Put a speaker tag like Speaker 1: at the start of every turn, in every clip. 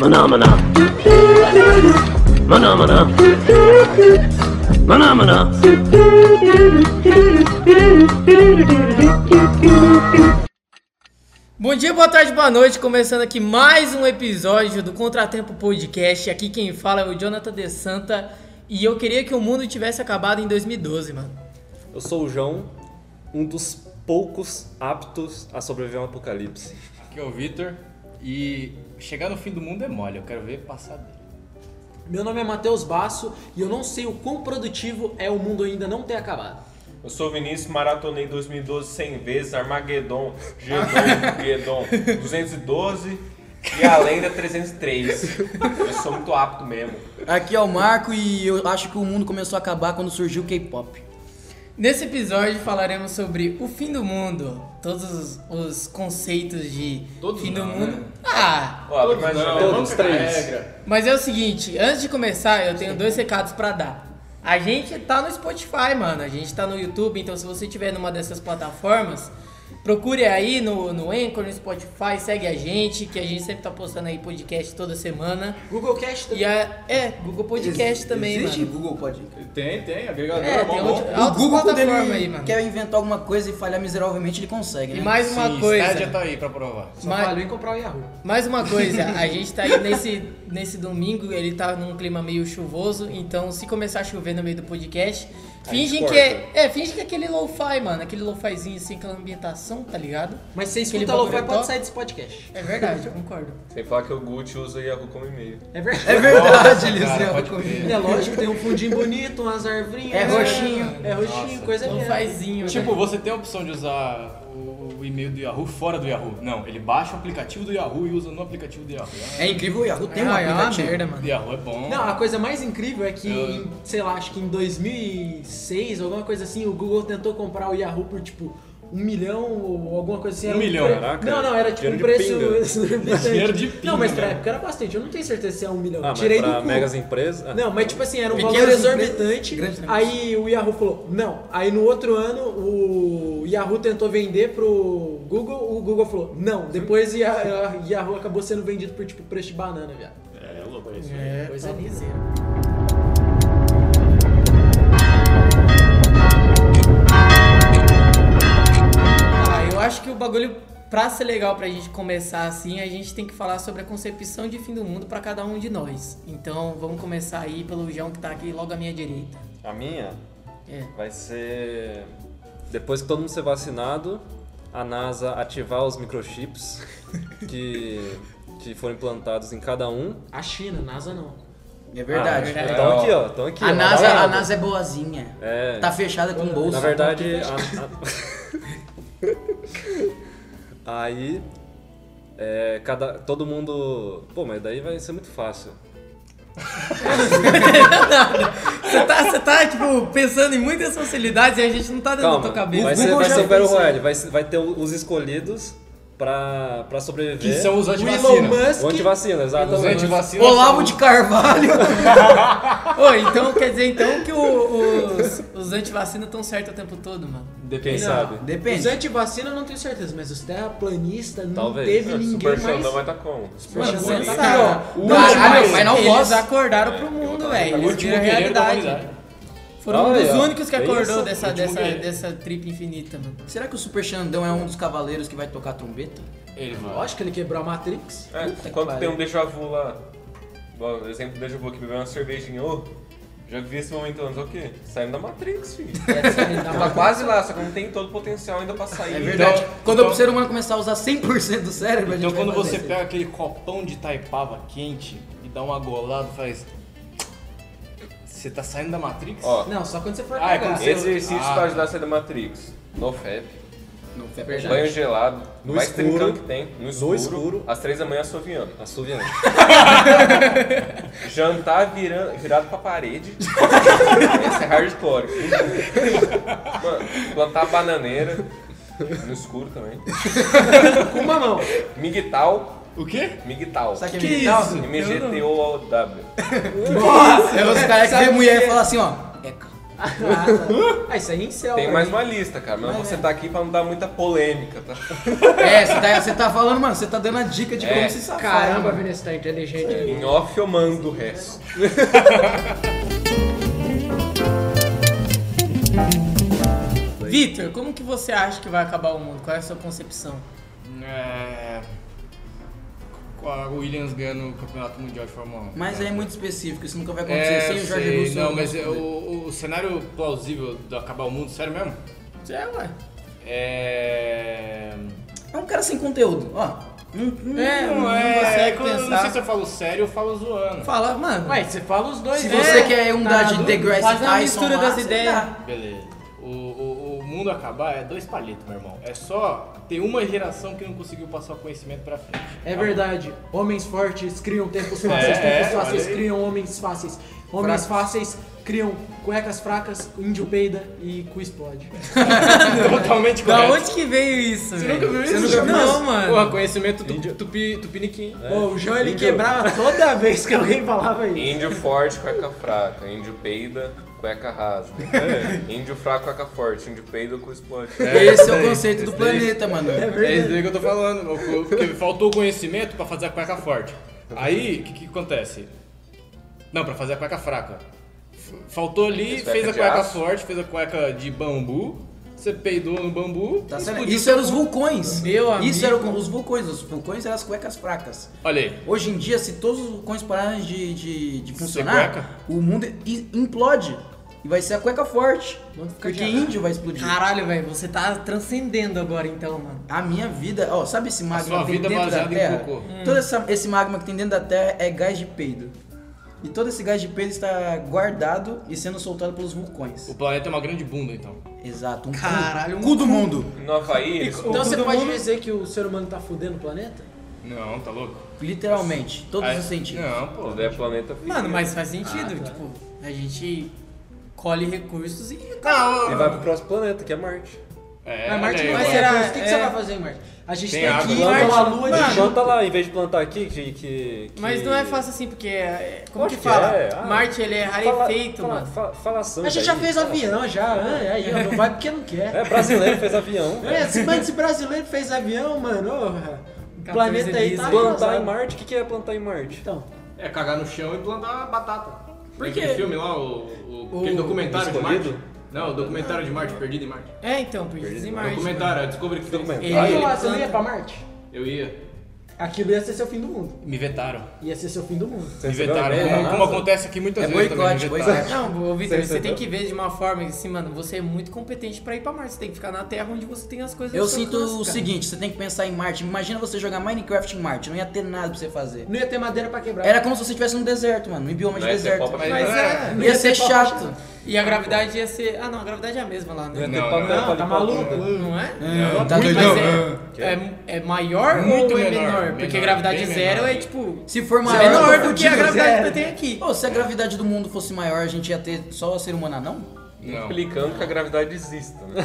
Speaker 1: Maná, maná. Maná, maná. Maná, maná.
Speaker 2: Bom dia, boa tarde, boa noite. Começando aqui mais um episódio do Contratempo Podcast. Aqui quem fala é o Jonathan De Santa. E eu queria que o mundo tivesse acabado em 2012, mano.
Speaker 3: Eu sou o João, um dos poucos aptos a sobreviver a um apocalipse.
Speaker 4: Aqui é o Vitor e chegar no fim do mundo é mole, eu quero ver passar dele.
Speaker 5: Meu nome é Matheus Basso e eu não sei o quão produtivo é o mundo ainda não ter acabado.
Speaker 6: Eu sou o Vinícius, maratonei 2012 100 vezes, Armagedon, Gedon, Gedon, 212 e a lenda 303. Eu sou muito apto mesmo.
Speaker 7: Aqui é o Marco e eu acho que o mundo começou a acabar quando surgiu o K-pop.
Speaker 2: Nesse episódio falaremos sobre o fim do mundo, todos os, os conceitos de
Speaker 4: Todos
Speaker 2: fim do
Speaker 4: não,
Speaker 2: mundo.
Speaker 4: né?
Speaker 2: Ah!
Speaker 6: Ó, um mas
Speaker 3: todos três.
Speaker 2: Mas é o seguinte, antes de começar, eu tenho dois recados pra dar. A gente tá no Spotify, mano. A gente tá no YouTube, então se você tiver numa dessas plataformas, procure aí no, no Anchor, no Spotify, segue a gente, que a gente sempre tá postando aí podcast toda semana.
Speaker 5: Google Cast também.
Speaker 2: E a, é, Google Podcast
Speaker 7: Ex-
Speaker 2: também,
Speaker 7: Existe
Speaker 2: mano.
Speaker 7: Google Podcast.
Speaker 4: Tem, tem, agregador
Speaker 2: É,
Speaker 4: é,
Speaker 2: tem
Speaker 4: bom,
Speaker 2: outro-
Speaker 4: bom.
Speaker 7: O
Speaker 2: Altas
Speaker 7: Google, quando
Speaker 2: plataformas
Speaker 7: ele
Speaker 2: aí, mano.
Speaker 7: quer inventar alguma coisa e falhar miseravelmente, ele consegue, né?
Speaker 2: E mais uma
Speaker 4: Sim,
Speaker 2: coisa.
Speaker 4: Stadia tá aí pra provar.
Speaker 5: Só
Speaker 2: Mas-
Speaker 5: falhou em comprar o Yahoo.
Speaker 2: Mais uma coisa, a gente tá aí nesse, nesse domingo, ele tá num clima meio chuvoso, então se começar a chover no meio do podcast, fingem
Speaker 3: gente
Speaker 2: que é, é, finge que é aquele lo-fi, mano, aquele lo-fizinho assim, aquela ambientação, tá ligado?
Speaker 5: Mas se
Speaker 2: Aquele
Speaker 5: escuta a Lo-Fi,
Speaker 2: Bob
Speaker 5: pode
Speaker 2: Top.
Speaker 5: sair desse podcast.
Speaker 2: É verdade, eu concordo.
Speaker 6: Sem falar que o Gucci usa Yahoo como e-mail.
Speaker 5: É verdade.
Speaker 7: É verdade,
Speaker 4: cara,
Speaker 7: Eliseu.
Speaker 4: pode
Speaker 7: comigo.
Speaker 4: crer.
Speaker 5: É lógico, tem um fundinho bonito, umas arvrinhas.
Speaker 7: É
Speaker 5: né?
Speaker 7: roxinho.
Speaker 5: É roxinho, coisa mesmo.
Speaker 2: Lo-fizinho, né?
Speaker 4: Tipo, você tem a opção de usar o, o e-mail do Yahoo fora do Yahoo. Não, ele baixa o aplicativo do Yahoo e usa no aplicativo do Yahoo.
Speaker 7: É incrível, o Yahoo tem um
Speaker 2: Ah, é uma
Speaker 7: aplicativo.
Speaker 2: merda,
Speaker 4: Ah,
Speaker 2: mano.
Speaker 4: O Yahoo é bom.
Speaker 5: Não, a coisa mais incrível é que,
Speaker 4: Eu-
Speaker 5: em, sei lá, acho que em 2006, alguma coisa assim, o Google tentou comprar o Yahoo por tipo um milhão ou alguma coisa
Speaker 7: é
Speaker 5: assim.
Speaker 4: Um
Speaker 5: Era
Speaker 4: milhão,
Speaker 5: pre-
Speaker 3: caraca.
Speaker 5: Não, não, era tipo um
Speaker 3: Dinheiro de
Speaker 5: preço
Speaker 3: pinga.
Speaker 5: exorbitante.
Speaker 4: Dinheiro de pinga,
Speaker 5: Não, mas pra
Speaker 4: né?
Speaker 5: época era bastante. Eu não tenho certeza se é um milhão.
Speaker 3: Ah, mas
Speaker 5: Tirei
Speaker 3: pra
Speaker 5: do cu.
Speaker 3: megas empresas? Ah,
Speaker 5: Não, mas tipo assim, era um
Speaker 7: Pequenas
Speaker 5: valor
Speaker 7: empresas,
Speaker 5: exorbitante.
Speaker 7: grandes empresas.
Speaker 5: Aí o Yahoo falou, não. Aí no outro ano o Yahoo tentou vender pro Google, o Google falou, não. Depois o Ya- Yahoo acabou sendo vendido por tipo preço de banana, viado.
Speaker 4: É louco isso.
Speaker 2: É,
Speaker 5: Coisa
Speaker 2: tá
Speaker 5: lisa.
Speaker 2: Ah, eu acho que o bagulho, pra ser legal pra gente começar assim, a gente tem que falar sobre a concepção de fim do mundo pra cada um de nós. Então, vamos começar aí pelo João que tá aqui logo à minha direita.
Speaker 3: A minha
Speaker 2: É.
Speaker 3: vai ser. Depois que todo mundo ser vacinado, a NASA ativar os microchips que, que foram implantados em cada um.
Speaker 5: A China, NASA não.
Speaker 7: É verdade.
Speaker 2: Ah, é verdade.
Speaker 3: Estão aqui, ó. Estão aqui. ó,
Speaker 7: A,
Speaker 3: na
Speaker 7: NASA, a
Speaker 3: parada.
Speaker 7: NASA é boazinha.
Speaker 3: É.
Speaker 7: Tá fechada com bolsa.
Speaker 3: Na verdade, a, a- aí é, cada todo mundo, pô, mas daí vai ser muito fácil.
Speaker 2: Você tá, você tá, tipo, pensando em muitas facilidades e a gente não tá dentro da
Speaker 3: Calma,
Speaker 2: tua cabeça.
Speaker 3: vai ser,
Speaker 7: Google
Speaker 3: vai
Speaker 7: já
Speaker 3: ser o Battle
Speaker 7: fez isso.
Speaker 3: Royale, vai, ser- vai ter os escolhidos pra, pra sobreviver.
Speaker 4: Que são os
Speaker 5: O Elon
Speaker 4: antivacinas.
Speaker 5: Musk.
Speaker 3: o antivacina,
Speaker 4: Os
Speaker 3: exatamente.
Speaker 4: antivacinas.
Speaker 7: Olavo de Carvalho.
Speaker 2: Ô, então quer dizer então que o- os, os antivacina estão certos o tempo todo, mano.
Speaker 3: Quem
Speaker 4: Depende.
Speaker 3: sabe?
Speaker 5: Os
Speaker 7: Depende.
Speaker 5: antivacina eu não tenho certeza, mas os terraplanistas não
Speaker 3: Talvez.
Speaker 5: teve
Speaker 6: É,
Speaker 5: ninguém
Speaker 6: Super
Speaker 5: mais.
Speaker 6: Xandão vai tá como? Super
Speaker 2: Mano,
Speaker 6: Xandão.
Speaker 2: você
Speaker 5: tá-
Speaker 2: sabe.
Speaker 4: o
Speaker 2: Caralho,
Speaker 4: último-
Speaker 2: mas não
Speaker 7: eles
Speaker 2: eles acordaram pro mundo,
Speaker 4: O
Speaker 2: velho. Eles
Speaker 4: último
Speaker 2: viram a
Speaker 4: guerreiro da
Speaker 2: realidade.
Speaker 4: humanidade.
Speaker 2: Foram um
Speaker 3: Olha,
Speaker 2: dos únicos que
Speaker 3: é
Speaker 2: acordou
Speaker 3: isso,
Speaker 2: dessa,
Speaker 4: último
Speaker 2: dessa,
Speaker 4: guerreiro.
Speaker 2: dessa trip infinita, mano.
Speaker 7: Será que o Super Xandão é um dos cavaleiros que vai tocar trombeta?
Speaker 4: Ele vai.
Speaker 5: Lógico que ele quebrou a Matrix.
Speaker 6: É,
Speaker 7: Puta que
Speaker 6: quando tem
Speaker 7: pariu.
Speaker 6: um déjà vu lá, bom, exemplo do déjà vu que bebeu uma cervejinha, ô, já vi esse momento antes, o quê? Saindo da Matrix, filho. Tava quase lá, só que não tem todo o potencial ainda pra sair.
Speaker 7: É verdade. Quando
Speaker 4: então-
Speaker 7: o ser humano começar a usar 100% do cérebro, a gente
Speaker 4: Então
Speaker 7: vai
Speaker 4: quando
Speaker 7: fazer
Speaker 4: você
Speaker 7: isso.
Speaker 4: pega aquele copão de taipava quente e dá uma golada, faz. Você tá saindo da Matrix?
Speaker 6: Ó,
Speaker 5: Não, só quando você for
Speaker 4: Ah, é
Speaker 5: cagar.
Speaker 4: quando você-
Speaker 6: exercício
Speaker 4: Ah.
Speaker 6: pra ajudar a sair da Matrix. NoFap.
Speaker 7: Não, é
Speaker 6: Banho
Speaker 7: verdade.
Speaker 6: gelado.
Speaker 3: No
Speaker 6: mais
Speaker 3: escuro.
Speaker 6: trincando que tem. No escuro.
Speaker 3: escuro.
Speaker 6: Às três da manhã assoviando.
Speaker 3: Assoviante.
Speaker 6: Jantar viran- virado pra parede. Esse é hardcore. Mano, plantar bananeira. No escuro também.
Speaker 5: Com uma mão.
Speaker 6: Miguital.
Speaker 4: O quê?
Speaker 6: Miguital.
Speaker 7: Sabe
Speaker 5: Que
Speaker 7: que é isso?
Speaker 6: MGTOW.
Speaker 7: Nossa, é os caras que vê mulher e falam assim, ó. Eca.
Speaker 5: Ah, tá. ah, isso aí é incel.
Speaker 6: Tem
Speaker 5: pra
Speaker 6: mais
Speaker 5: mim.
Speaker 6: uma lista, cara, mas eu vou sentar aqui pra não dar muita polêmica, tá?
Speaker 7: É, você tá, você tá falando, mano, você tá dando a dica de
Speaker 6: É.
Speaker 7: como se safar.
Speaker 5: Caramba,
Speaker 7: mano.
Speaker 5: Vinícius, tá inteligente. hein?
Speaker 6: Em off eu mando o resto.
Speaker 2: Vitor, como que você acha que vai acabar o mundo? Qual é a sua concepção?
Speaker 4: É... com a Williams ganhando o campeonato mundial de Fórmula 1.
Speaker 7: Mas aí é muito específico, isso nunca vai acontecer
Speaker 4: É,
Speaker 7: sem
Speaker 4: eu
Speaker 7: o Jorge
Speaker 4: sei,
Speaker 7: Wilson.
Speaker 4: não, mas é, o, o cenário plausível do acabar o mundo, sério mesmo?
Speaker 2: É, ué.
Speaker 4: É.
Speaker 7: É um cara sem conteúdo, ó. Não, não-
Speaker 2: É, não,
Speaker 4: é,
Speaker 2: consegue
Speaker 4: eu não sei
Speaker 2: pensar.
Speaker 4: se eu falo sério ou falo zoando.
Speaker 2: Fala, mano. É.
Speaker 5: Ué, você fala os dois,
Speaker 7: Se
Speaker 5: né?
Speaker 7: você quer um dar de Degrassi
Speaker 2: faz uma
Speaker 7: Tyson
Speaker 2: mistura
Speaker 7: lá,
Speaker 2: das
Speaker 7: você tá.
Speaker 2: ideias.
Speaker 7: dá.
Speaker 4: Beleza. O, o, o mundo acabar é dois palitos, meu irmão. É só ter uma geração que não conseguiu passar o conhecimento pra frente.
Speaker 5: É
Speaker 4: Tá?
Speaker 5: verdade. Homens fortes criam tempos fáceis,
Speaker 4: É,
Speaker 5: tempos
Speaker 4: é,
Speaker 5: fáceis
Speaker 4: olha aí.
Speaker 5: criam homens fáceis. Homens fáceis criam cuecas fracas, índio peida e cu explode.
Speaker 4: Totalmente
Speaker 2: Da
Speaker 4: correto.
Speaker 2: onde que veio isso? Você
Speaker 4: nunca viu isso?
Speaker 2: Não, mano.
Speaker 4: Porra, conhecimento tu, tupi, tupiniquim.
Speaker 5: Pô, o João ele quebrava toda vez que alguém falava isso.
Speaker 6: Índio forte, cueca fraca. Índio peida, cueca rasa. Índio fraco, cueca forte. Índio peida, cu explode.
Speaker 7: Esse é o conceito do planeta, mano.
Speaker 4: É isso daí que eu tô falando, meu, co- porque faltou conhecimento pra fazer a cueca forte. Aí, o que, que acontece? Não, pra fazer a cueca fraca. F- Faltou ali,
Speaker 6: Cueca
Speaker 4: fez a
Speaker 6: de
Speaker 4: cueca
Speaker 6: aço.
Speaker 4: forte, fez a cueca de bambu, você peidou no bambu,
Speaker 7: Tá certo?
Speaker 4: explodiu.
Speaker 7: Isso eram os vulcões.
Speaker 2: Meu
Speaker 7: Isso eram os vulcões. Os vulcões eram as cuecas fracas.
Speaker 4: Olha aí.
Speaker 7: Hoje em dia, se todos os vulcões pararem de, de, de
Speaker 4: cueca?
Speaker 7: funcionar, o mundo i- implode. E vai ser a cueca forte. Porque índio vai explodir.
Speaker 2: Caralho, velho, você tá transcendendo agora então, mano.
Speaker 7: Ah. A minha vida, ó, sabe esse magma
Speaker 4: sua
Speaker 7: que tem
Speaker 4: vida
Speaker 7: dentro da
Speaker 4: baseada em
Speaker 7: Terra?
Speaker 4: cocô.
Speaker 2: Hum.
Speaker 7: Todo essa- esse magma que tem dentro da Terra é gás de peido. E todo esse gás de peido está guardado e sendo soltado pelos vulcões.
Speaker 4: O planeta é uma grande bunda, então.
Speaker 7: Exato, um cu-
Speaker 2: Caralho, um
Speaker 7: cu do mundo.
Speaker 6: No Havaí, eles
Speaker 5: Então você
Speaker 2: todo
Speaker 5: pode
Speaker 2: mundo-
Speaker 5: dizer que o ser humano tá fudendo o planeta?
Speaker 4: Não, tá louco?
Speaker 7: Literalmente, todos
Speaker 4: Aí-
Speaker 7: os sentidos.
Speaker 4: Não, pô.
Speaker 6: Tudo é planeta
Speaker 2: Mano, mas
Speaker 5: Ah,
Speaker 2: faz sentido. Tipo,
Speaker 4: é.
Speaker 2: a gente colhe recursos e.
Speaker 3: E vai pro próximo planeta, que é Marte.
Speaker 4: É,
Speaker 5: Mas Marte
Speaker 4: olha aí,
Speaker 5: não
Speaker 2: vai
Speaker 5: é
Speaker 2: ser-
Speaker 4: mano.
Speaker 2: será-
Speaker 5: Marte. O que, que você
Speaker 2: é-
Speaker 5: vai fazer em Marte? A gente tá
Speaker 4: Tem
Speaker 5: tem,
Speaker 4: água.
Speaker 5: que ir
Speaker 4: Marte-
Speaker 5: pela lua de
Speaker 2: Mano.
Speaker 3: Planta lá, em vez de plantar aqui, que. que, que-
Speaker 2: Mas não é fácil assim, porque. é- Como
Speaker 3: Acho
Speaker 2: que
Speaker 3: que
Speaker 2: fala?
Speaker 3: é, ah.
Speaker 2: Marte, ele é
Speaker 3: Fala-
Speaker 2: rarefeito,
Speaker 3: fala-
Speaker 2: mano.
Speaker 3: fa- falação.
Speaker 5: A gente já
Speaker 3: velho.
Speaker 5: fez avião, já. né? Aí, ó, não vai porque não quer.
Speaker 3: É, brasileiro fez avião. velho.
Speaker 5: É, se, mas esse brasileiro fez avião, mano, ô, o
Speaker 2: 14
Speaker 5: planeta aí tá
Speaker 2: dias.
Speaker 3: Plantar em
Speaker 5: atrasado.
Speaker 3: Marte, o que, que é plantar em Marte?
Speaker 5: Então,
Speaker 4: É cagar no chão e plantar batata.
Speaker 7: Por
Speaker 4: Aquele
Speaker 7: quê?
Speaker 4: filme lá, o, o, aquele
Speaker 2: O
Speaker 4: documentário de
Speaker 3: Escolhido?
Speaker 4: Marte. Não, o documentário de Marte, Perdido em Marte.
Speaker 2: É, então, perdidos em Marte.
Speaker 4: Documentário, a Discovery que fez.
Speaker 3: Documento.
Speaker 2: Ele-
Speaker 5: e
Speaker 2: ele
Speaker 5: lá, você não
Speaker 2: planta-
Speaker 5: ia pra Marte?
Speaker 4: Eu ia.
Speaker 5: Aquilo ia ser seu fim do mundo.
Speaker 4: Me vetaram.
Speaker 5: Ia ser seu fim do mundo.
Speaker 3: Você
Speaker 4: Me
Speaker 3: recebeu
Speaker 4: vetaram.
Speaker 3: e-mail da
Speaker 4: Como,
Speaker 3: NASA?
Speaker 4: como acontece aqui muitas
Speaker 7: É
Speaker 4: vezes
Speaker 7: boicote,
Speaker 4: também. me vetaram.
Speaker 7: boicote.
Speaker 2: Não, ô Vitor,
Speaker 3: Você
Speaker 2: você tem
Speaker 3: entendeu?
Speaker 2: que ver de uma forma assim, mano, você é muito competente pra ir pra Marte. Você tem que ficar na Terra onde você tem as coisas.
Speaker 7: Eu
Speaker 2: ao seu
Speaker 7: sinto
Speaker 2: alcance,
Speaker 7: o
Speaker 2: cara.
Speaker 7: seguinte, você tem que pensar em Marte. Imagina você jogar Minecraft em Marte, não ia ter nada pra você fazer.
Speaker 5: Não ia ter madeira pra quebrar.
Speaker 7: Era como se você estivesse num deserto, mano, em bioma de
Speaker 6: Não ia ter
Speaker 7: deserto.
Speaker 6: Copa,
Speaker 4: Mas
Speaker 2: Mas
Speaker 4: é.
Speaker 2: é.
Speaker 7: Ia ser
Speaker 5: papo
Speaker 7: chato.
Speaker 2: E a gravidade ia ser. Ah, não, a gravidade é a mesma lá, né?
Speaker 3: Não,
Speaker 4: Não,
Speaker 3: não,
Speaker 5: Não, tá maluco?
Speaker 2: Não é?
Speaker 7: Ah, tá
Speaker 2: Muito,
Speaker 7: doidão?
Speaker 2: mas é, é, é maior
Speaker 4: Muito
Speaker 2: ou é
Speaker 4: menor,
Speaker 2: menor?
Speaker 4: menor,
Speaker 2: Porque a gravidade
Speaker 4: bem
Speaker 2: zero
Speaker 4: menor.
Speaker 2: é tipo.
Speaker 7: Se for
Speaker 2: Maior,
Speaker 7: maior,
Speaker 2: menor
Speaker 7: eu tô
Speaker 2: do que a
Speaker 7: fudido.
Speaker 2: gravidade que eu tenho aqui.
Speaker 7: Ô, se a gravidade do mundo fosse maior, a gente ia ter só o ser humano anão?
Speaker 4: Não.
Speaker 6: Implicando que a gravidade exista, né?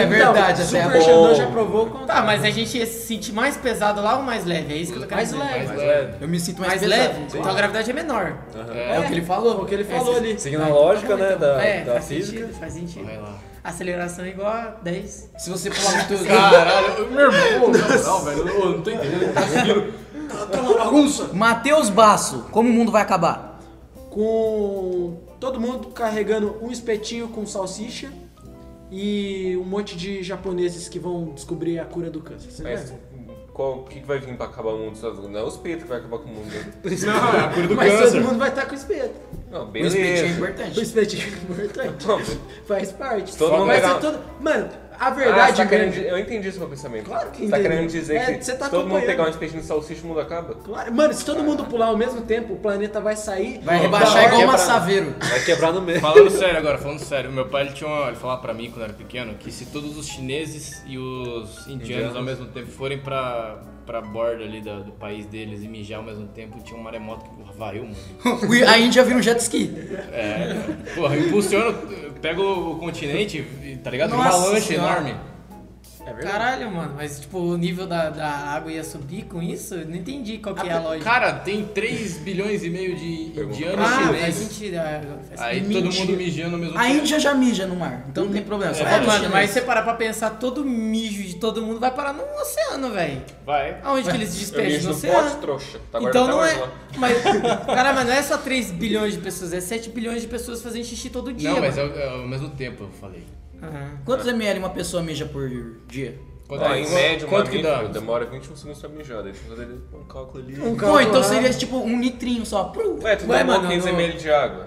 Speaker 7: É verdade, até
Speaker 5: Super Xandão já provou o
Speaker 2: Tá, mas a gente ia se sentir mais pesado lá ou mais leve? É isso que eu quero
Speaker 5: Mais
Speaker 2: dizer.
Speaker 5: leve.
Speaker 4: Mas é.
Speaker 7: Eu me sinto mais,
Speaker 2: Mais
Speaker 7: pesado.
Speaker 2: leve? Então a gravidade é menor.
Speaker 4: É.
Speaker 2: É, o que ele falou.
Speaker 5: O que ele falou ali.
Speaker 3: Seguindo a lógica, né, da,
Speaker 2: é,
Speaker 3: da
Speaker 2: faz
Speaker 3: física.
Speaker 2: sentido, faz sentido.
Speaker 4: Vai lá.
Speaker 2: Aceleração é igual a 10.
Speaker 7: Se você pular muito...
Speaker 4: Caralho, meu irmão, na moral, velho, eu eu não tô entendendo. Tá seguindo.
Speaker 7: Matheus Basso, como o mundo vai acabar?
Speaker 5: Com todo mundo carregando um espetinho com salsicha e um monte de japoneses que vão descobrir a cura do câncer. Você
Speaker 6: Mas
Speaker 5: lembra?
Speaker 6: qual, o que que vai vir pra acabar o mundo? Só- Não é os peitos que vai acabar com o mundo. né?
Speaker 4: Não, é a cura do
Speaker 5: Mas todo
Speaker 4: câncer.
Speaker 5: mundo vai estar com espeto.
Speaker 6: Não,
Speaker 7: O espetinho é
Speaker 6: beleza. tá
Speaker 5: O
Speaker 7: importante.
Speaker 5: espetinho é importante. Faz parte.
Speaker 6: Todo mundo
Speaker 5: vai
Speaker 6: pegar-
Speaker 5: ser todo... Mano, a
Speaker 6: Ah, você
Speaker 5: verdade
Speaker 6: tá
Speaker 5: grande.
Speaker 6: querendo, di- eu entendi esse meu pensamento.
Speaker 5: Claro que
Speaker 6: Você tá
Speaker 5: entendi.
Speaker 6: querendo dizer
Speaker 5: É,
Speaker 6: que
Speaker 5: você tá
Speaker 6: todo mundo
Speaker 5: acompanhando.
Speaker 6: pegar um espetinho de salsicha, o mundo acaba?
Speaker 5: Claro, mano, se todo mundo pular ao mesmo tempo, o planeta vai sair.
Speaker 7: Vai
Speaker 5: da
Speaker 7: rebaixar
Speaker 5: ordem-
Speaker 7: igual uma
Speaker 3: quebrar.
Speaker 7: saveiro.
Speaker 3: Vai quebrar no meio.
Speaker 4: Falando sério agora, falando sério, meu pai ele tinha uma, ele falava pra mim quando eu era pequeno que se todos os chineses e os indianos, ao mesmo tempo forem pra, pra borda ali da- do país deles e mijar ao mesmo tempo, tinha um maremoto que varreu o mundo.
Speaker 7: O- A Índia vira um jet ski.
Speaker 4: É, porra, impulsiona, pega o continente, e, tá ligado? Tem Uma
Speaker 7: Nossa
Speaker 4: lancha
Speaker 7: Senhora.
Speaker 4: enorme.
Speaker 5: É verdade.
Speaker 2: Caralho, mano, mas tipo, o nível da, da água ia subir com isso? Eu Não entendi qual que é a lógica.
Speaker 4: Cara, tem 3 bilhões e meio de
Speaker 3: Pergunta.
Speaker 4: indianos
Speaker 2: ah, faz
Speaker 4: chineses.
Speaker 2: sentido. é, faz
Speaker 4: Aí
Speaker 2: sentido.
Speaker 4: todo mundo mijando ao mesmo
Speaker 7: A
Speaker 4: tempo.
Speaker 7: Índia já mija no mar, então não tem problema. Só
Speaker 4: É,
Speaker 2: É,
Speaker 7: vai
Speaker 4: Fala,
Speaker 7: pro
Speaker 2: mano,
Speaker 7: chinês.
Speaker 2: mas se você parar pra pensar, todo mijo de todo mundo vai parar num oceano, velho.
Speaker 4: Vai.
Speaker 2: Aonde que eles
Speaker 6: Eu li
Speaker 2: despejam?
Speaker 6: isso
Speaker 2: No
Speaker 6: no pote,
Speaker 2: oceano.
Speaker 6: trouxa. Tá
Speaker 2: então
Speaker 6: guardado
Speaker 2: não
Speaker 6: até
Speaker 2: é.
Speaker 6: hoje lá.
Speaker 2: Mas, cara, mas não é só 3 bilhões de pessoas, é 7 bilhões de pessoas fazendo xixi todo dia.
Speaker 4: Não, mas
Speaker 2: mano.
Speaker 4: é ao, é ao mesmo tempo, eu falei.
Speaker 2: Aham.
Speaker 7: Quantos ml uma pessoa mija por dia?
Speaker 4: Quanto,
Speaker 6: Ó,
Speaker 4: é
Speaker 6: em
Speaker 4: isso?
Speaker 6: média, um
Speaker 4: quanto que dá?
Speaker 6: mamífero demora 21 segundos pra mijar. Deixa eu fazer um cálculo ali. um
Speaker 7: Pô, então seria tipo um litrinho só. Pru.
Speaker 6: Ué, tu
Speaker 2: Ué,
Speaker 6: tomou
Speaker 2: mano,
Speaker 6: 15
Speaker 2: não-
Speaker 6: ml de água.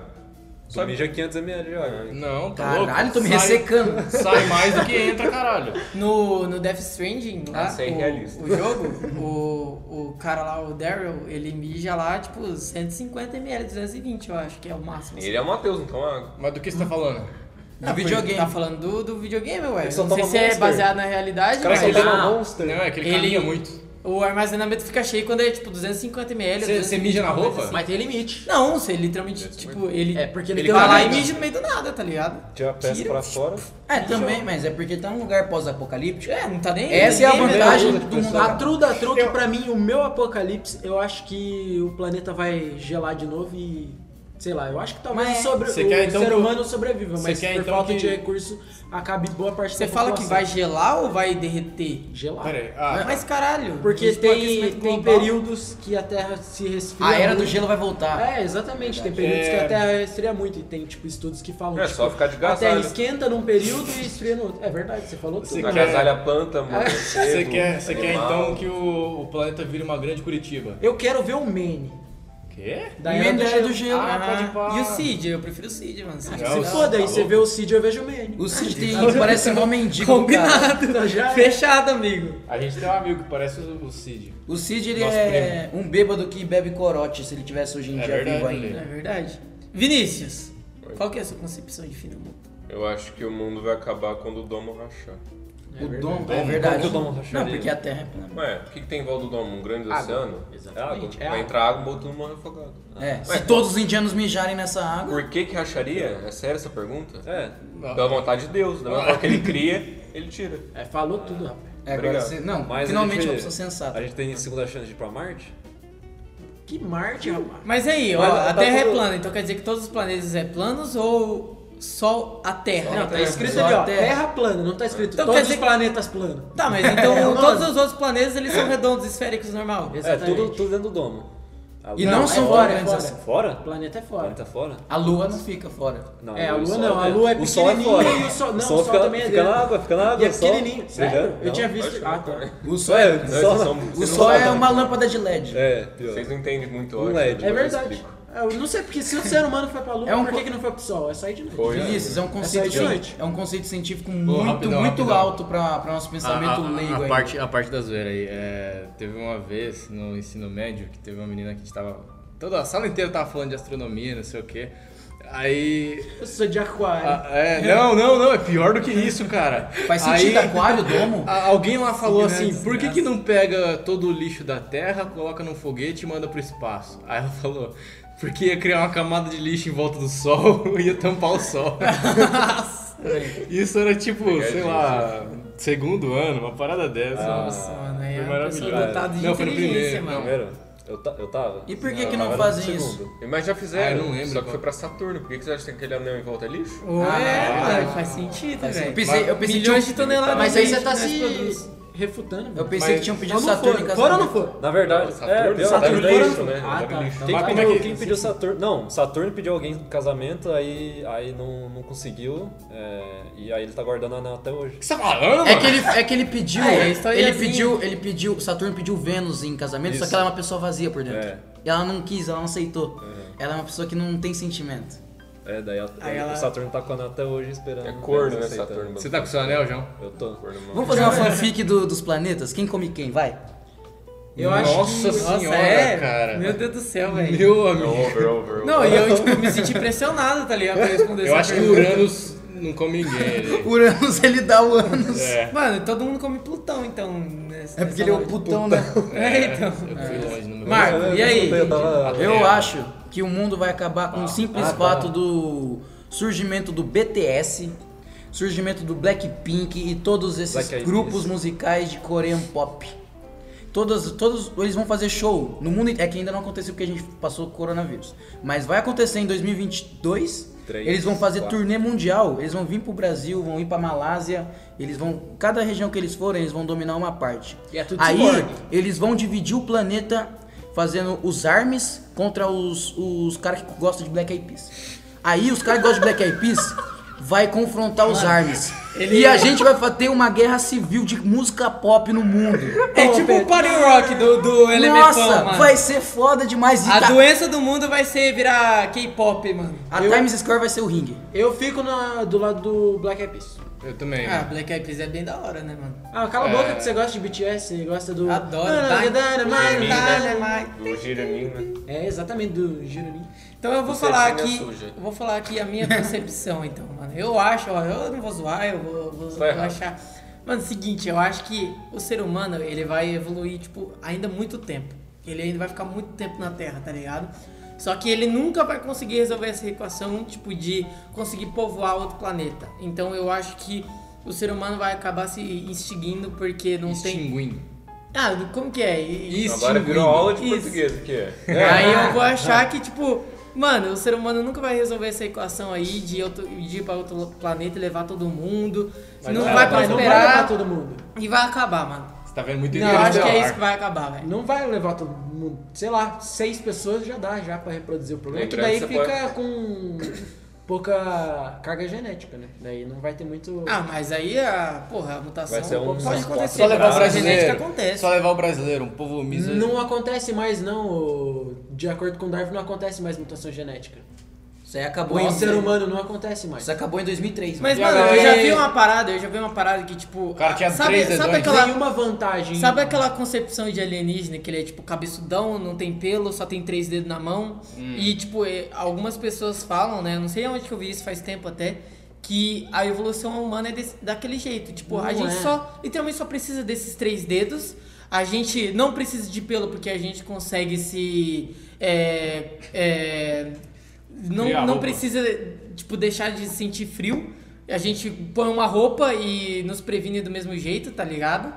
Speaker 3: Só mija 500ml de água.
Speaker 4: Não, tá louco?
Speaker 7: Caralho, tô me
Speaker 4: Sai-
Speaker 7: ressecando.
Speaker 4: Sai mais do que entra, caralho.
Speaker 2: No, no Death Stranding, lá,
Speaker 6: Ah, isso é
Speaker 2: o,
Speaker 6: irrealista.
Speaker 2: o jogo, o, o cara lá, o Daryl, ele mija lá, tipo, 150 ml, 220, eu acho que é o máximo.
Speaker 6: Ele é o Matheus, não toma água.
Speaker 4: Mas do que você tá
Speaker 2: Não,
Speaker 4: falando?
Speaker 7: do
Speaker 2: porque
Speaker 7: videogame.
Speaker 2: Tá falando do, do videogame, ué.
Speaker 5: só
Speaker 2: Não sei
Speaker 5: toma
Speaker 2: se é
Speaker 5: Monster.
Speaker 2: baseado na realidade,
Speaker 5: Cara, só
Speaker 2: mas
Speaker 5: toma
Speaker 2: lá
Speaker 5: Monster.
Speaker 4: Não, é que ele,
Speaker 2: Ele-
Speaker 4: caminha muito.
Speaker 2: o armazenamento fica cheio quando é, tipo, 250 ml.
Speaker 4: Você- você mija na roupa?
Speaker 2: Mas-
Speaker 1: Mas tem limite.
Speaker 2: Não, você literalmente, tipo, ele...
Speaker 1: É, porque ele
Speaker 2: ele
Speaker 1: tem
Speaker 2: vai
Speaker 1: uma
Speaker 2: lá e
Speaker 1: raiva.
Speaker 2: mija no meio do nada, tá ligado?
Speaker 3: Tira a peça
Speaker 2: Tira.
Speaker 3: pra fora.
Speaker 7: É, também, mas é porque tá num lugar pós-apocalíptico.
Speaker 2: É, não tá nem...
Speaker 7: Essa é a
Speaker 2: ninguém vê
Speaker 7: vantagem
Speaker 2: nada.
Speaker 7: do mundo.
Speaker 5: A tru da tru que pra mim, o meu apocalipse, eu acho que o planeta vai gelar de novo e. Sei lá, eu acho que talvez
Speaker 7: Mas-
Speaker 5: o, sobre-
Speaker 4: Você
Speaker 5: o
Speaker 4: quer, então,
Speaker 5: ser
Speaker 4: que-
Speaker 5: humano sobreviva,
Speaker 4: Você
Speaker 5: mas
Speaker 4: quer,
Speaker 5: por
Speaker 4: então,
Speaker 5: falta
Speaker 4: que-
Speaker 5: de recurso acabe boa parte
Speaker 2: Você
Speaker 5: da
Speaker 2: fala que
Speaker 5: população.
Speaker 2: vai gelar ou vai derreter?
Speaker 5: gelar.
Speaker 4: Pera aí. Ah,
Speaker 2: Mas caralho...
Speaker 5: Porque
Speaker 2: tipo,
Speaker 5: tem,
Speaker 2: aquecimento
Speaker 5: tem
Speaker 2: global.
Speaker 5: períodos que a Terra se resfria.
Speaker 7: A era do
Speaker 5: muito.
Speaker 7: gelo vai voltar.
Speaker 5: É, exatamente. Tem períodos que a Terra resfria muito e tem, tipo, estudos que falam
Speaker 6: É
Speaker 5: tipo,
Speaker 6: só ficar de
Speaker 5: a Terra
Speaker 6: gasalho.
Speaker 5: esquenta num período e esfria no outro. É verdade, você falou tudo.
Speaker 4: Você quer-
Speaker 6: Agasalha a planta, mano.
Speaker 4: Você quer, você quer então que o, o planeta vire uma grande Curitiba?
Speaker 5: Eu quero ver o Maine.
Speaker 4: Quê?
Speaker 5: Da
Speaker 7: Maine da era do
Speaker 5: gelo.
Speaker 7: gelo.
Speaker 4: Ah, pode
Speaker 2: E o Cid? Eu prefiro o Cid, mano. Cid.
Speaker 4: Não,
Speaker 5: Se foda aí,
Speaker 4: tá
Speaker 5: você
Speaker 4: louco.
Speaker 5: vê o Cid, eu vejo o Maine.
Speaker 7: O Cid tem, parece igual mendigo, cara.
Speaker 2: Combinado.
Speaker 5: Tá já é.
Speaker 2: Fechado, amigo.
Speaker 4: A gente tem um amigo que parece o, o Cid.
Speaker 7: O Cid, ele
Speaker 4: Nosso
Speaker 7: é um bêbado que bebe corote, se ele tivesse hoje em
Speaker 4: É
Speaker 7: dia vivo
Speaker 4: verdade,
Speaker 7: ainda.
Speaker 4: né?
Speaker 2: É verdade. Vinícius, qual que é a sua concepção de fim do mundo?
Speaker 6: Eu acho que o mundo vai acabar quando o domo rachar.
Speaker 7: o dom,
Speaker 4: Como
Speaker 7: é
Speaker 4: que
Speaker 7: verdade.
Speaker 3: o dom racharia?
Speaker 7: Não, porque a terra é plana.
Speaker 6: Ué, o que, que tem em volta do domo? Um grande oceano? É
Speaker 3: Exatamente.
Speaker 6: Água. vai entrar água, o mundo morre afogado.
Speaker 7: É,
Speaker 6: Ué,
Speaker 7: se todos os indianos mijarem nessa água,
Speaker 6: Por que que racharia? É sério essa pergunta?
Speaker 3: É.
Speaker 4: Não.
Speaker 6: Pela vontade de Deus. Da mesma forma que ele cria, ele tira.
Speaker 5: É, falou tudo, rapaz.
Speaker 7: é, agora
Speaker 6: obrigado.
Speaker 7: você, não,
Speaker 3: Mas a
Speaker 7: finalmente
Speaker 3: gente-
Speaker 7: uma pessoa sensata.
Speaker 3: A gente tem segunda chance de ir pra Marte?
Speaker 5: Que Marte, é rapaz.
Speaker 2: Mas aí, ó,
Speaker 3: Mas
Speaker 2: a
Speaker 3: tá
Speaker 2: Terra é
Speaker 3: tudo-
Speaker 2: plana, então quer dizer que todos os planetas é planos ou só a Terra?
Speaker 5: Não, tá
Speaker 6: Terra.
Speaker 5: escrito
Speaker 7: Só
Speaker 5: ali, ó.
Speaker 7: a Terra.
Speaker 5: Terra. plana, não tá escrito
Speaker 2: Então quer
Speaker 5: todos
Speaker 2: dizer
Speaker 5: os
Speaker 2: que-
Speaker 5: planetas planos.
Speaker 2: Tá, mas então
Speaker 5: É, mano.
Speaker 2: todos os outros planetas eles são redondos, esféricos, normal.
Speaker 3: É, tudo, tudo dentro do domo. A
Speaker 7: E
Speaker 3: lua-
Speaker 7: não,
Speaker 5: é
Speaker 7: são
Speaker 5: fora, é
Speaker 7: planetas.
Speaker 5: fora.
Speaker 3: Fora?
Speaker 5: O planeta é
Speaker 3: O
Speaker 5: fora.
Speaker 3: planeta fora?
Speaker 7: A lua não fica fora.
Speaker 3: Não,
Speaker 5: É, a
Speaker 3: o
Speaker 5: lua
Speaker 3: sol
Speaker 5: não, a
Speaker 3: dentro.
Speaker 5: lua é
Speaker 3: O sol é
Speaker 5: pequenininha
Speaker 3: fora.
Speaker 5: e o sol- não,
Speaker 3: o sol,
Speaker 5: o sol
Speaker 3: fica,
Speaker 5: também é
Speaker 3: fica na
Speaker 5: dentro.
Speaker 3: água, fica na água.
Speaker 5: E é
Speaker 3: o sol-
Speaker 5: pequenininho, sério?
Speaker 3: Não.
Speaker 5: Eu tinha
Speaker 6: Acho
Speaker 5: visto...
Speaker 6: que
Speaker 5: Ah,
Speaker 6: não,
Speaker 5: tá.
Speaker 6: cara.
Speaker 7: O sol,
Speaker 3: Ué,
Speaker 7: é,
Speaker 3: o
Speaker 6: Vocês
Speaker 3: sol-
Speaker 6: são-
Speaker 7: o
Speaker 6: vocês não
Speaker 7: sol é
Speaker 6: sabem.
Speaker 7: uma lâmpada de LED.
Speaker 3: É, pior.
Speaker 6: Vocês não entendem muito,
Speaker 3: Um
Speaker 6: eu acho.
Speaker 3: LED.
Speaker 6: Depois
Speaker 5: É
Speaker 6: eu
Speaker 5: verdade.
Speaker 6: explico.
Speaker 5: Eu não sei, porque se o ser humano foi pra Lua,
Speaker 7: É um
Speaker 5: por
Speaker 7: co-
Speaker 5: que, que não foi pro Sol? É sair de noite.
Speaker 6: Foi.
Speaker 7: Vinícius, é um
Speaker 5: É
Speaker 7: conceito,
Speaker 5: só de noite.
Speaker 7: é um conceito científico
Speaker 4: Ô,
Speaker 7: muito,
Speaker 4: rapidão,
Speaker 7: muito
Speaker 4: rapidão.
Speaker 7: alto pra, pra nosso pensamento
Speaker 4: a, a- a-
Speaker 7: leigo
Speaker 4: a
Speaker 7: aí.
Speaker 4: parte, a parte da zoeira aí. é, teve uma vez no ensino médio que teve uma menina que estava. Toda a sala inteira tava falando de astronomia, não sei o quê. Aí.
Speaker 5: Eu sou de aquário.
Speaker 4: a- é, não, não, não, é pior do que isso, cara.
Speaker 7: Faz sentido
Speaker 4: Aí-
Speaker 7: aquário, domo?
Speaker 4: A- Alguém lá falou
Speaker 7: Sim, né?
Speaker 4: assim, por que, que não pega todo o lixo da Terra, coloca num foguete e manda pro espaço? Aí ela falou, porque ia criar uma camada de lixo em volta do Sol e ia tampar o Sol. Isso era tipo, sei lá, segundo ano, uma parada dessa.
Speaker 2: Nossa, mano, aí
Speaker 4: foi
Speaker 2: é uma
Speaker 4: maravilhoso.
Speaker 2: pessoa dotada de
Speaker 4: Não, foi no
Speaker 2: inteligência,
Speaker 4: primeiro,
Speaker 2: mano.
Speaker 3: Primeiro? Eu, ta- eu tava?
Speaker 7: E por que que
Speaker 3: eu
Speaker 7: não
Speaker 3: tava no
Speaker 7: fazem
Speaker 3: segundo.
Speaker 6: Mas já fizeram,
Speaker 4: Ah, eu não lembro
Speaker 6: só que
Speaker 4: qual.
Speaker 6: foi pra Saturno. Por que que você acha que aquele anel em volta é lixo?
Speaker 2: Ué,
Speaker 7: Ah,
Speaker 2: mano, faz sentido,
Speaker 7: Eu
Speaker 2: velho.
Speaker 7: pensei, eu pensei, que tinham,
Speaker 2: Milhões de toneladas.
Speaker 6: é
Speaker 5: Mas aí
Speaker 2: de
Speaker 5: você tá
Speaker 2: lixo
Speaker 5: se
Speaker 2: nós produz.
Speaker 5: refutando, velho.
Speaker 7: eu pensei
Speaker 4: Mas-
Speaker 7: que tinham pedido
Speaker 5: Ou não
Speaker 7: Saturno em
Speaker 5: for? Foram ou
Speaker 7: casamento.
Speaker 5: não foram?
Speaker 3: Na verdade, é,
Speaker 6: Saturno,
Speaker 3: pior,
Speaker 6: Saturno
Speaker 3: Saturno
Speaker 6: é
Speaker 3: fez-
Speaker 6: lixo, né?
Speaker 5: Ah,
Speaker 6: Deve
Speaker 5: tá.
Speaker 6: lixo.
Speaker 5: Então
Speaker 3: Tem
Speaker 4: Mas
Speaker 3: que
Speaker 4: como
Speaker 3: pedir-
Speaker 4: é que-
Speaker 3: quem pediu Saturno. Não, Saturno pediu alguém em casamento, aí, aí não, não conseguiu. é, e aí ele tá guardando anel até hoje.
Speaker 4: O que você tá falando,
Speaker 7: É
Speaker 4: mano?
Speaker 7: que ele, é que ele pediu,
Speaker 2: Ah, é,
Speaker 7: ele
Speaker 2: historiazinha.
Speaker 7: pediu, ele pediu, Saturno pediu Vênus em casamento, só que ela é uma pessoa vazia por dentro.
Speaker 3: É.
Speaker 7: E ela não quis, ela não aceitou. Ela é uma pessoa que não tem sentimento.
Speaker 3: É, daí a-
Speaker 2: Aí ela-
Speaker 3: o Saturno tá com anel até hoje esperando.
Speaker 6: É corno, né,
Speaker 3: Aceitando.
Speaker 6: Saturno?
Speaker 4: Você tá com seu anel, João?
Speaker 3: Eu tô.
Speaker 6: Corno, mano.
Speaker 7: Vamos fazer uma fanfic do- dos planetas? Quem come quem? Vai.
Speaker 5: Eu acho
Speaker 4: Nossa
Speaker 5: que-
Speaker 2: Nossa,
Speaker 4: senhora,
Speaker 2: é?
Speaker 4: cara.
Speaker 2: Meu Deus do céu, velho.
Speaker 4: Meu
Speaker 6: Não,
Speaker 4: amigo.
Speaker 6: over, over. over.
Speaker 2: Não, e eu, tipo, me senti pressionado, tá ligado? Pra responder
Speaker 4: Eu
Speaker 2: essa
Speaker 4: acho que
Speaker 2: pergunta.
Speaker 4: Uranus não come ninguém. ele-
Speaker 7: Uranus, ele dá o ânus.
Speaker 4: É.
Speaker 2: Mano, todo mundo come Plutão, então. nessa-
Speaker 7: É porque ele é o
Speaker 2: nessa
Speaker 7: putão, né?
Speaker 2: hora. É, então.
Speaker 4: Eu fui longe no meu.
Speaker 2: Marco,
Speaker 3: Eu- eu-
Speaker 2: e aí?
Speaker 3: Eu tava.
Speaker 7: Eu
Speaker 4: É.
Speaker 7: acho que o mundo vai acabar com o simples
Speaker 3: Ah, tá.
Speaker 7: fato do surgimento do BTS, surgimento do Blackpink e todos esses
Speaker 3: Black Eyed
Speaker 7: grupos
Speaker 3: Peas.
Speaker 7: musicais de Korean Pop. Todos, todos eles vão fazer show no mundo. É que ainda não aconteceu porque a gente passou o coronavírus. Mas vai acontecer em 2022.
Speaker 3: Três,
Speaker 7: eles vão fazer
Speaker 3: quatro.
Speaker 7: turnê mundial. Eles vão vir pro Brasil, vão ir pra Malásia. Eles vão. Cada região que eles forem, eles vão dominar uma parte.
Speaker 2: E é tudo
Speaker 7: Aí
Speaker 2: cyborg.
Speaker 7: eles vão dividir o planeta fazendo os armes contra os, os caras que gostam de Black Eyed Peas. Aí os caras que gostam de Black Eyed Peas vai confrontar os armes.
Speaker 2: ele-
Speaker 7: E a gente vai fa- ter uma guerra civil de música pop no mundo.
Speaker 2: É tipo o party rock do, do Elementão,
Speaker 7: Nossa,
Speaker 2: mano.
Speaker 7: vai ser foda demais. E
Speaker 2: A
Speaker 7: tá-
Speaker 2: doença do mundo vai ser virar K-pop, mano.
Speaker 7: a
Speaker 5: Eu-
Speaker 7: Times Square vai ser o ringue.
Speaker 5: Eu fico na- do lado do Black Eyed Peas.
Speaker 4: Eu também.
Speaker 2: Ah, Black Eyed Peas é bem da hora, né, mano?
Speaker 5: Ah, cala a
Speaker 7: É.
Speaker 5: boca que você gosta de BTS, você gosta do...
Speaker 2: Adoro, tá? é
Speaker 5: Mano,
Speaker 7: tá?
Speaker 2: Dynamite.
Speaker 5: Dynamite.
Speaker 2: Dynamite.
Speaker 6: Do Jiramina.
Speaker 5: É, exatamente, do Jironin.
Speaker 2: Então eu vou
Speaker 6: Você
Speaker 2: falar
Speaker 6: tinha
Speaker 2: aqui,
Speaker 6: suja.
Speaker 2: eu vou falar aqui a minha concepção, então, mano. Eu acho, ó, eu não vou zoar, eu vou, vou-
Speaker 6: Tá
Speaker 2: vou
Speaker 6: errado.
Speaker 2: achar. Mano, é seguinte, eu acho que o ser humano, ele vai evoluir, tipo, ainda muito tempo. Ele ainda vai ficar muito tempo na Terra, tá ligado? Só que ele nunca vai conseguir resolver essa equação, tipo, de conseguir povoar outro planeta. Então eu acho que o ser humano vai acabar se extinguindo porque não tem...
Speaker 4: Extinguindo.
Speaker 2: Ah, como que é? E-
Speaker 6: Agora virou aula de
Speaker 2: Isso.
Speaker 6: português aqui. ó.
Speaker 2: Aí eu vou achar que, tipo, mano, o ser humano nunca vai resolver essa equação aí de, outro- de ir pra outro planeta e levar todo mundo. não
Speaker 6: não
Speaker 2: vai
Speaker 6: vai,
Speaker 5: não vai levar
Speaker 7: Ah.
Speaker 2: prosperar
Speaker 5: todo mundo.
Speaker 2: e vai acabar, mano.
Speaker 4: Você tá vendo muito
Speaker 2: Não, eu acho que é
Speaker 4: Interestelar.
Speaker 2: isso que vai acabar, velho.
Speaker 5: Não vai levar todo mundo. Sei lá, seis pessoas já dá já pra reproduzir o problema. Que
Speaker 6: Lembrando
Speaker 5: daí
Speaker 6: que você
Speaker 5: fica com pouca carga genética, né? Daí não vai ter muito.
Speaker 2: Ah, mas aí a, porra, a mutação
Speaker 3: Vai ser um-
Speaker 2: pode
Speaker 3: uns
Speaker 2: acontecer.
Speaker 4: Só levar o
Speaker 2: a genética
Speaker 4: brasileiro.
Speaker 2: acontece.
Speaker 4: Só levar o brasileiro, um povo miserável.
Speaker 5: não acontece mais, não. ô. De acordo com Darwin, não acontece mais mutação genética.
Speaker 7: Isso aí acabou
Speaker 5: Com
Speaker 7: em
Speaker 5: o ser humano não acontece mais.
Speaker 7: Isso acabou em 2003.
Speaker 2: Mas,
Speaker 4: E
Speaker 2: mano,
Speaker 4: agora,
Speaker 2: eu já
Speaker 4: e-
Speaker 2: vi uma parada, eu já vi uma parada que, tipo.
Speaker 4: O cara tinha
Speaker 2: sabe,
Speaker 4: três
Speaker 2: sabe
Speaker 4: dedões.
Speaker 2: aquela
Speaker 5: Nenhuma vantagem.
Speaker 2: Sabe aquela concepção de alienígena que ele é tipo cabeçudão, não tem pelo, só tem três dedos na mão?
Speaker 5: Hum.
Speaker 2: E tipo, é, algumas pessoas falam, né? eu Não sei onde que eu vi isso faz tempo até, que a evolução humana é desse- daquele jeito. Tipo, a
Speaker 5: Não
Speaker 2: gente
Speaker 5: é.
Speaker 2: só literalmente Então, só precisa desses três dedos. A gente não precisa de pelo porque a gente consegue se. É, é, não,
Speaker 4: Criar
Speaker 2: não
Speaker 4: roupa.
Speaker 2: precisa, tipo, deixar de sentir frio. A gente põe uma roupa e nos previne do mesmo jeito, tá ligado?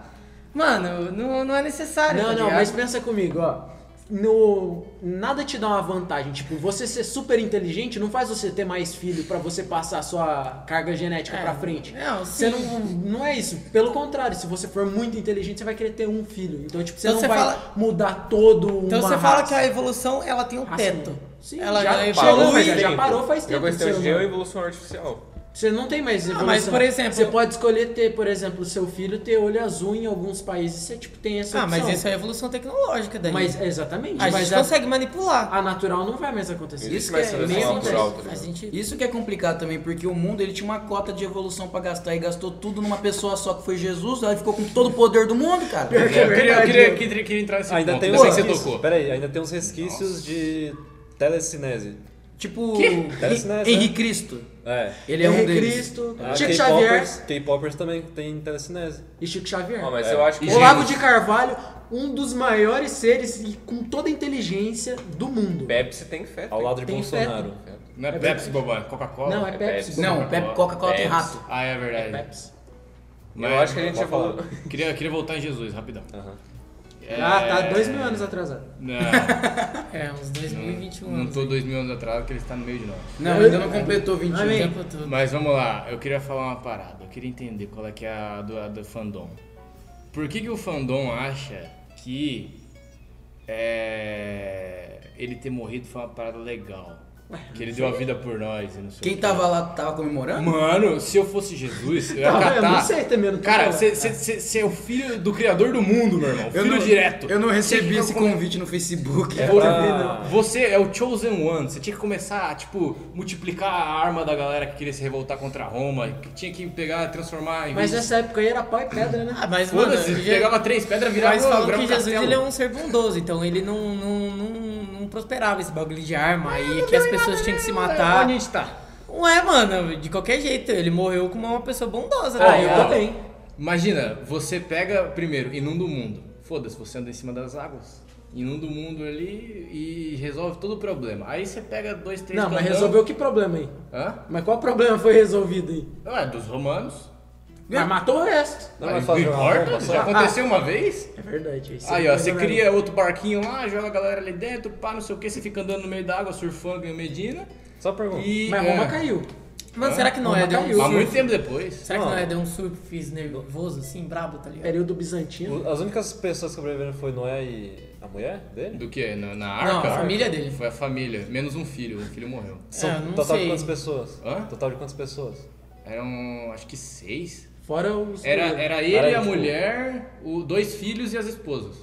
Speaker 2: Mano, não, não é necessário.
Speaker 5: Não,
Speaker 2: tá
Speaker 5: não,
Speaker 2: ligado?
Speaker 5: mas pensa comigo, ó. No, nada te dá uma vantagem. Tipo, você ser super inteligente não faz você ter mais filho pra você passar a sua carga genética
Speaker 2: É,
Speaker 5: pra frente.
Speaker 2: não,
Speaker 5: você
Speaker 2: sim.
Speaker 5: não, não é isso. Pelo contrário, se você for muito inteligente, você vai querer ter um filho. Então, tipo, você
Speaker 2: Então
Speaker 5: não
Speaker 2: você
Speaker 5: vai
Speaker 2: fala-
Speaker 5: mudar todo o
Speaker 2: Então você fala que a evolução ela tem um teto.
Speaker 5: Sim,
Speaker 2: ela
Speaker 5: já
Speaker 2: já
Speaker 5: parou,
Speaker 2: evolui.
Speaker 5: mas já parou faz tempo
Speaker 6: Eu
Speaker 5: do ser
Speaker 6: gostei de
Speaker 5: humano.
Speaker 6: evolução artificial.
Speaker 5: Você não tem mais evolução.
Speaker 2: mas, por exemplo-
Speaker 5: Você pode escolher ter, por exemplo, seu filho ter olho azul em alguns países. Você, tipo, tem essa
Speaker 2: Ah, mas
Speaker 5: opção.
Speaker 2: isso é evolução tecnológica daí.
Speaker 5: Mas, exatamente.
Speaker 2: a
Speaker 5: mas
Speaker 2: gente consegue manipular.
Speaker 5: a natural não vai mais acontecer.
Speaker 7: Isso
Speaker 6: Existe
Speaker 7: que
Speaker 6: mais
Speaker 7: é
Speaker 6: seleção
Speaker 7: meio
Speaker 6: natural. tá
Speaker 2: Faz
Speaker 6: ligado?
Speaker 2: sentido.
Speaker 7: Isso que é complicado também, porque o mundo ele tinha uma cota de evolução pra gastar e gastou tudo numa pessoa só que foi Jesus, ela ficou com todo o poder do mundo, cara.
Speaker 4: Eu queria, eu
Speaker 5: verdade,
Speaker 4: queria,
Speaker 5: eu-
Speaker 4: queria- queria entrar nesse
Speaker 3: Ainda
Speaker 4: ponto,
Speaker 3: tem
Speaker 4: ainda bem que
Speaker 3: uns
Speaker 4: você
Speaker 3: resquícios.
Speaker 4: tocou.
Speaker 3: Pera aí, ainda tem uns resquícios de telecinese.
Speaker 7: Tipo,
Speaker 3: Parece, né,
Speaker 7: Henri Henri Cristo.
Speaker 3: É.
Speaker 7: Ele é um
Speaker 5: Henri
Speaker 7: deles.
Speaker 5: Cristo,
Speaker 3: Ah,
Speaker 5: Chico Xavier
Speaker 3: K-popers, K-popers também tem telecinese.
Speaker 5: e Chico Xavier.
Speaker 6: Ah, mas eu acho que.
Speaker 5: Olavo de Carvalho, um dos maiores seres e com toda a inteligência do mundo.
Speaker 6: Pepsi tem fé.
Speaker 3: Ao lado de
Speaker 5: Tem
Speaker 3: Bolsonaro.
Speaker 4: Não é Pepsi, bobão, é Coca-Cola.
Speaker 5: Não, é Pepsi.
Speaker 7: Não, Pepe Coca-Cola tem
Speaker 6: Pepsi.
Speaker 7: rato.
Speaker 4: Ah, é verdade. é
Speaker 5: Pepsi.
Speaker 6: Eu acho que a gente
Speaker 3: Pode falar.
Speaker 6: evoluiu.
Speaker 4: Queria, queria voltar em Jesus, rapidão.
Speaker 3: Aham.
Speaker 4: É-
Speaker 5: Ah, tá dois mil anos atrasado.
Speaker 4: Não,
Speaker 2: É, uns 2021
Speaker 4: não
Speaker 2: anos.
Speaker 4: tô dois mil anos atrás, que ele está no meio de nós.
Speaker 7: Não, ainda não completou 21.
Speaker 2: O tempo todo.
Speaker 4: Mas vamos lá, eu queria falar uma parada, eu queria entender qual é que é a do, a do fandom. Por que, que o fandom acha que é, ele ter morrido foi uma parada legal? Que ele deu a vida por nós e não sei o
Speaker 7: Quem
Speaker 4: quê.
Speaker 7: tava lá tava comemorando?
Speaker 4: Mano, se eu fosse Jesus, eu ia
Speaker 5: Tá,
Speaker 4: catar.
Speaker 5: eu não sei também, eu não tô
Speaker 4: Cara,
Speaker 5: falando.
Speaker 4: você é o filho do criador do mundo, meu irmão. Filho direto.
Speaker 7: Eu não recebi
Speaker 4: Você-
Speaker 7: esse convite no Facebook.
Speaker 3: É
Speaker 4: Pô,
Speaker 3: pra-
Speaker 4: Você é o Chosen One, você tinha que começar a, tipo, multiplicar a arma da galera que queria se revoltar contra Roma, que tinha que pegar, transformar em
Speaker 5: Mas
Speaker 4: vez-
Speaker 5: nessa época aí era pau e pedra, né?
Speaker 2: Ah, mas, assim, mano,
Speaker 4: Foda-se,
Speaker 2: já-
Speaker 4: pegava três pedras, virava
Speaker 2: Mas falam
Speaker 4: virava
Speaker 2: que
Speaker 4: um
Speaker 2: Jesus
Speaker 4: castelo.
Speaker 2: ele é um ser bondoso, então ele não, não, não, não prosperava esse bagulho de arma aí,
Speaker 5: Ah,
Speaker 2: que as pessoas tinham que se matar.
Speaker 4: Onde a gente tá?
Speaker 2: Ué, mano, de qualquer jeito, ele morreu como uma pessoa bondosa, tá
Speaker 5: Ah, eu
Speaker 2: ligado?
Speaker 5: também.
Speaker 4: Imagina, você pega primeiro, inunda o mundo. foda-se, você anda em cima das águas. Inunda o mundo ali e resolve todo o problema. Aí você pega dois, três
Speaker 5: Não, mas
Speaker 4: cantão-
Speaker 5: resolveu que problema aí?
Speaker 4: Hã?
Speaker 5: Mas qual problema foi resolvido aí?
Speaker 4: Ah, é dos romanos.
Speaker 5: Mas matou o resto.
Speaker 3: Não, mas
Speaker 4: não
Speaker 3: fazer uma
Speaker 4: importa,
Speaker 3: bomba só?
Speaker 4: já aconteceu
Speaker 2: Ah.
Speaker 4: uma vez.
Speaker 5: É verdade. isso
Speaker 4: Aí,
Speaker 5: é
Speaker 4: ó,
Speaker 5: coisa
Speaker 4: você
Speaker 5: da-
Speaker 4: cria outro barquinho lá, joga a galera ali dentro, pá, não sei o que, você fica andando no meio da água, surfando, ganha Medina.
Speaker 3: Só pergunta.
Speaker 4: E,
Speaker 5: Mas Roma
Speaker 4: é,
Speaker 5: caiu.
Speaker 2: Mano, será que não
Speaker 5: Roma
Speaker 2: é deu um
Speaker 5: caiu.
Speaker 4: Há muito
Speaker 2: surf?
Speaker 4: tempo depois.
Speaker 2: Será que não
Speaker 3: Mano.
Speaker 2: é deu um surf nervoso, assim, brabo, tá ligado?
Speaker 5: Período bizantino.
Speaker 3: O- As únicas pessoas que sobreviveram foi Noé e a mulher dele?
Speaker 4: Do que? Na, na
Speaker 2: Não,
Speaker 4: arca?
Speaker 2: a família dele.
Speaker 4: Foi a família, menos um filho, o filho morreu.
Speaker 2: É, eu não
Speaker 3: total de
Speaker 2: sei.
Speaker 3: quantas pessoas?
Speaker 4: Hã?
Speaker 3: Total de quantas pessoas?
Speaker 4: Eram, acho que seis.
Speaker 5: Fora os.
Speaker 4: Era, era ele,
Speaker 3: Era
Speaker 4: a
Speaker 3: tipo-
Speaker 4: mulher, o, dois filhos e as esposas.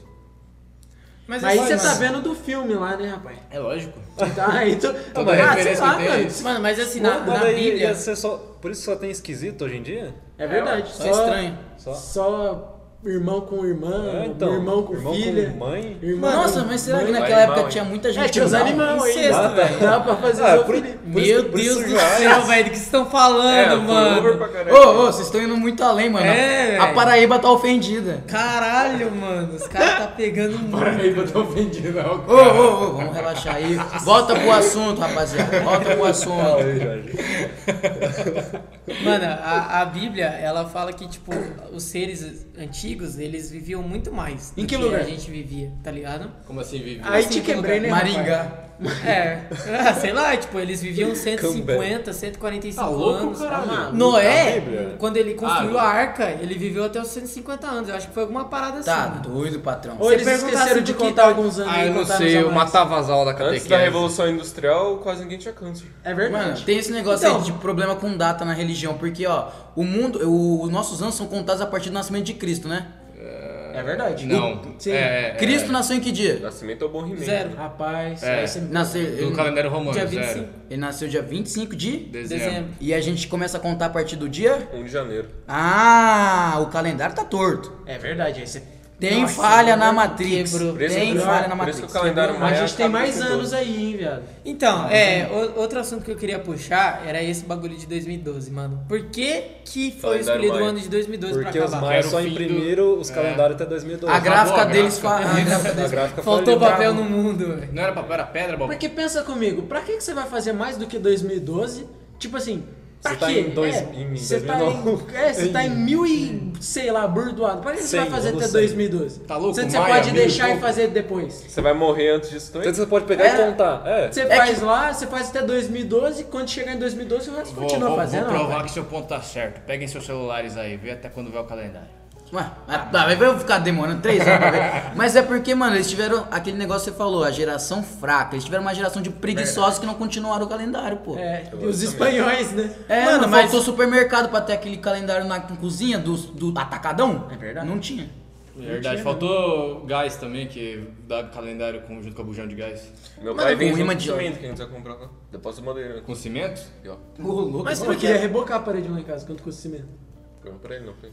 Speaker 2: Mas
Speaker 5: Aí
Speaker 2: assim,
Speaker 5: você
Speaker 2: mano,
Speaker 5: tá vendo do filme lá, né, rapaz?
Speaker 4: É lógico.
Speaker 5: Tá, aí tu.
Speaker 4: Toda
Speaker 5: Ah, sei
Speaker 4: referência
Speaker 5: lá,
Speaker 4: que tem.
Speaker 5: mano.
Speaker 2: Mano, mas assim, na,
Speaker 3: Mas
Speaker 2: na
Speaker 3: daí
Speaker 2: Bíblia.
Speaker 3: ia ser só- Por isso só tem esquisito hoje em dia?
Speaker 5: É verdade.
Speaker 2: Só estranho.
Speaker 3: Só.
Speaker 5: Só irmão com irmã,
Speaker 3: É, então,
Speaker 5: irmão com
Speaker 3: irmão com
Speaker 5: filha.
Speaker 3: mãe.
Speaker 5: Irmã
Speaker 7: Nossa,
Speaker 5: com-
Speaker 7: mas será que
Speaker 5: mãe.
Speaker 7: naquela
Speaker 6: animal,
Speaker 7: época
Speaker 6: hein?
Speaker 7: tinha muita
Speaker 5: É,
Speaker 7: gente?
Speaker 5: tinha os
Speaker 7: não?
Speaker 5: animais
Speaker 2: Incesto,
Speaker 5: ainda.
Speaker 2: velho.
Speaker 5: Dá pra fazer
Speaker 3: Ah,
Speaker 5: ah,
Speaker 3: por-
Speaker 2: Meu
Speaker 3: por
Speaker 2: Deus
Speaker 3: isso
Speaker 2: do
Speaker 3: já é.
Speaker 2: céu, assim, velho, do que vocês estão
Speaker 6: É,
Speaker 5: É,
Speaker 2: falando,
Speaker 6: over
Speaker 2: mano?
Speaker 6: pra caralho.
Speaker 7: Ô, ô, vocês estão indo muito além, mano.
Speaker 2: É, velho.
Speaker 7: a Paraíba tá ofendida.
Speaker 2: Caralho, mano, os caras tá pegando muito.
Speaker 4: Aí eu tô ofendido, não.
Speaker 7: Ô, ô, ô, vamos relaxar aí. Volta pro assunto, rapaziada. Volta pro
Speaker 3: Fala
Speaker 7: assunto.
Speaker 3: aí, Jorge.
Speaker 2: Mano, a, a Bíblia, ela fala que, tipo, os seres antigos, eles viviam muito mais do
Speaker 5: Em que lugar?
Speaker 2: a gente vivia, tá ligado?
Speaker 4: Como assim, Vivi?
Speaker 5: Aí
Speaker 2: Assim,
Speaker 5: te quebrei, né? rapaz?
Speaker 7: Maringá.
Speaker 2: É, ah, sei lá, tipo, eles viviam 150, 145
Speaker 4: Tá louco,
Speaker 2: anos.
Speaker 4: caralho?
Speaker 2: Ah,
Speaker 3: A
Speaker 2: Noé,
Speaker 3: Bíblia?
Speaker 2: quando ele construiu
Speaker 4: Ah,
Speaker 2: a arca, ele viveu até os 150 anos. Eu acho que foi alguma parada
Speaker 7: Tá
Speaker 2: assim. mano.
Speaker 7: doido, patrão.
Speaker 5: Ou
Speaker 2: Você
Speaker 5: eles
Speaker 2: perguntar
Speaker 5: esqueceram
Speaker 2: assim
Speaker 5: de
Speaker 2: de que
Speaker 5: contar
Speaker 2: tá-
Speaker 5: alguns anos.
Speaker 4: Ah,
Speaker 5: e
Speaker 4: eu não
Speaker 5: contar
Speaker 4: sei,
Speaker 5: nos
Speaker 4: eu
Speaker 5: amantes.
Speaker 4: matava as aulas da
Speaker 6: Antes da
Speaker 4: catequese.
Speaker 6: Revolução Industrial, quase ninguém tinha câncer.
Speaker 5: É verdade.
Speaker 7: Mano, tem esse negócio
Speaker 2: Então-
Speaker 7: aí de problema com data na religião, porque ó, o mundo, o- os nossos anos são contados a partir do nascimento de Cristo, né?
Speaker 5: É verdade.
Speaker 4: Não.
Speaker 5: Sim.
Speaker 4: É, é,
Speaker 7: Cristo nasceu em que dia?
Speaker 6: Nascimento é o bom rimento.
Speaker 2: Zero.
Speaker 5: Rapaz,
Speaker 4: É.
Speaker 5: aí você me-
Speaker 7: Nasceu,
Speaker 4: é, Do
Speaker 7: ele,
Speaker 4: calendário romano,
Speaker 2: Dia
Speaker 4: zero.
Speaker 2: 25
Speaker 7: ele nasceu dia 25 de
Speaker 2: de
Speaker 4: Dezembro.
Speaker 2: dezembro.
Speaker 7: e a gente começa a contar a partir do dia?
Speaker 6: 1 de janeiro.
Speaker 7: Ah, o calendário tá torto.
Speaker 5: É verdade. Aí você...
Speaker 7: Tem
Speaker 5: Nossa,
Speaker 7: falha na
Speaker 5: mano.
Speaker 7: Matrix.
Speaker 2: Quebrou.
Speaker 6: Por isso
Speaker 7: Tem
Speaker 6: que-
Speaker 7: falha na
Speaker 6: por isso que o
Speaker 7: Matrix.
Speaker 6: calendário
Speaker 5: Mas
Speaker 6: maia
Speaker 5: a gente tem
Speaker 6: acaba
Speaker 5: mais
Speaker 6: com
Speaker 5: anos
Speaker 6: doze.
Speaker 5: aí, hein, viado.
Speaker 2: Então,
Speaker 3: Ah,
Speaker 2: é, o- outro assunto que eu queria puxar era esse bagulho de 2012, mano. Por que que foi
Speaker 6: Calendário
Speaker 2: escolhido o
Speaker 6: maia.
Speaker 2: ano de 2012
Speaker 3: Porque
Speaker 2: pra
Speaker 3: os
Speaker 2: acabar?
Speaker 3: maias
Speaker 4: Quero
Speaker 3: só
Speaker 4: o fim do- É.
Speaker 3: imprimiram os calendários até 2012.
Speaker 7: A gráfica
Speaker 4: Acabou a
Speaker 7: deles
Speaker 4: gráfica.
Speaker 7: fa- a gráfica
Speaker 3: A
Speaker 7: deles-
Speaker 3: gráfica foi
Speaker 2: Faltou
Speaker 3: ali.
Speaker 2: papel no mundo, velho.
Speaker 4: Não era papel, era pedra, bobo.
Speaker 5: tá? Porque pensa comigo, pra que, que você vai fazer mais do que 2012? Tipo assim, pra
Speaker 3: Você tá
Speaker 5: quê?
Speaker 3: em dois-
Speaker 5: é,
Speaker 3: em
Speaker 5: você tá
Speaker 3: 2009.
Speaker 5: em, é, você tá em mil e, sei lá, burdoado. Pra que, que você vai
Speaker 3: Cem,
Speaker 5: fazer
Speaker 3: ano
Speaker 5: até
Speaker 3: cem.
Speaker 5: 2012?
Speaker 4: Tá louco?
Speaker 5: Sendo que Você
Speaker 4: Maia,
Speaker 5: pode
Speaker 4: mil e
Speaker 5: deixar e
Speaker 4: pouco.
Speaker 5: fazer depois.
Speaker 6: Você vai morrer antes disso também?
Speaker 3: Então você pode pegar
Speaker 5: É.
Speaker 3: e contar. É.
Speaker 5: Você
Speaker 7: É
Speaker 5: faz lá, você faz até 2012, quando chegar em 2012, o resto
Speaker 4: Vou,
Speaker 5: continua
Speaker 4: vou- vou
Speaker 5: fazendo. né?
Speaker 4: provar
Speaker 5: rapaz.
Speaker 4: que seu ponto tá certo. Peguem seus celulares aí, vê até quando vê o calendário.
Speaker 7: Ué, mas tá, mas vai eu ficar demorando três anos pra ver. Mas é porque, mano, eles tiveram aquele negócio que você falou, a geração fraca. Eles tiveram uma geração de preguiçosos que não continuaram o calendário, pô.
Speaker 5: É, e os espanhóis, né?
Speaker 7: É,
Speaker 2: Mano,
Speaker 7: mano,
Speaker 2: mas-
Speaker 7: faltou supermercado pra ter aquele calendário na cozinha do, do atacadão? É
Speaker 5: verdade.
Speaker 7: Não tinha.
Speaker 2: Tá
Speaker 4: É Verdade, faltou gás também, que dá calendário com- junto com a bujão de gás.
Speaker 6: Meu
Speaker 7: Mas
Speaker 6: pai
Speaker 7: com
Speaker 6: vende
Speaker 7: imã
Speaker 6: um
Speaker 7: de
Speaker 6: cimento que a gente vai comprar lá. Depois eu mandei, né?
Speaker 4: Com cimento?
Speaker 6: E, ó,
Speaker 5: Mas por que? Eu queria rebocar a parede lá em casa, quanto custa cimento?
Speaker 6: Pergunta pra ele, não. pra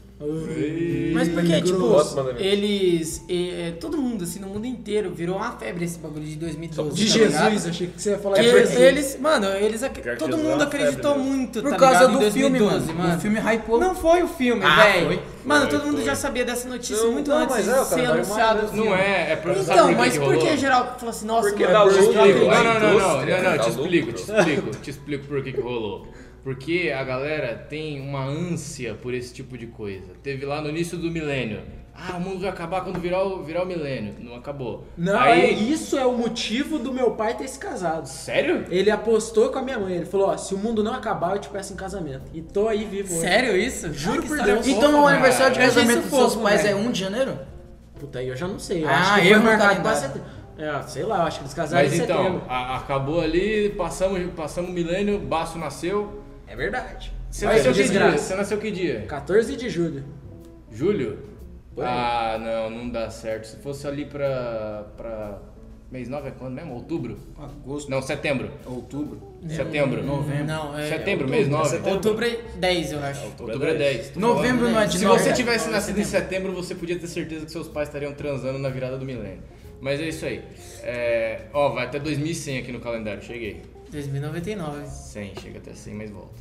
Speaker 6: ele.
Speaker 2: Mas porque, tipo,
Speaker 6: grosso,
Speaker 3: né,
Speaker 6: mano.
Speaker 2: eles. é, é, todo mundo, assim, no mundo inteiro, virou uma febre esse bagulho de 2012.
Speaker 5: De
Speaker 2: tá
Speaker 5: Jesus,
Speaker 2: ligado?
Speaker 5: achei que você ia falar
Speaker 2: Que
Speaker 5: de
Speaker 3: É
Speaker 2: eles,
Speaker 5: Jesus.
Speaker 2: eles- mano, eles. ac-
Speaker 6: Pior que
Speaker 2: Todo
Speaker 6: Jesus é
Speaker 2: mundo
Speaker 6: uma
Speaker 2: acreditou
Speaker 6: febre, né?
Speaker 2: muito,
Speaker 7: Por
Speaker 2: tá
Speaker 7: causa
Speaker 2: ligado? Em
Speaker 7: do filme,
Speaker 2: 2012,
Speaker 7: mano. O Um filme hypou.
Speaker 2: Não foi o filme,
Speaker 7: Ah,
Speaker 2: velho.
Speaker 7: foi.
Speaker 2: Mano,
Speaker 6: Foi,
Speaker 2: todo mundo
Speaker 6: foi.
Speaker 2: já sabia dessa notícia
Speaker 3: Não,
Speaker 2: muito
Speaker 3: não,
Speaker 2: antes
Speaker 3: mas é,
Speaker 2: de
Speaker 3: o
Speaker 2: ser
Speaker 3: calendário
Speaker 2: anunciado. o filme.
Speaker 4: Não é, é pra sabe
Speaker 2: Então,
Speaker 4: que
Speaker 2: mas por que
Speaker 4: rolou?
Speaker 2: geral falou assim, nossa,
Speaker 6: Porque
Speaker 2: mano,
Speaker 6: dá
Speaker 2: por
Speaker 6: lucro,
Speaker 2: que-
Speaker 6: amigo.
Speaker 4: Não, não, não, não,
Speaker 6: indústria
Speaker 4: não, não,
Speaker 6: dá
Speaker 4: te
Speaker 6: lucro.
Speaker 4: explico, te explico, te explico por que que rolou. Porque a galera tem uma ânsia por esse tipo de coisa. Teve lá no início do milênio. Ah, o mundo vai acabar quando virar o, virar o milênio. Não acabou.
Speaker 5: Não, é,
Speaker 4: Aí,
Speaker 5: isso é o motivo do meu pai ter se casado.
Speaker 4: sério?
Speaker 5: Ele apostou com a minha mãe. Ele falou: Ó, se o mundo não acabar, eu te peço em casamento. E tô aí vivo hoje.
Speaker 2: Sério isso?
Speaker 5: Juro
Speaker 2: Ah, que
Speaker 5: por
Speaker 2: história
Speaker 5: Deus.
Speaker 2: boa.
Speaker 7: Então o aniversário de
Speaker 4: é
Speaker 2: Eu achei
Speaker 7: casamento
Speaker 2: isso
Speaker 7: dos seus
Speaker 2: fofo,
Speaker 7: pais
Speaker 2: velho.
Speaker 7: é 1 de janeiro?
Speaker 5: um- Puta, aí eu já não sei. Eu
Speaker 7: Ah,
Speaker 5: acho que foi
Speaker 7: erro no
Speaker 5: marcado pra
Speaker 7: calendário.
Speaker 5: setembro. É, sei lá, eu acho que eles casaram
Speaker 4: Mas
Speaker 5: em
Speaker 4: então,
Speaker 5: setembro.
Speaker 4: a- acabou ali, passamos, passamos o milênio, Baço nasceu.
Speaker 5: É verdade.
Speaker 4: Você
Speaker 5: Olha,
Speaker 4: nasceu que dia?
Speaker 5: desgraça.
Speaker 4: Você nasceu que dia?
Speaker 5: 14 de julho.
Speaker 4: Julho? Ah, não, não dá certo. Se fosse ali pra. pra... mês 9 é quando mesmo? Outubro?
Speaker 7: Agosto,
Speaker 4: Não, setembro.
Speaker 7: outubro.
Speaker 4: Setembro.
Speaker 7: Novembro.
Speaker 2: Não, é.
Speaker 4: Setembro, mês 9.
Speaker 2: Outubro é 10, eu acho.
Speaker 4: Outubro é 10.
Speaker 7: Novembro
Speaker 2: né?
Speaker 7: não é de
Speaker 4: Se
Speaker 7: nove.
Speaker 4: você tivesse nascido em setembro, você podia ter certeza que seus pais estariam transando na virada do milênio. Mas é isso aí. É, Ó, vai até 2100 aqui no calendário. Cheguei.
Speaker 2: 2099.
Speaker 4: 100, chega até 100, mas volta.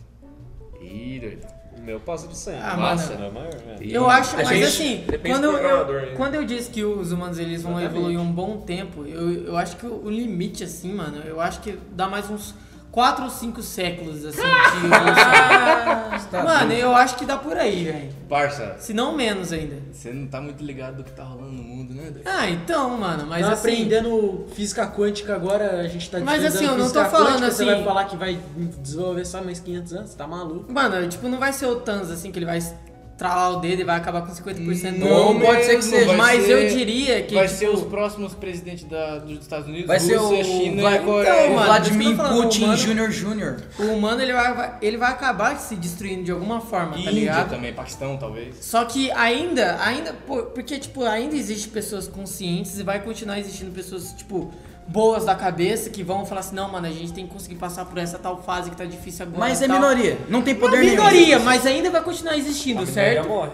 Speaker 4: Ih, doido.
Speaker 3: O meu passa de 100.
Speaker 2: Ah,
Speaker 3: Passa,
Speaker 2: mano.
Speaker 3: não é maior. É.
Speaker 2: Eu acho,
Speaker 6: A
Speaker 2: mas
Speaker 6: gente-
Speaker 2: assim,
Speaker 6: depende
Speaker 2: quando
Speaker 6: do
Speaker 2: eu,
Speaker 6: programador ainda.
Speaker 2: quando eu disse que os humanos eles vão evoluir um bom tempo, eu, eu acho que o limite, assim, mano, eu acho que dá mais uns 4 ou 5 séculos, assim, de evolução. Mano, eu acho que dá por aí, velho.
Speaker 4: Parça,
Speaker 2: Se não menos ainda.
Speaker 4: você não tá muito ligado do que tá rolando no mundo, né, doido?
Speaker 2: Ah, então, mano, mas
Speaker 5: tá
Speaker 2: assim...
Speaker 5: aprendendo física quântica agora, a gente tá
Speaker 2: Mas, assim, eu
Speaker 5: desvendando
Speaker 2: não tô
Speaker 5: física
Speaker 2: falando
Speaker 5: quântica, Você
Speaker 2: assim-
Speaker 5: vai falar que vai desenvolver só mais 500 anos? Tá maluco?
Speaker 2: Mano, tipo, não vai ser o Thanos, assim, que ele vai estralar o dedo e vai acabar com 50% do
Speaker 7: Não,
Speaker 2: homem.
Speaker 7: pode ser que seja,
Speaker 4: vai
Speaker 2: mas
Speaker 4: ser-
Speaker 2: eu diria que,
Speaker 4: Vai
Speaker 2: tipo,
Speaker 4: ser os próximos presidentes da- dos Estados Unidos,
Speaker 7: Vai ser
Speaker 4: Rússia,
Speaker 7: o-
Speaker 4: China
Speaker 2: vai-
Speaker 4: e Coreia.
Speaker 2: é Então, mano,
Speaker 7: Vladimir
Speaker 2: por isso que eu tô falando,
Speaker 7: Putin
Speaker 2: mano.
Speaker 7: Jr. Jr.
Speaker 2: o humano ele vai, vai- ele vai acabar se destruindo de alguma forma, tá
Speaker 4: Índia
Speaker 2: ligado?
Speaker 4: também, Paquistão, talvez.
Speaker 2: Só que ainda, ainda, pô, porque, tipo, ainda existe pessoas conscientes e vai continuar existindo pessoas, tipo, boas da cabeça que vão falar assim, não, mano, a gente tem que conseguir passar por essa tal fase que tá difícil agora.
Speaker 7: Mas é
Speaker 2: tal."
Speaker 7: minoria, não tem poder nenhum.
Speaker 2: Minoria, mas ainda vai continuar existindo,
Speaker 3: A minoria
Speaker 2: certo?
Speaker 3: morre.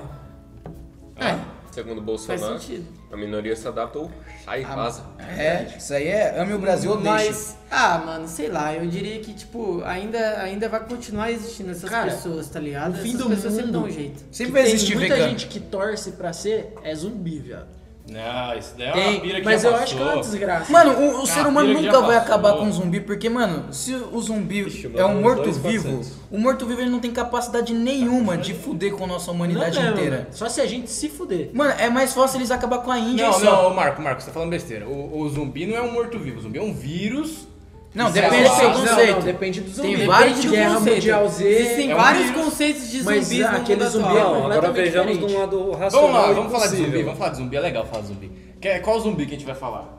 Speaker 2: É,
Speaker 6: Segundo
Speaker 2: faz
Speaker 6: Bolsonaro,
Speaker 2: sentido.
Speaker 6: a minoria se adapta ou sai e vaza.
Speaker 7: É, isso aí é ame o Brasil ou deixa.
Speaker 2: Mas, ah, mano, sei lá, eu diria que, tipo, ainda, ainda vai continuar existindo essas
Speaker 5: Cara,
Speaker 2: pessoas, tá ligado?
Speaker 5: o fim
Speaker 2: essas
Speaker 5: do
Speaker 2: pessoas sempre
Speaker 5: mundo.
Speaker 2: dão um jeito.
Speaker 7: Sempre
Speaker 5: Que
Speaker 7: vai
Speaker 5: tem
Speaker 7: existir
Speaker 5: muita
Speaker 7: vegano.
Speaker 5: gente que torce pra ser é zumbi, viado.
Speaker 4: Não, isso daí é uma
Speaker 5: Tem,
Speaker 4: pira que
Speaker 5: mas
Speaker 4: já
Speaker 5: eu
Speaker 4: passou.
Speaker 5: acho que é uma desgraça.
Speaker 7: Mano, o, o ser
Speaker 4: Ah,
Speaker 7: humano
Speaker 4: ele já
Speaker 7: nunca vai
Speaker 4: passou.
Speaker 7: acabar com um zumbi, porque, mano, se o zumbi
Speaker 3: Ixi, mano,
Speaker 7: é um
Speaker 3: dois
Speaker 7: morto-vivo,
Speaker 3: 400.
Speaker 7: o morto-vivo ele não tem capacidade nenhuma de fuder com a nossa
Speaker 5: Não é,
Speaker 7: humanidade
Speaker 5: mesmo,
Speaker 7: inteira.
Speaker 5: mano. Só se a gente se fuder.
Speaker 7: Mano, é mais fácil eles acabar com a Índia e
Speaker 4: Não,
Speaker 7: só.
Speaker 4: não, ô Marco, Marco, você tá falando besteira. O, o zumbi não é um morto-vivo, o zumbi é um vírus.
Speaker 7: Não,
Speaker 4: Isso é
Speaker 7: depende do
Speaker 4: fácil.
Speaker 7: seu
Speaker 4: Não, não,
Speaker 7: conceito.
Speaker 5: depende do zumbi.
Speaker 7: Tem vários
Speaker 5: Depende
Speaker 7: de
Speaker 5: de Guerra
Speaker 2: conceito.
Speaker 5: Mundial Z.
Speaker 2: Existem
Speaker 4: é um
Speaker 2: vários
Speaker 4: vírus.
Speaker 2: conceitos de
Speaker 5: Mas
Speaker 2: zumbis no
Speaker 5: aquele
Speaker 2: mundo
Speaker 5: zumbi
Speaker 2: atual.
Speaker 5: é
Speaker 3: Não, agora
Speaker 5: completamente
Speaker 3: vejamos de
Speaker 5: diferente.
Speaker 3: um lado racional.
Speaker 4: Vamos
Speaker 2: é
Speaker 4: lá, vamos falar de
Speaker 3: impossível.
Speaker 4: zumbi, vamos falar de zumbi, é legal falar de zumbi. Que- qual zumbi que a gente vai falar?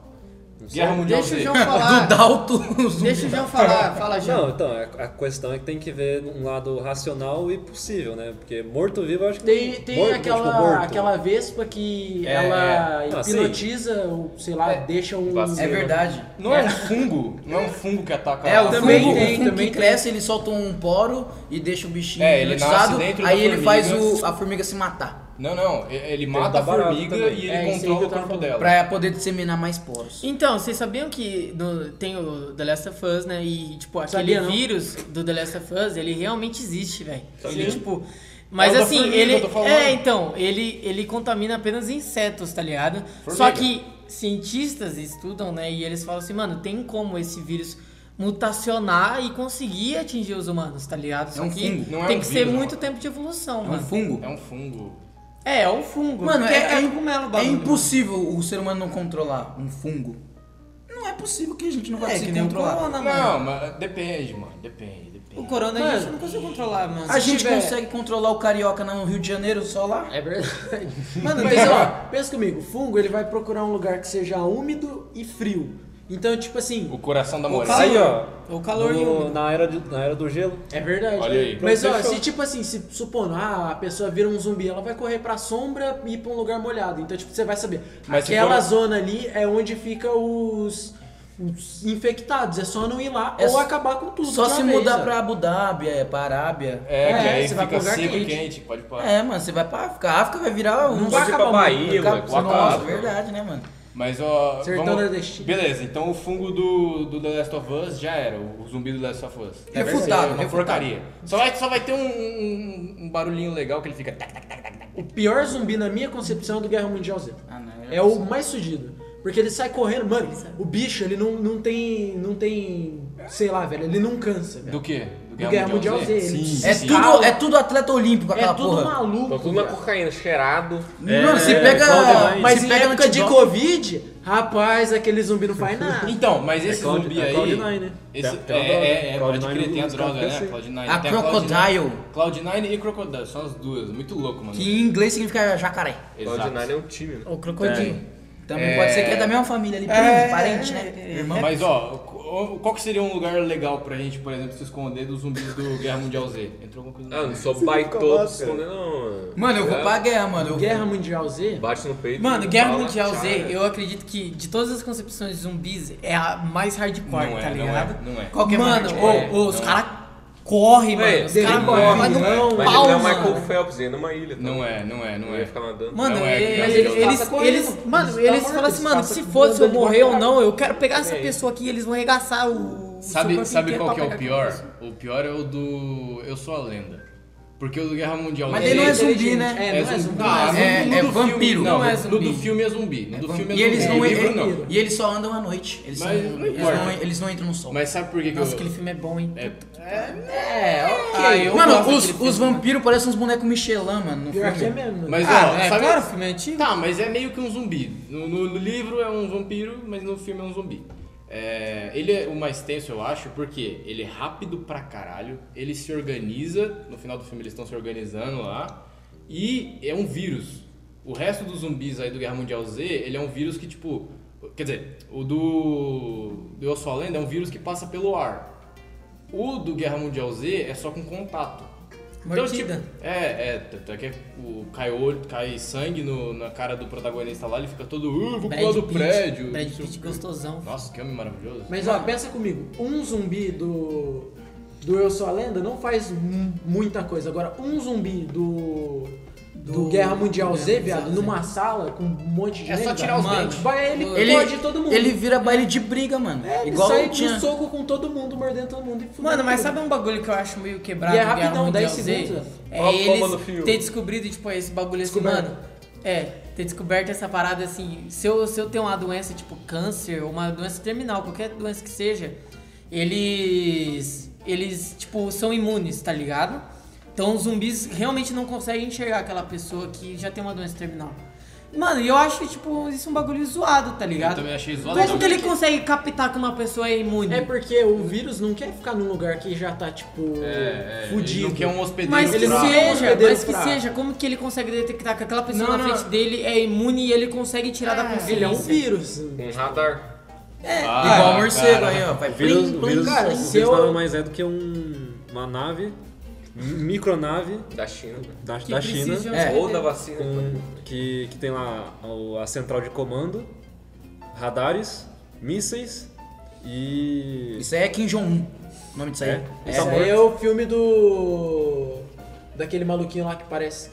Speaker 4: Guerra Mundial
Speaker 2: Deixa o
Speaker 4: Z.
Speaker 2: João
Speaker 7: Do
Speaker 2: falar.
Speaker 7: Dalto, o zumbi.
Speaker 2: Deixa o João falar, fala,
Speaker 3: Não,
Speaker 2: João.
Speaker 3: então, a a questão é que tem que ver um lado racional e possível, né? Porque morto-vivo eu acho que.
Speaker 5: Tem,
Speaker 3: não-
Speaker 5: tem
Speaker 3: morto,
Speaker 5: aquela,
Speaker 3: tipo, morto.
Speaker 5: aquela vespa que
Speaker 4: É,
Speaker 5: ela
Speaker 3: é. Ah, sim.
Speaker 5: hipnotiza, ou sei lá, deixa um.
Speaker 4: vacilo.
Speaker 7: É verdade.
Speaker 4: Não é um fungo? Não é um fungo que ataca
Speaker 7: É, o
Speaker 5: Também
Speaker 7: fungo,
Speaker 5: tem,
Speaker 7: o fungo
Speaker 5: também
Speaker 7: que
Speaker 5: tem.
Speaker 7: cresce, ele solta um poro e deixa o bichinho
Speaker 4: É, ele nasce
Speaker 7: hipnotizado,
Speaker 4: dentro da
Speaker 7: aí ele faz
Speaker 4: formiga.
Speaker 7: o- a formiga se matar,
Speaker 4: Não, não, e- ele mata a
Speaker 3: tabarata
Speaker 4: formiga
Speaker 3: também.
Speaker 4: e ele
Speaker 5: É, isso aí que
Speaker 4: controla
Speaker 5: eu
Speaker 4: o
Speaker 5: tava
Speaker 4: corpo
Speaker 5: falando.
Speaker 4: dela.
Speaker 7: pra poder disseminar mais poros.
Speaker 2: Então, vocês sabiam que no- tem o The Last of Us, né? E, tipo, aquele
Speaker 5: Sabia, não?
Speaker 2: vírus do The Last of Us, ele realmente existe, velho.
Speaker 6: Sabia.
Speaker 2: Ele, tipo. Mas
Speaker 4: É o da
Speaker 2: assim,
Speaker 4: formiga
Speaker 2: ele.
Speaker 4: que eu tô falando.
Speaker 2: É, então, ele, ele contamina apenas insetos, tá ligado? Só que cientistas estudam, né? E eles falam assim, mano, tem como esse vírus mutacionar e conseguir atingir os humanos, tá ligado? Só
Speaker 7: um
Speaker 2: que
Speaker 7: fungo,
Speaker 4: não é
Speaker 2: tem
Speaker 4: um
Speaker 2: que ser
Speaker 4: vírus,
Speaker 2: muito
Speaker 4: não.
Speaker 2: tempo de evolução,
Speaker 7: É um
Speaker 2: mano.
Speaker 7: fungo.
Speaker 4: É um fungo.
Speaker 2: É, é um fungo.
Speaker 7: Mano,
Speaker 2: porque
Speaker 7: é, é,
Speaker 2: cogumelo o
Speaker 7: é
Speaker 2: bagulho. né?
Speaker 7: impossível o ser humano não controlar um fungo. Não é possível que a gente não vai
Speaker 2: É, que
Speaker 7: conseguir
Speaker 2: nem o
Speaker 7: controlar.
Speaker 2: corona, mano.
Speaker 4: Não, mas depende, mano, depende, depende.
Speaker 2: O corona a gente
Speaker 5: Mano,
Speaker 2: não consegue controlar, mano.
Speaker 7: A gente
Speaker 5: tiver-
Speaker 7: consegue controlar o carioca no Rio de Janeiro só lá?
Speaker 5: É verdade. Mano, pensa, ó, pensa comigo, o fungo ele vai procurar um lugar que seja úmido e frio. Então, tipo assim,
Speaker 4: O coração da
Speaker 2: calor.
Speaker 4: morena.
Speaker 3: Aí, ó.
Speaker 2: O calor
Speaker 3: no-
Speaker 2: e o úmido.
Speaker 3: na, era de- na era do gelo.
Speaker 5: é verdade.
Speaker 4: Olha aí.
Speaker 5: Mas ó,
Speaker 3: Fechou.
Speaker 5: se tipo assim, se supondo, ah, a pessoa vira um zumbi, ela vai correr pra sombra e ir pra um lugar molhado. Então, tipo, você vai saber.
Speaker 4: Mas se
Speaker 5: aquela
Speaker 4: for-
Speaker 5: zona ali é onde fica os, os infectados. É só não ir lá
Speaker 7: É
Speaker 5: ou
Speaker 7: só-
Speaker 5: acabar com tudo.
Speaker 7: Só
Speaker 5: de uma
Speaker 7: se
Speaker 5: vez,
Speaker 7: mudar
Speaker 5: ó.
Speaker 7: pra Abu Dhabi, é, pra Arábia.
Speaker 4: É, que
Speaker 5: É,
Speaker 4: aí
Speaker 5: você vai
Speaker 4: fica
Speaker 5: pra lugar
Speaker 4: seco e
Speaker 5: quente.
Speaker 4: quente, pode parar.
Speaker 7: É, mano, você vai pra África. A África vai virar um...
Speaker 5: vai
Speaker 6: Pode ir
Speaker 5: acabar
Speaker 6: pra Bahia,
Speaker 5: muito,
Speaker 6: moleque.
Speaker 5: acaba-
Speaker 7: Nossa,
Speaker 6: Acaba.
Speaker 7: verdade, né, mano?
Speaker 4: Mas ó.
Speaker 5: Sertão
Speaker 4: vamos-
Speaker 5: nordestino.
Speaker 4: Beleza, então o fungo do, do The Last of Us já era, o zumbi do The Last of Us.
Speaker 7: É
Speaker 4: Deve
Speaker 7: refutado,
Speaker 4: ser uma
Speaker 7: refutado.
Speaker 4: porcaria. Só vai, só vai ter um, um- um barulhinho legal que ele fica. tac, tac, tac, tac, tac.
Speaker 5: O pior zumbi, na minha concepção, é do Guerra Mundial Z.
Speaker 7: Ah, não, eu
Speaker 5: É o mais sugido. Porque ele sai correndo, mano, o bicho, ele não, não tem. Não tem. Sei lá, velho, ele não cansa, velho.
Speaker 4: Do quê? Do
Speaker 5: É. Guerra Mundial Z, ele-
Speaker 4: Sim,
Speaker 7: É
Speaker 4: sim.
Speaker 7: tudo, é tudo atleta olímpico
Speaker 5: É
Speaker 7: aquela Ah,
Speaker 5: tudo
Speaker 7: porra. Tá
Speaker 5: maluco.
Speaker 6: Tô tudo na
Speaker 5: velho.
Speaker 6: cocaína, cheirado.
Speaker 7: Mano, se pega.
Speaker 5: Mas
Speaker 7: se
Speaker 5: em
Speaker 7: pega no
Speaker 5: época de
Speaker 7: Tidão-
Speaker 5: Covid, rapaz, aquele zumbi não faz nada.
Speaker 4: Então, mas esse
Speaker 3: Cloud-
Speaker 4: zumbi
Speaker 3: é
Speaker 4: aí.
Speaker 3: Cloud9, né?
Speaker 4: Esse,
Speaker 3: Tem- tem uma
Speaker 4: é,
Speaker 3: droga.
Speaker 4: é, é, pode
Speaker 3: Cloud9
Speaker 4: crer, tem a
Speaker 3: usa
Speaker 4: droga,
Speaker 3: pra
Speaker 4: né?
Speaker 3: crescer.
Speaker 4: Cloud9.
Speaker 7: A
Speaker 4: tem
Speaker 7: Crocodile.
Speaker 4: Cloud9 e Crocodile, são as duas. Muito louco, mano.
Speaker 7: Que em inglês significa jacaré.
Speaker 4: Exato.
Speaker 6: Cloud9 é um time, né?
Speaker 2: O crocodilo.
Speaker 7: Também
Speaker 4: É.
Speaker 7: pode ser que é da mesma família ali, primo,
Speaker 2: É,
Speaker 7: parente, né?
Speaker 2: é,
Speaker 7: Irmão.
Speaker 4: Mas ó, qu- qual que seria um lugar legal pra gente, por exemplo, se esconder dos zumbis do Guerra Mundial Z? Entrou alguma coisa
Speaker 6: Ah,
Speaker 4: no
Speaker 6: não sou baitola escondendo, não. mano.
Speaker 7: Mano, eu vou pra guerra, mano. Eu-
Speaker 5: Guerra Mundial Z.
Speaker 6: Bate no peito. né?
Speaker 2: Mano, Guerra
Speaker 6: fala,
Speaker 2: Mundial Z,
Speaker 6: tchau. né?
Speaker 2: eu acredito que de todas as concepções de zumbis, é a mais hardcore,
Speaker 4: Não é,
Speaker 2: tá
Speaker 4: não
Speaker 2: ligado?
Speaker 4: é, não é.
Speaker 7: Qual que é mais
Speaker 2: mano,
Speaker 7: hardcore?
Speaker 2: ô, ô, os caras correm, mano. Os
Speaker 6: Ei,
Speaker 2: caras
Speaker 5: corre,
Speaker 2: correm, mas não
Speaker 5: né?
Speaker 6: Mas ele não é
Speaker 2: pau,
Speaker 6: o Michael
Speaker 2: mano.
Speaker 6: Phelps, ele é numa ilha. tá?
Speaker 4: Não é, não é, não
Speaker 6: Ele
Speaker 4: é.
Speaker 6: ia ficar nadando.
Speaker 2: Mano,
Speaker 4: Não é,
Speaker 2: ele-
Speaker 4: mas
Speaker 5: eles
Speaker 2: eles,
Speaker 5: passam
Speaker 2: eles,
Speaker 5: correndo.
Speaker 2: mano,
Speaker 5: Eles
Speaker 4: tá
Speaker 2: eles falam
Speaker 5: passam
Speaker 2: assim,
Speaker 5: correndo,
Speaker 2: mano,
Speaker 5: eles
Speaker 2: se
Speaker 5: passam
Speaker 2: foda se eu
Speaker 5: andando de
Speaker 2: morrer ou
Speaker 5: macaco.
Speaker 2: não, eu quero pegar essa pessoa aqui, eles vão arregaçar o. o seu
Speaker 4: Sabe,
Speaker 2: corpo
Speaker 4: sabe
Speaker 2: inteiro
Speaker 4: qual
Speaker 2: pra
Speaker 4: que é
Speaker 2: pegar
Speaker 4: o pior?
Speaker 2: aquela pessoa.
Speaker 4: O pior é o do Eu Sou a Lenda. Porque o do Guerra Mundial
Speaker 7: Mas
Speaker 4: três-
Speaker 7: ele não é zumbi,
Speaker 5: inteligente.
Speaker 7: né?
Speaker 5: É, não é zumbi.
Speaker 4: Ah,
Speaker 5: Não,
Speaker 7: É-
Speaker 4: no- no
Speaker 7: é
Speaker 4: do filme-
Speaker 7: vampiro.
Speaker 4: Não,
Speaker 2: Não é
Speaker 4: no do
Speaker 2: zumbi.
Speaker 4: filme é zumbi. No do filme é
Speaker 7: E eles
Speaker 4: zumbi.
Speaker 7: não,
Speaker 4: No livro,
Speaker 7: e-
Speaker 4: não.
Speaker 7: e eles só andam à noite. Eles,
Speaker 4: Mas
Speaker 7: são-
Speaker 4: não
Speaker 7: eles,
Speaker 4: importa.
Speaker 7: não, eles não entram no sol.
Speaker 4: Mas sabe por que que
Speaker 2: Nossa,
Speaker 4: eu...
Speaker 2: aquele filme é bom, hein?
Speaker 4: É,
Speaker 2: É, ok.
Speaker 7: Mano, os, os vampiros parecem uns bonecos Michelin, mano. No
Speaker 5: Pior que é
Speaker 7: filme.
Speaker 5: mesmo. mano.
Speaker 4: mas
Speaker 2: Ah,
Speaker 4: ó,
Speaker 2: é
Speaker 4: sabe...
Speaker 2: claro, o filme é antigo.
Speaker 4: Tá, mas é meio que um zumbi. No, no- no livro é um vampiro, mas no filme é um zumbi. É, ele é o mais tenso, eu acho, porque ele é rápido pra caralho, ele se organiza, no final do filme eles estão se organizando lá, e é um vírus. O resto dos zumbis aí do Guerra Mundial Z, ele é um vírus que, tipo. Quer dizer, o do. do Eu Sou a Lenda é um vírus que passa pelo ar. O do Guerra Mundial Z é só com contato.
Speaker 2: Mordida.
Speaker 4: Então, tipo, é, é, tanto é que o cai, olho, cai sangue no- na cara do protagonista lá, ele fica todo, uh, eu vou pular do prédio.
Speaker 2: Brad
Speaker 4: não sei o
Speaker 2: Pitt
Speaker 4: quê.
Speaker 2: gostosão.
Speaker 4: Nossa, que homem maravilhoso.
Speaker 5: Mas ó, pensa comigo, um zumbi do. do Eu Sou a Lenda não faz mu- muita coisa. Agora, um zumbi do. do,
Speaker 2: Do-
Speaker 5: Guerra Mundial
Speaker 2: do
Speaker 5: Z,
Speaker 2: Guerra
Speaker 5: viado,
Speaker 2: Mundial Z.
Speaker 5: numa sala com um monte de
Speaker 4: É
Speaker 5: gente.
Speaker 4: só tirar os
Speaker 5: mano,
Speaker 4: dentes.
Speaker 5: Vai, ele,
Speaker 7: Ele,
Speaker 5: morde todo mundo.
Speaker 7: ele vira baile de briga, mano.
Speaker 5: É, ele
Speaker 7: Igual
Speaker 5: sai
Speaker 7: tinha.
Speaker 5: no soco com todo mundo, mordendo todo mundo e fudendo
Speaker 2: Mano, mas
Speaker 5: tudo.
Speaker 2: sabe um bagulho que eu acho meio quebrado
Speaker 5: E é
Speaker 2: do Guerra
Speaker 5: rapidão,
Speaker 2: Mundial
Speaker 5: 10
Speaker 2: Z?
Speaker 5: segundos,
Speaker 2: É
Speaker 6: ó. Ó a bomba no
Speaker 2: eles
Speaker 6: fio.
Speaker 2: ter descobrido, tipo, esse bagulho assim,
Speaker 5: Descoberto.
Speaker 2: mano. É, ter descoberto essa parada assim. Se eu, se eu tenho uma doença tipo câncer, ou uma doença terminal, qualquer doença que seja, eles. Eles, tipo, são imunes, tá ligado? Então os zumbis realmente não conseguem enxergar aquela pessoa que já tem uma doença terminal. Mano, e eu acho, tipo, isso um bagulho zoado, tá ligado?
Speaker 4: também achei zoado.
Speaker 2: Como que ele consegue captar que uma pessoa é imune?
Speaker 5: É porque o vírus não quer ficar num lugar que já tá, tipo,
Speaker 4: É, é,
Speaker 5: fudido.
Speaker 4: Ele não quer um hospedeiro
Speaker 2: Mas que
Speaker 5: ele não
Speaker 4: fraco.
Speaker 5: é um
Speaker 2: seja,
Speaker 5: hospedeiro
Speaker 2: mas que
Speaker 5: fraco.
Speaker 2: seja, como que ele consegue detectar que aquela pessoa
Speaker 5: Não,
Speaker 2: na
Speaker 5: não.
Speaker 2: frente dele é imune e ele consegue tirar da consciência?
Speaker 5: Ele é um vírus.
Speaker 6: Um radar.
Speaker 4: Ah,
Speaker 7: Igual o
Speaker 4: cara.
Speaker 7: morcego aí, ó. Vai
Speaker 3: O vírus,
Speaker 7: plim,
Speaker 3: o
Speaker 7: plim,
Speaker 3: vírus,
Speaker 7: cara.
Speaker 3: o
Speaker 5: se
Speaker 3: vírus
Speaker 5: eu-
Speaker 3: nada mais é do que um, uma nave, mi- micronave
Speaker 6: Da China.
Speaker 3: da,
Speaker 2: Que
Speaker 3: da
Speaker 2: precisa
Speaker 3: China,
Speaker 2: de um
Speaker 7: É.
Speaker 6: Ou da vacina.
Speaker 3: com- que, que tem lá o- a central de comando, radares, mísseis e...
Speaker 7: Isso aí é Kim Jong-un. O nome disso aí.
Speaker 3: É.
Speaker 5: Esse
Speaker 3: Tá
Speaker 5: aí
Speaker 3: morto.
Speaker 5: é o filme do. Daquele maluquinho lá que parece.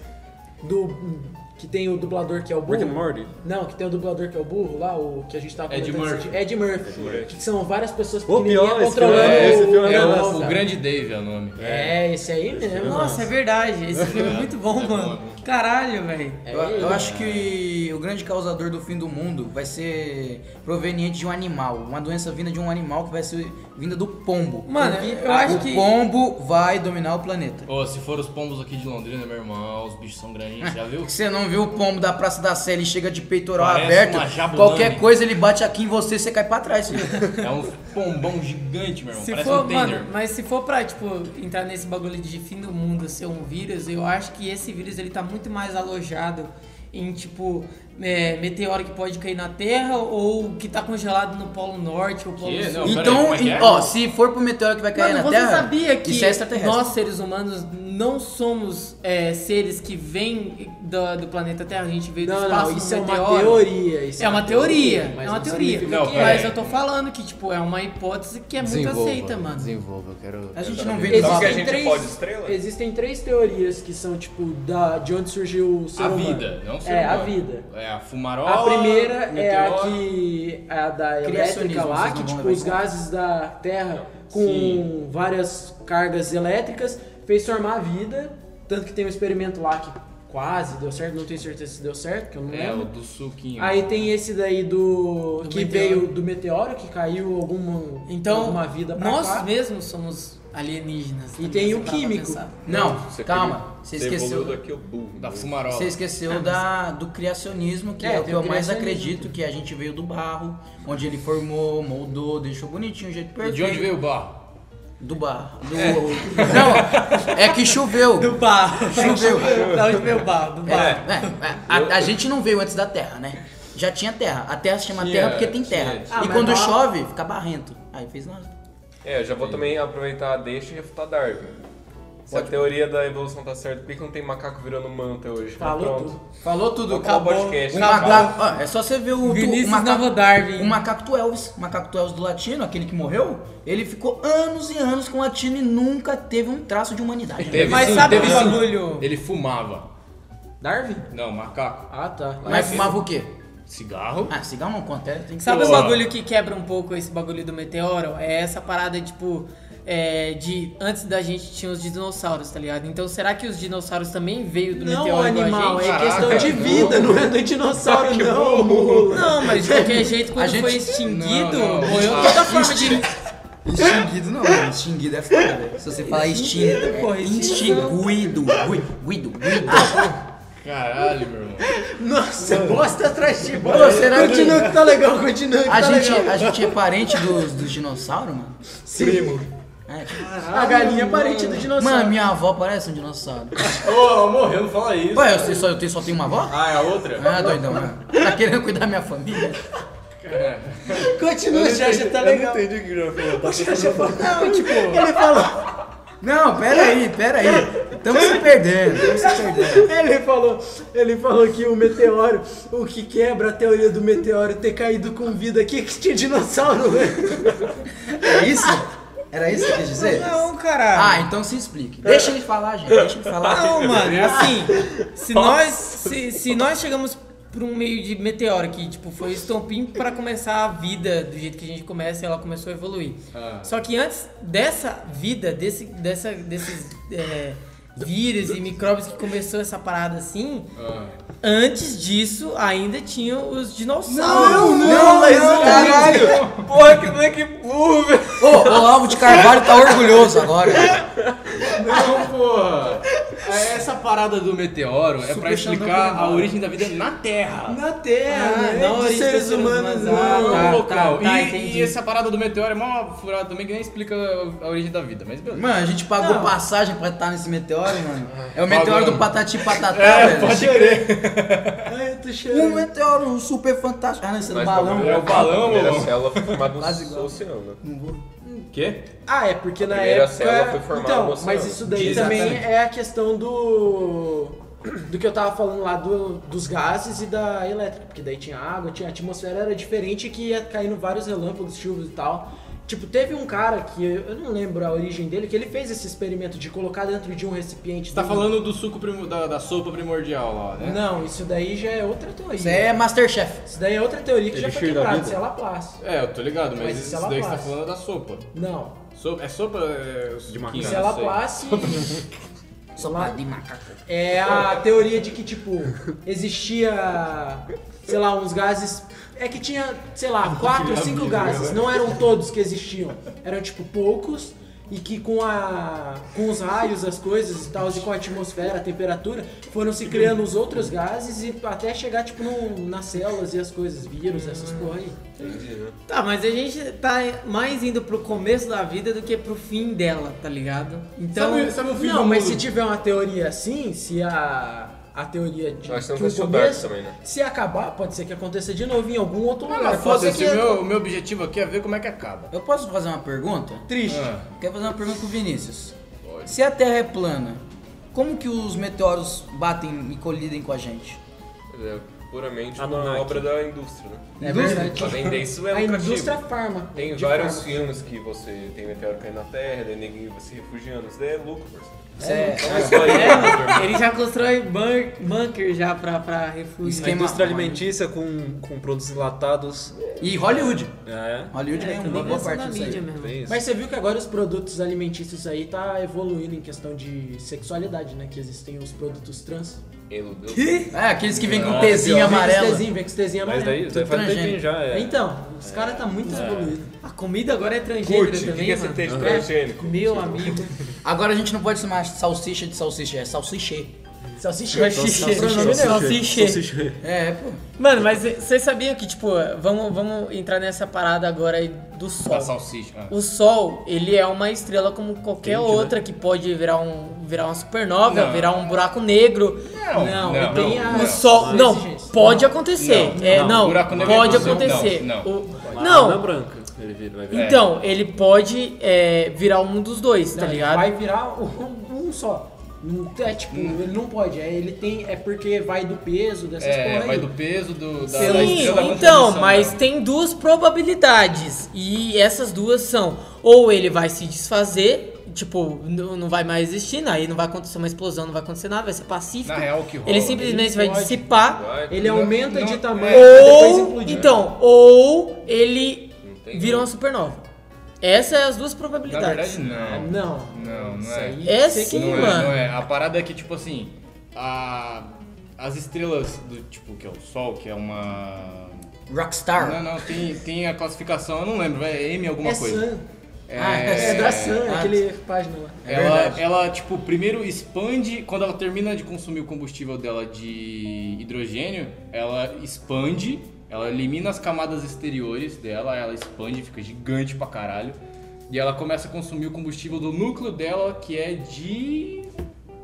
Speaker 5: Do. Que tem o dublador que é o burro.
Speaker 3: Rick and Morty?
Speaker 5: Não, que tem o dublador que é o burro lá, o que a gente tava
Speaker 4: Ed
Speaker 5: comentando
Speaker 4: Murphy.
Speaker 5: esse dia. Ed Murphy. Que são várias pessoas
Speaker 3: Ô,
Speaker 5: pequenininhas
Speaker 3: pior, esse
Speaker 5: controlando
Speaker 3: filme é-
Speaker 5: o-
Speaker 3: esse filme é
Speaker 5: a
Speaker 4: É o,
Speaker 5: lança.
Speaker 4: o Grande Dave é o nome.
Speaker 5: É, esse aí mesmo.
Speaker 2: Nossa, é verdade. Esse filme é muito bom,
Speaker 4: É bom,
Speaker 2: mano.
Speaker 4: é bom.
Speaker 2: Caralho, velho.
Speaker 7: Eu, eu acho que o grande causador do fim do mundo vai ser proveniente de um animal. Uma doença vinda de um animal que vai ser vinda do pombo.
Speaker 2: Mano,
Speaker 7: Porque
Speaker 2: eu acho
Speaker 7: o
Speaker 2: que-
Speaker 7: pombo vai dominar o planeta.
Speaker 4: Ô, se for os pombos aqui de Londrina, meu irmão, os bichos são grandes, já viu?
Speaker 7: Você não viu o pombo da Praça da Sé, ele chega de peitoral
Speaker 4: Parece uma
Speaker 7: aberto.
Speaker 4: jabulani.
Speaker 7: Qualquer coisa ele bate aqui em você, você cai pra trás. filho.
Speaker 4: É um pombão gigante, meu irmão.
Speaker 2: Se
Speaker 4: Parece
Speaker 2: for,
Speaker 4: um tender.
Speaker 2: mano, mas se for pra, tipo, entrar nesse bagulho de fim do mundo ser um vírus, eu acho que esse vírus ele tá muito mais alojado em, tipo, é, meteoro que pode cair na Terra ou que tá congelado no Polo Norte ou Polo
Speaker 4: Que?
Speaker 2: Sul.
Speaker 4: Não, pera aí,
Speaker 7: então,
Speaker 4: como é que é?
Speaker 7: ó, se for pro meteoro que vai cair
Speaker 2: Mano,
Speaker 7: na
Speaker 2: você
Speaker 7: Terra,
Speaker 2: sabia que
Speaker 7: isso é extraterrestre.
Speaker 2: nós, seres humanos, não somos é, seres que vêm do, do planeta Terra, a gente veio do
Speaker 5: Não,
Speaker 2: espaço
Speaker 5: não,
Speaker 2: do
Speaker 5: isso é uma
Speaker 2: meteoria.
Speaker 5: teoria. isso
Speaker 2: É uma teoria,
Speaker 5: mas
Speaker 2: é uma
Speaker 5: não
Speaker 2: teoria.
Speaker 5: significa
Speaker 4: Não,
Speaker 5: que
Speaker 4: pera
Speaker 5: é.
Speaker 2: Mas eu tô falando que, tipo, é uma hipótese que é muito
Speaker 4: Desenvolva,
Speaker 2: aceita, mano.
Speaker 4: Desenvolva, eu quero.
Speaker 7: A gente não vê
Speaker 5: Existem
Speaker 6: Sabe
Speaker 7: nada.
Speaker 6: que a gente
Speaker 5: três-
Speaker 6: pode estrela?
Speaker 5: Existem três teorias que são, tipo, da, de onde surgiu o ser
Speaker 4: A
Speaker 5: humano.
Speaker 4: vida, não sei.
Speaker 5: É, a vida.
Speaker 4: É a fumarola.
Speaker 5: A primeira é a
Speaker 4: meteoro.
Speaker 5: que é a da
Speaker 7: Criacionismo,
Speaker 5: elétrica lá,
Speaker 7: vocês
Speaker 5: que
Speaker 7: não vão
Speaker 5: tipo
Speaker 7: levar em
Speaker 5: os
Speaker 7: conta.
Speaker 5: gases da Terra com
Speaker 4: Sim.
Speaker 5: várias cargas elétricas fez formar a vida, tanto que tem um experimento lá que quase deu certo, não tenho certeza se deu certo, que eu não
Speaker 4: É, o
Speaker 5: lembro.
Speaker 4: do suquinho.
Speaker 5: Aí tem esse daí do,
Speaker 2: Do
Speaker 5: que
Speaker 2: meteoro.
Speaker 5: veio do meteoro que caiu alguma
Speaker 2: Então,
Speaker 5: alguma vida pra
Speaker 2: nós
Speaker 5: cá.
Speaker 2: mesmos somos alienígenas. tá
Speaker 5: E
Speaker 2: também,
Speaker 5: tem
Speaker 2: se
Speaker 5: o
Speaker 2: parar pra
Speaker 5: químico.
Speaker 2: pensar.
Speaker 7: Não,
Speaker 6: Você
Speaker 7: calma.
Speaker 6: pegou-
Speaker 7: Você
Speaker 6: evoluiu
Speaker 7: esqueceu.
Speaker 6: daqui o burro.
Speaker 4: Da fumarola.
Speaker 7: Você esqueceu da, do criacionismo, que
Speaker 5: É,
Speaker 7: é, o que
Speaker 5: tem o
Speaker 7: eu mais
Speaker 5: criacionismo.
Speaker 7: acredito, que é a gente veio do barro, onde ele formou, moldou, deixou bonitinho, o jeito
Speaker 4: E
Speaker 7: perfeito.
Speaker 4: de onde veio É. o barro?
Speaker 7: Do barro. Do... Não, é que choveu.
Speaker 2: Do barro.
Speaker 7: Choveu.
Speaker 2: Da onde veio o barro? Do
Speaker 7: É,
Speaker 2: barro.
Speaker 7: é, é. a, a gente não veio antes da terra, né? Já tinha terra. A terra se chama terra porque tem terra.
Speaker 5: tinha. Ah,
Speaker 7: E
Speaker 5: mas
Speaker 7: quando
Speaker 5: barro-
Speaker 7: chove, fica barrento. Aí fez nada.
Speaker 6: É, eu já vou também aproveitar a deixa e refutar Darwin. Se a teoria da evolução tá certa, por que que não tem macaco virando humano até hoje?
Speaker 5: Falou
Speaker 6: Pronto.
Speaker 5: tudo.
Speaker 2: Falou tudo,
Speaker 6: Acabou o
Speaker 2: acabou.
Speaker 6: podcast.
Speaker 7: O
Speaker 6: Acabou.
Speaker 7: macaco, ó, é só você ver o,
Speaker 2: Vinícius
Speaker 7: o macaco,
Speaker 2: Nava Darwin.
Speaker 7: o macaco do Elvis, o macaco do Elvis do latino, aquele que morreu, ele ficou anos e anos com o latino e nunca teve um traço de humanidade.
Speaker 4: Teve
Speaker 2: Mas
Speaker 4: sim,
Speaker 2: sabe
Speaker 4: teve
Speaker 2: o
Speaker 4: sim.
Speaker 2: bagulho?
Speaker 4: Ele fumava.
Speaker 5: Darwin?
Speaker 4: Não, macaco.
Speaker 5: Ah, tá.
Speaker 7: Mas fumava o quê?
Speaker 4: Cigarro.
Speaker 7: Ah, cigarro não conta, é, tem que
Speaker 2: Sabe o
Speaker 4: Boa.
Speaker 2: bagulho que quebra um pouco esse bagulho do meteoro? É essa parada, tipo, é, de antes da gente tinha os dinossauros, tá ligado? Então será que os dinossauros também veio do
Speaker 5: Não,
Speaker 2: meteoro igual
Speaker 5: animal,
Speaker 2: a
Speaker 5: é
Speaker 2: gente?
Speaker 5: questão de vida, não é do dinossauro, não, mula.
Speaker 2: Não, mas de qualquer jeito, quando
Speaker 7: A gente-
Speaker 2: foi extinguido,
Speaker 4: Não, não,
Speaker 2: morreu
Speaker 4: não.
Speaker 2: toda forma de.
Speaker 7: Extinguido não, mano. Extinguido é foda, velho. Se você falar extinto,
Speaker 2: Extinguido, pô,
Speaker 7: é
Speaker 2: extinto.
Speaker 7: extinguido. Guido, guido, guido.
Speaker 4: Caralho, meu irmão.
Speaker 5: Nossa, bosta atrás de
Speaker 7: Ô, será que-
Speaker 5: Continua que tá legal, continua que
Speaker 7: A
Speaker 5: tá
Speaker 7: gente,
Speaker 5: legal.
Speaker 7: a gente é parente dos, dos dinossauros, mano?
Speaker 5: Primo.
Speaker 7: É.
Speaker 5: A galinha é parente do dinossauro.
Speaker 7: Mano, minha avó parece um dinossauro.
Speaker 4: Ô, ela morreu, não fala isso.
Speaker 7: Ué, eu, sei só, eu tenho, só tenho uma avó?
Speaker 4: Ah, é a outra?
Speaker 7: Ah, doidão, mano. Tá querendo cuidar da minha família?
Speaker 4: É.
Speaker 5: continua, já já tá legal.
Speaker 6: entendi o que o João
Speaker 4: tá
Speaker 6: falou.
Speaker 7: Não, tipo...
Speaker 5: Ele falou,
Speaker 7: Não, pera aí, pera aí. Tamo se perdendo, tamo se perdendo.
Speaker 5: ele falou, ele falou que o meteoro, o que quebra a teoria do meteoro ter caído com vida aqui, que tinha dinossauro.
Speaker 7: É isso? Era isso que eu quis dizer?
Speaker 2: Não, caralho.
Speaker 7: Ah, então se explique. Deixa ele falar, gente. Deixa ele falar.
Speaker 2: Não, mano, assim, se nós, se, se nós chegamos pra um meio de meteoro que, tipo, foi o estompim pra começar a vida do jeito que a gente começa e ela começou a evoluir.
Speaker 4: Ah.
Speaker 2: Só que antes dessa vida, desse, dessa, desses é, vírus e micróbios que começou essa parada assim,
Speaker 4: Ah.
Speaker 2: antes disso ainda tinham os dinossauros.
Speaker 5: não, mas não,
Speaker 7: caralho.
Speaker 6: Porra, que moleque burro, velho.
Speaker 7: Ô, o Olavo de Carvalho tá orgulhoso agora.
Speaker 4: Não, porra. é Essa parada do meteoro é pra explicar a origem da vida na Terra.
Speaker 5: Na Terra,
Speaker 2: Ah,
Speaker 5: né?
Speaker 2: não,
Speaker 5: Dos
Speaker 2: origem dos
Speaker 5: seres
Speaker 2: seres
Speaker 5: humanos,
Speaker 2: humanos,
Speaker 5: não.
Speaker 2: ah,
Speaker 4: Não,
Speaker 2: tá,
Speaker 4: local.
Speaker 2: tá, tá,
Speaker 4: e,
Speaker 2: entendi.
Speaker 4: e essa parada do meteoro é mó furada também que nem explica a origem da vida, mas beleza.
Speaker 7: Mano, a gente pagou passagem pra estar nesse meteoro, mano. É o meteoro
Speaker 4: Pagamos.
Speaker 7: do Patati Patatá,
Speaker 4: É,
Speaker 7: velho.
Speaker 4: pode crer.
Speaker 5: Ai, eu tô
Speaker 7: Um
Speaker 5: cheirando.
Speaker 7: meteoro super fantástico. Ah, não, esse é do
Speaker 6: Mas
Speaker 7: balão.
Speaker 6: também
Speaker 4: É o balão,
Speaker 6: A primeira
Speaker 4: mano.
Speaker 6: célula foi formada
Speaker 7: Quase igual.
Speaker 6: no oceano.
Speaker 4: Quê?
Speaker 5: Ah, é porque na
Speaker 6: primeira
Speaker 5: época.
Speaker 6: célula foi formada no
Speaker 5: então,
Speaker 6: oceano.
Speaker 5: mas isso daí
Speaker 7: Exatamente.
Speaker 5: também é a questão do do que eu tava falando lá do- dos gases e da elétrica, porque daí tinha água, tinha a atmosfera era diferente que ia caindo vários relâmpagos, chuvas e tal. Tipo, teve um cara que eu não lembro a origem dele, que ele fez esse experimento de colocar dentro de um recipiente.
Speaker 4: Você tá
Speaker 5: do-
Speaker 4: falando do suco primo- da, da sopa primordial lá, né?
Speaker 5: Não, isso daí já é outra teoria.
Speaker 7: Você é Masterchef.
Speaker 5: Isso daí é outra teoria que já foi
Speaker 3: Elixir da
Speaker 5: quebrada,
Speaker 3: vida.
Speaker 5: isso é Laplace.
Speaker 4: É, eu tô ligado, mas,
Speaker 5: Mas
Speaker 4: isso
Speaker 5: isso é
Speaker 4: daí que você tá
Speaker 5: Laplace.
Speaker 4: falando é da sopa.
Speaker 5: Não,
Speaker 4: So- é sopa. É, de
Speaker 3: macaco.
Speaker 5: isso é Laplace.
Speaker 7: Só lá de macaco.
Speaker 5: É a teoria de que, tipo, existia, sei lá, uns gases. É que tinha, um né? sei lá, quatro ou cinco gases. Não eram todos que existiam. Eram, tipo, poucos. E que com, a, com os raios, as coisas e tal, e com a atmosfera, a temperatura, foram se criando os outros gases e até chegar, tipo, no- nas células e as coisas, vírus, essas porra aí.
Speaker 2: Tá, mas a gente tá mais indo pro começo da vida do que pro fim dela, tá ligado? Então.
Speaker 4: Sabe- sabe o fim
Speaker 5: Não,
Speaker 4: do
Speaker 5: mas
Speaker 4: mundo?
Speaker 5: se tiver uma teoria assim, se a, a teoria de.
Speaker 6: Nós
Speaker 5: que
Speaker 6: temos
Speaker 5: o
Speaker 6: esse Dark
Speaker 5: começo-
Speaker 6: também, né?
Speaker 5: Se acabar, pode ser que aconteça de novo em algum outro
Speaker 4: Ah,
Speaker 5: lugar.
Speaker 4: mas foda-se,
Speaker 5: Pode ser que-
Speaker 4: meu, o meu objetivo aqui é ver como é que acaba.
Speaker 7: Eu posso fazer uma pergunta?
Speaker 5: Triste.
Speaker 4: Ah.
Speaker 7: Quero fazer uma pergunta pro Vinícius. Se a Terra é plana, como que os meteoros batem e colidem com a gente?
Speaker 6: É puramente uma
Speaker 3: Anunnaki.
Speaker 6: obra da indústria, né?
Speaker 7: É verdade.
Speaker 6: Pra vender isso é
Speaker 5: A
Speaker 6: lucrativo.
Speaker 5: indústria farma.
Speaker 6: Tem
Speaker 5: de
Speaker 6: vários
Speaker 5: farma.
Speaker 6: filmes que você tem meteoro caindo na Terra, daí ninguém vai se refugiando. Isso daí é lucro, parceiro.
Speaker 7: Isso é
Speaker 6: Então, isso aí,
Speaker 2: É,
Speaker 6: né,
Speaker 2: mano, ele já constrói bun- bunker já pra, pra refúgio.
Speaker 7: Esquema-
Speaker 3: A indústria
Speaker 7: Queima-
Speaker 3: alimentícia com, com produtos enlatados.
Speaker 7: E Hollywood.
Speaker 3: É,
Speaker 7: Hollywood ganha uma boa parte disso aí.
Speaker 3: tem isso.
Speaker 5: Mas você viu que agora os produtos alimentícios aí tá evoluindo em questão de sexualidade, né? Que existem os produtos trans.
Speaker 6: Meu Deus.
Speaker 7: É, aqueles que vêm com
Speaker 4: Ah,
Speaker 7: tezinha amarela.
Speaker 5: Vem com estezinho, vem com estezinho
Speaker 3: Mas
Speaker 5: amarelo.
Speaker 3: daí, isso daí
Speaker 7: Tudo
Speaker 3: faz
Speaker 7: transgênico.
Speaker 3: tempinho já. É.
Speaker 5: Então, os caras tá muito evoluído.
Speaker 2: A comida agora é transgênero
Speaker 6: Curte, o que
Speaker 2: também,
Speaker 6: que é
Speaker 2: mano.
Speaker 6: CT de transgênico?
Speaker 2: Meu amigo.
Speaker 7: Agora a gente não pode chamar salsicha de salsicha, é salsichê.
Speaker 5: Salsicha.
Speaker 2: Salsicha.
Speaker 5: Pronome
Speaker 2: Salsicha.
Speaker 5: neutro.
Speaker 7: É, pô.
Speaker 2: Mano, mas vocês sabiam que, tipo, vamos, vamos entrar nessa parada agora aí do
Speaker 4: Da
Speaker 2: sol.
Speaker 4: salsicha. ah.
Speaker 2: O sol, ele é uma estrela como qualquer outra que pode virar, um, virar uma supernova,
Speaker 4: né? Não.
Speaker 2: virar um buraco negro.
Speaker 4: Não,
Speaker 2: não,
Speaker 4: não,
Speaker 2: tem
Speaker 4: não,
Speaker 2: a-
Speaker 4: não.
Speaker 2: o sol. Não, pode acontecer.
Speaker 4: Não,
Speaker 2: é,
Speaker 4: não.
Speaker 2: não,
Speaker 4: Buraco negro
Speaker 2: pode
Speaker 4: é possível.
Speaker 2: acontecer.
Speaker 4: Não, não.
Speaker 2: O-
Speaker 3: Não.
Speaker 2: não,
Speaker 3: branca. Ele vira, vai virar.
Speaker 2: Então, ele pode é, virar um dos dois, tá
Speaker 5: Não, ele
Speaker 2: ligado?
Speaker 5: Vai virar um, um só. Não, é tipo, ele não pode. É, ele tem. É porque vai do peso dessas
Speaker 4: É,
Speaker 5: porra
Speaker 4: vai
Speaker 5: aí.
Speaker 4: do peso do, da, da
Speaker 2: Sim,
Speaker 4: estrela da né?
Speaker 2: então,
Speaker 4: contribuição
Speaker 2: mas
Speaker 4: dela.
Speaker 2: tem duas probabilidades. E essas duas são: ou ele vai se desfazer, tipo, n- não vai mais existir, aí não vai acontecer uma explosão, não vai acontecer nada, vai ser pacífico.
Speaker 4: Na real, o que rola?
Speaker 2: ele simplesmente
Speaker 5: Ele
Speaker 2: vai
Speaker 5: pode.
Speaker 2: dissipar.
Speaker 6: Vai,
Speaker 5: Ele
Speaker 6: não-
Speaker 5: aumenta
Speaker 4: não-
Speaker 5: de
Speaker 4: é.
Speaker 5: tamanho. pra depois
Speaker 2: Ou.
Speaker 5: implodir.
Speaker 2: Então, ou ele
Speaker 6: tem
Speaker 2: vira uma supernova. Essas são as duas
Speaker 4: Na
Speaker 2: probabilidades.
Speaker 4: verdade, não.
Speaker 5: Não.
Speaker 4: Não, não
Speaker 5: Isso
Speaker 4: é.
Speaker 5: aí,
Speaker 2: É
Speaker 5: sei que-
Speaker 2: sim,
Speaker 4: Não é,
Speaker 2: mano.
Speaker 4: não é. A parada é que, tipo assim, a, as estrelas do tipo, que é o Sol, que é uma.
Speaker 7: Rockstar.
Speaker 4: Não, não, tem, tem a classificação, eu não lembro, é M alguma
Speaker 5: é
Speaker 4: coisa.
Speaker 5: Sun.
Speaker 4: É,
Speaker 7: Ah,
Speaker 5: É, da Sun,
Speaker 7: ah,
Speaker 5: aquele página lá.
Speaker 7: É
Speaker 4: ela,
Speaker 7: verdade.
Speaker 4: ela, tipo, primeiro expande, quando ela termina de consumir o combustível dela de hidrogênio, ela expande, ela elimina as camadas exteriores dela, ela expande, fica gigante pra caralho. E ela começa a consumir o combustível do núcleo dela, que é de.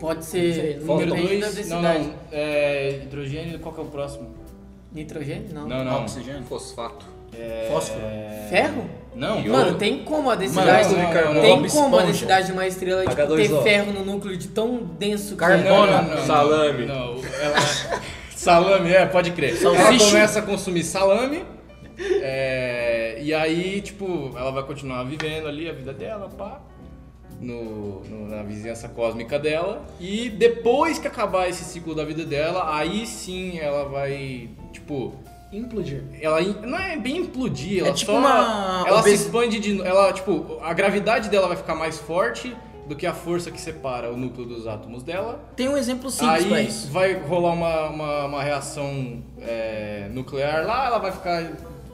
Speaker 2: Pode ser
Speaker 4: Número
Speaker 2: depende da
Speaker 4: 2. Não,
Speaker 2: densidade.
Speaker 4: não. É, hidrogênio, qual que é o próximo?
Speaker 2: Nitrogênio? Não.
Speaker 4: Não, não.
Speaker 7: Oxigênio.
Speaker 3: Fosfato.
Speaker 7: Fósforo.
Speaker 2: Ferro?
Speaker 4: Não,
Speaker 2: Mano, tem como a densidade.
Speaker 4: Mano, não, não, não.
Speaker 2: tem
Speaker 7: Bob
Speaker 2: como a
Speaker 7: Esponja.
Speaker 2: densidade de uma estrela tipo,
Speaker 3: H2O.
Speaker 2: ter ferro no núcleo de tão denso que
Speaker 7: Carbono.
Speaker 2: é?
Speaker 4: Não, não, não,
Speaker 6: Salame.
Speaker 4: Não, ela- salame, é, pode crer. Ela
Speaker 7: Salsicha.
Speaker 4: começa a consumir salame. é, e aí, tipo, ela vai continuar vivendo ali a vida dela, pá. No, no- na vizinhança cósmica dela. E depois que acabar esse ciclo da vida dela, aí sim ela vai, tipo.
Speaker 5: Implodir.
Speaker 4: Ela in- não é bem implodir, ela
Speaker 7: É tipo
Speaker 4: só.
Speaker 7: uma
Speaker 4: Ela
Speaker 7: obes-
Speaker 4: se expande de. no- Ela, tipo, a gravidade dela vai ficar mais forte do que a força que separa o núcleo dos átomos dela.
Speaker 7: Tem um exemplo simples pra
Speaker 4: Aí
Speaker 7: isso.
Speaker 4: vai rolar uma, uma, uma reação é, nuclear lá, ela vai ficar.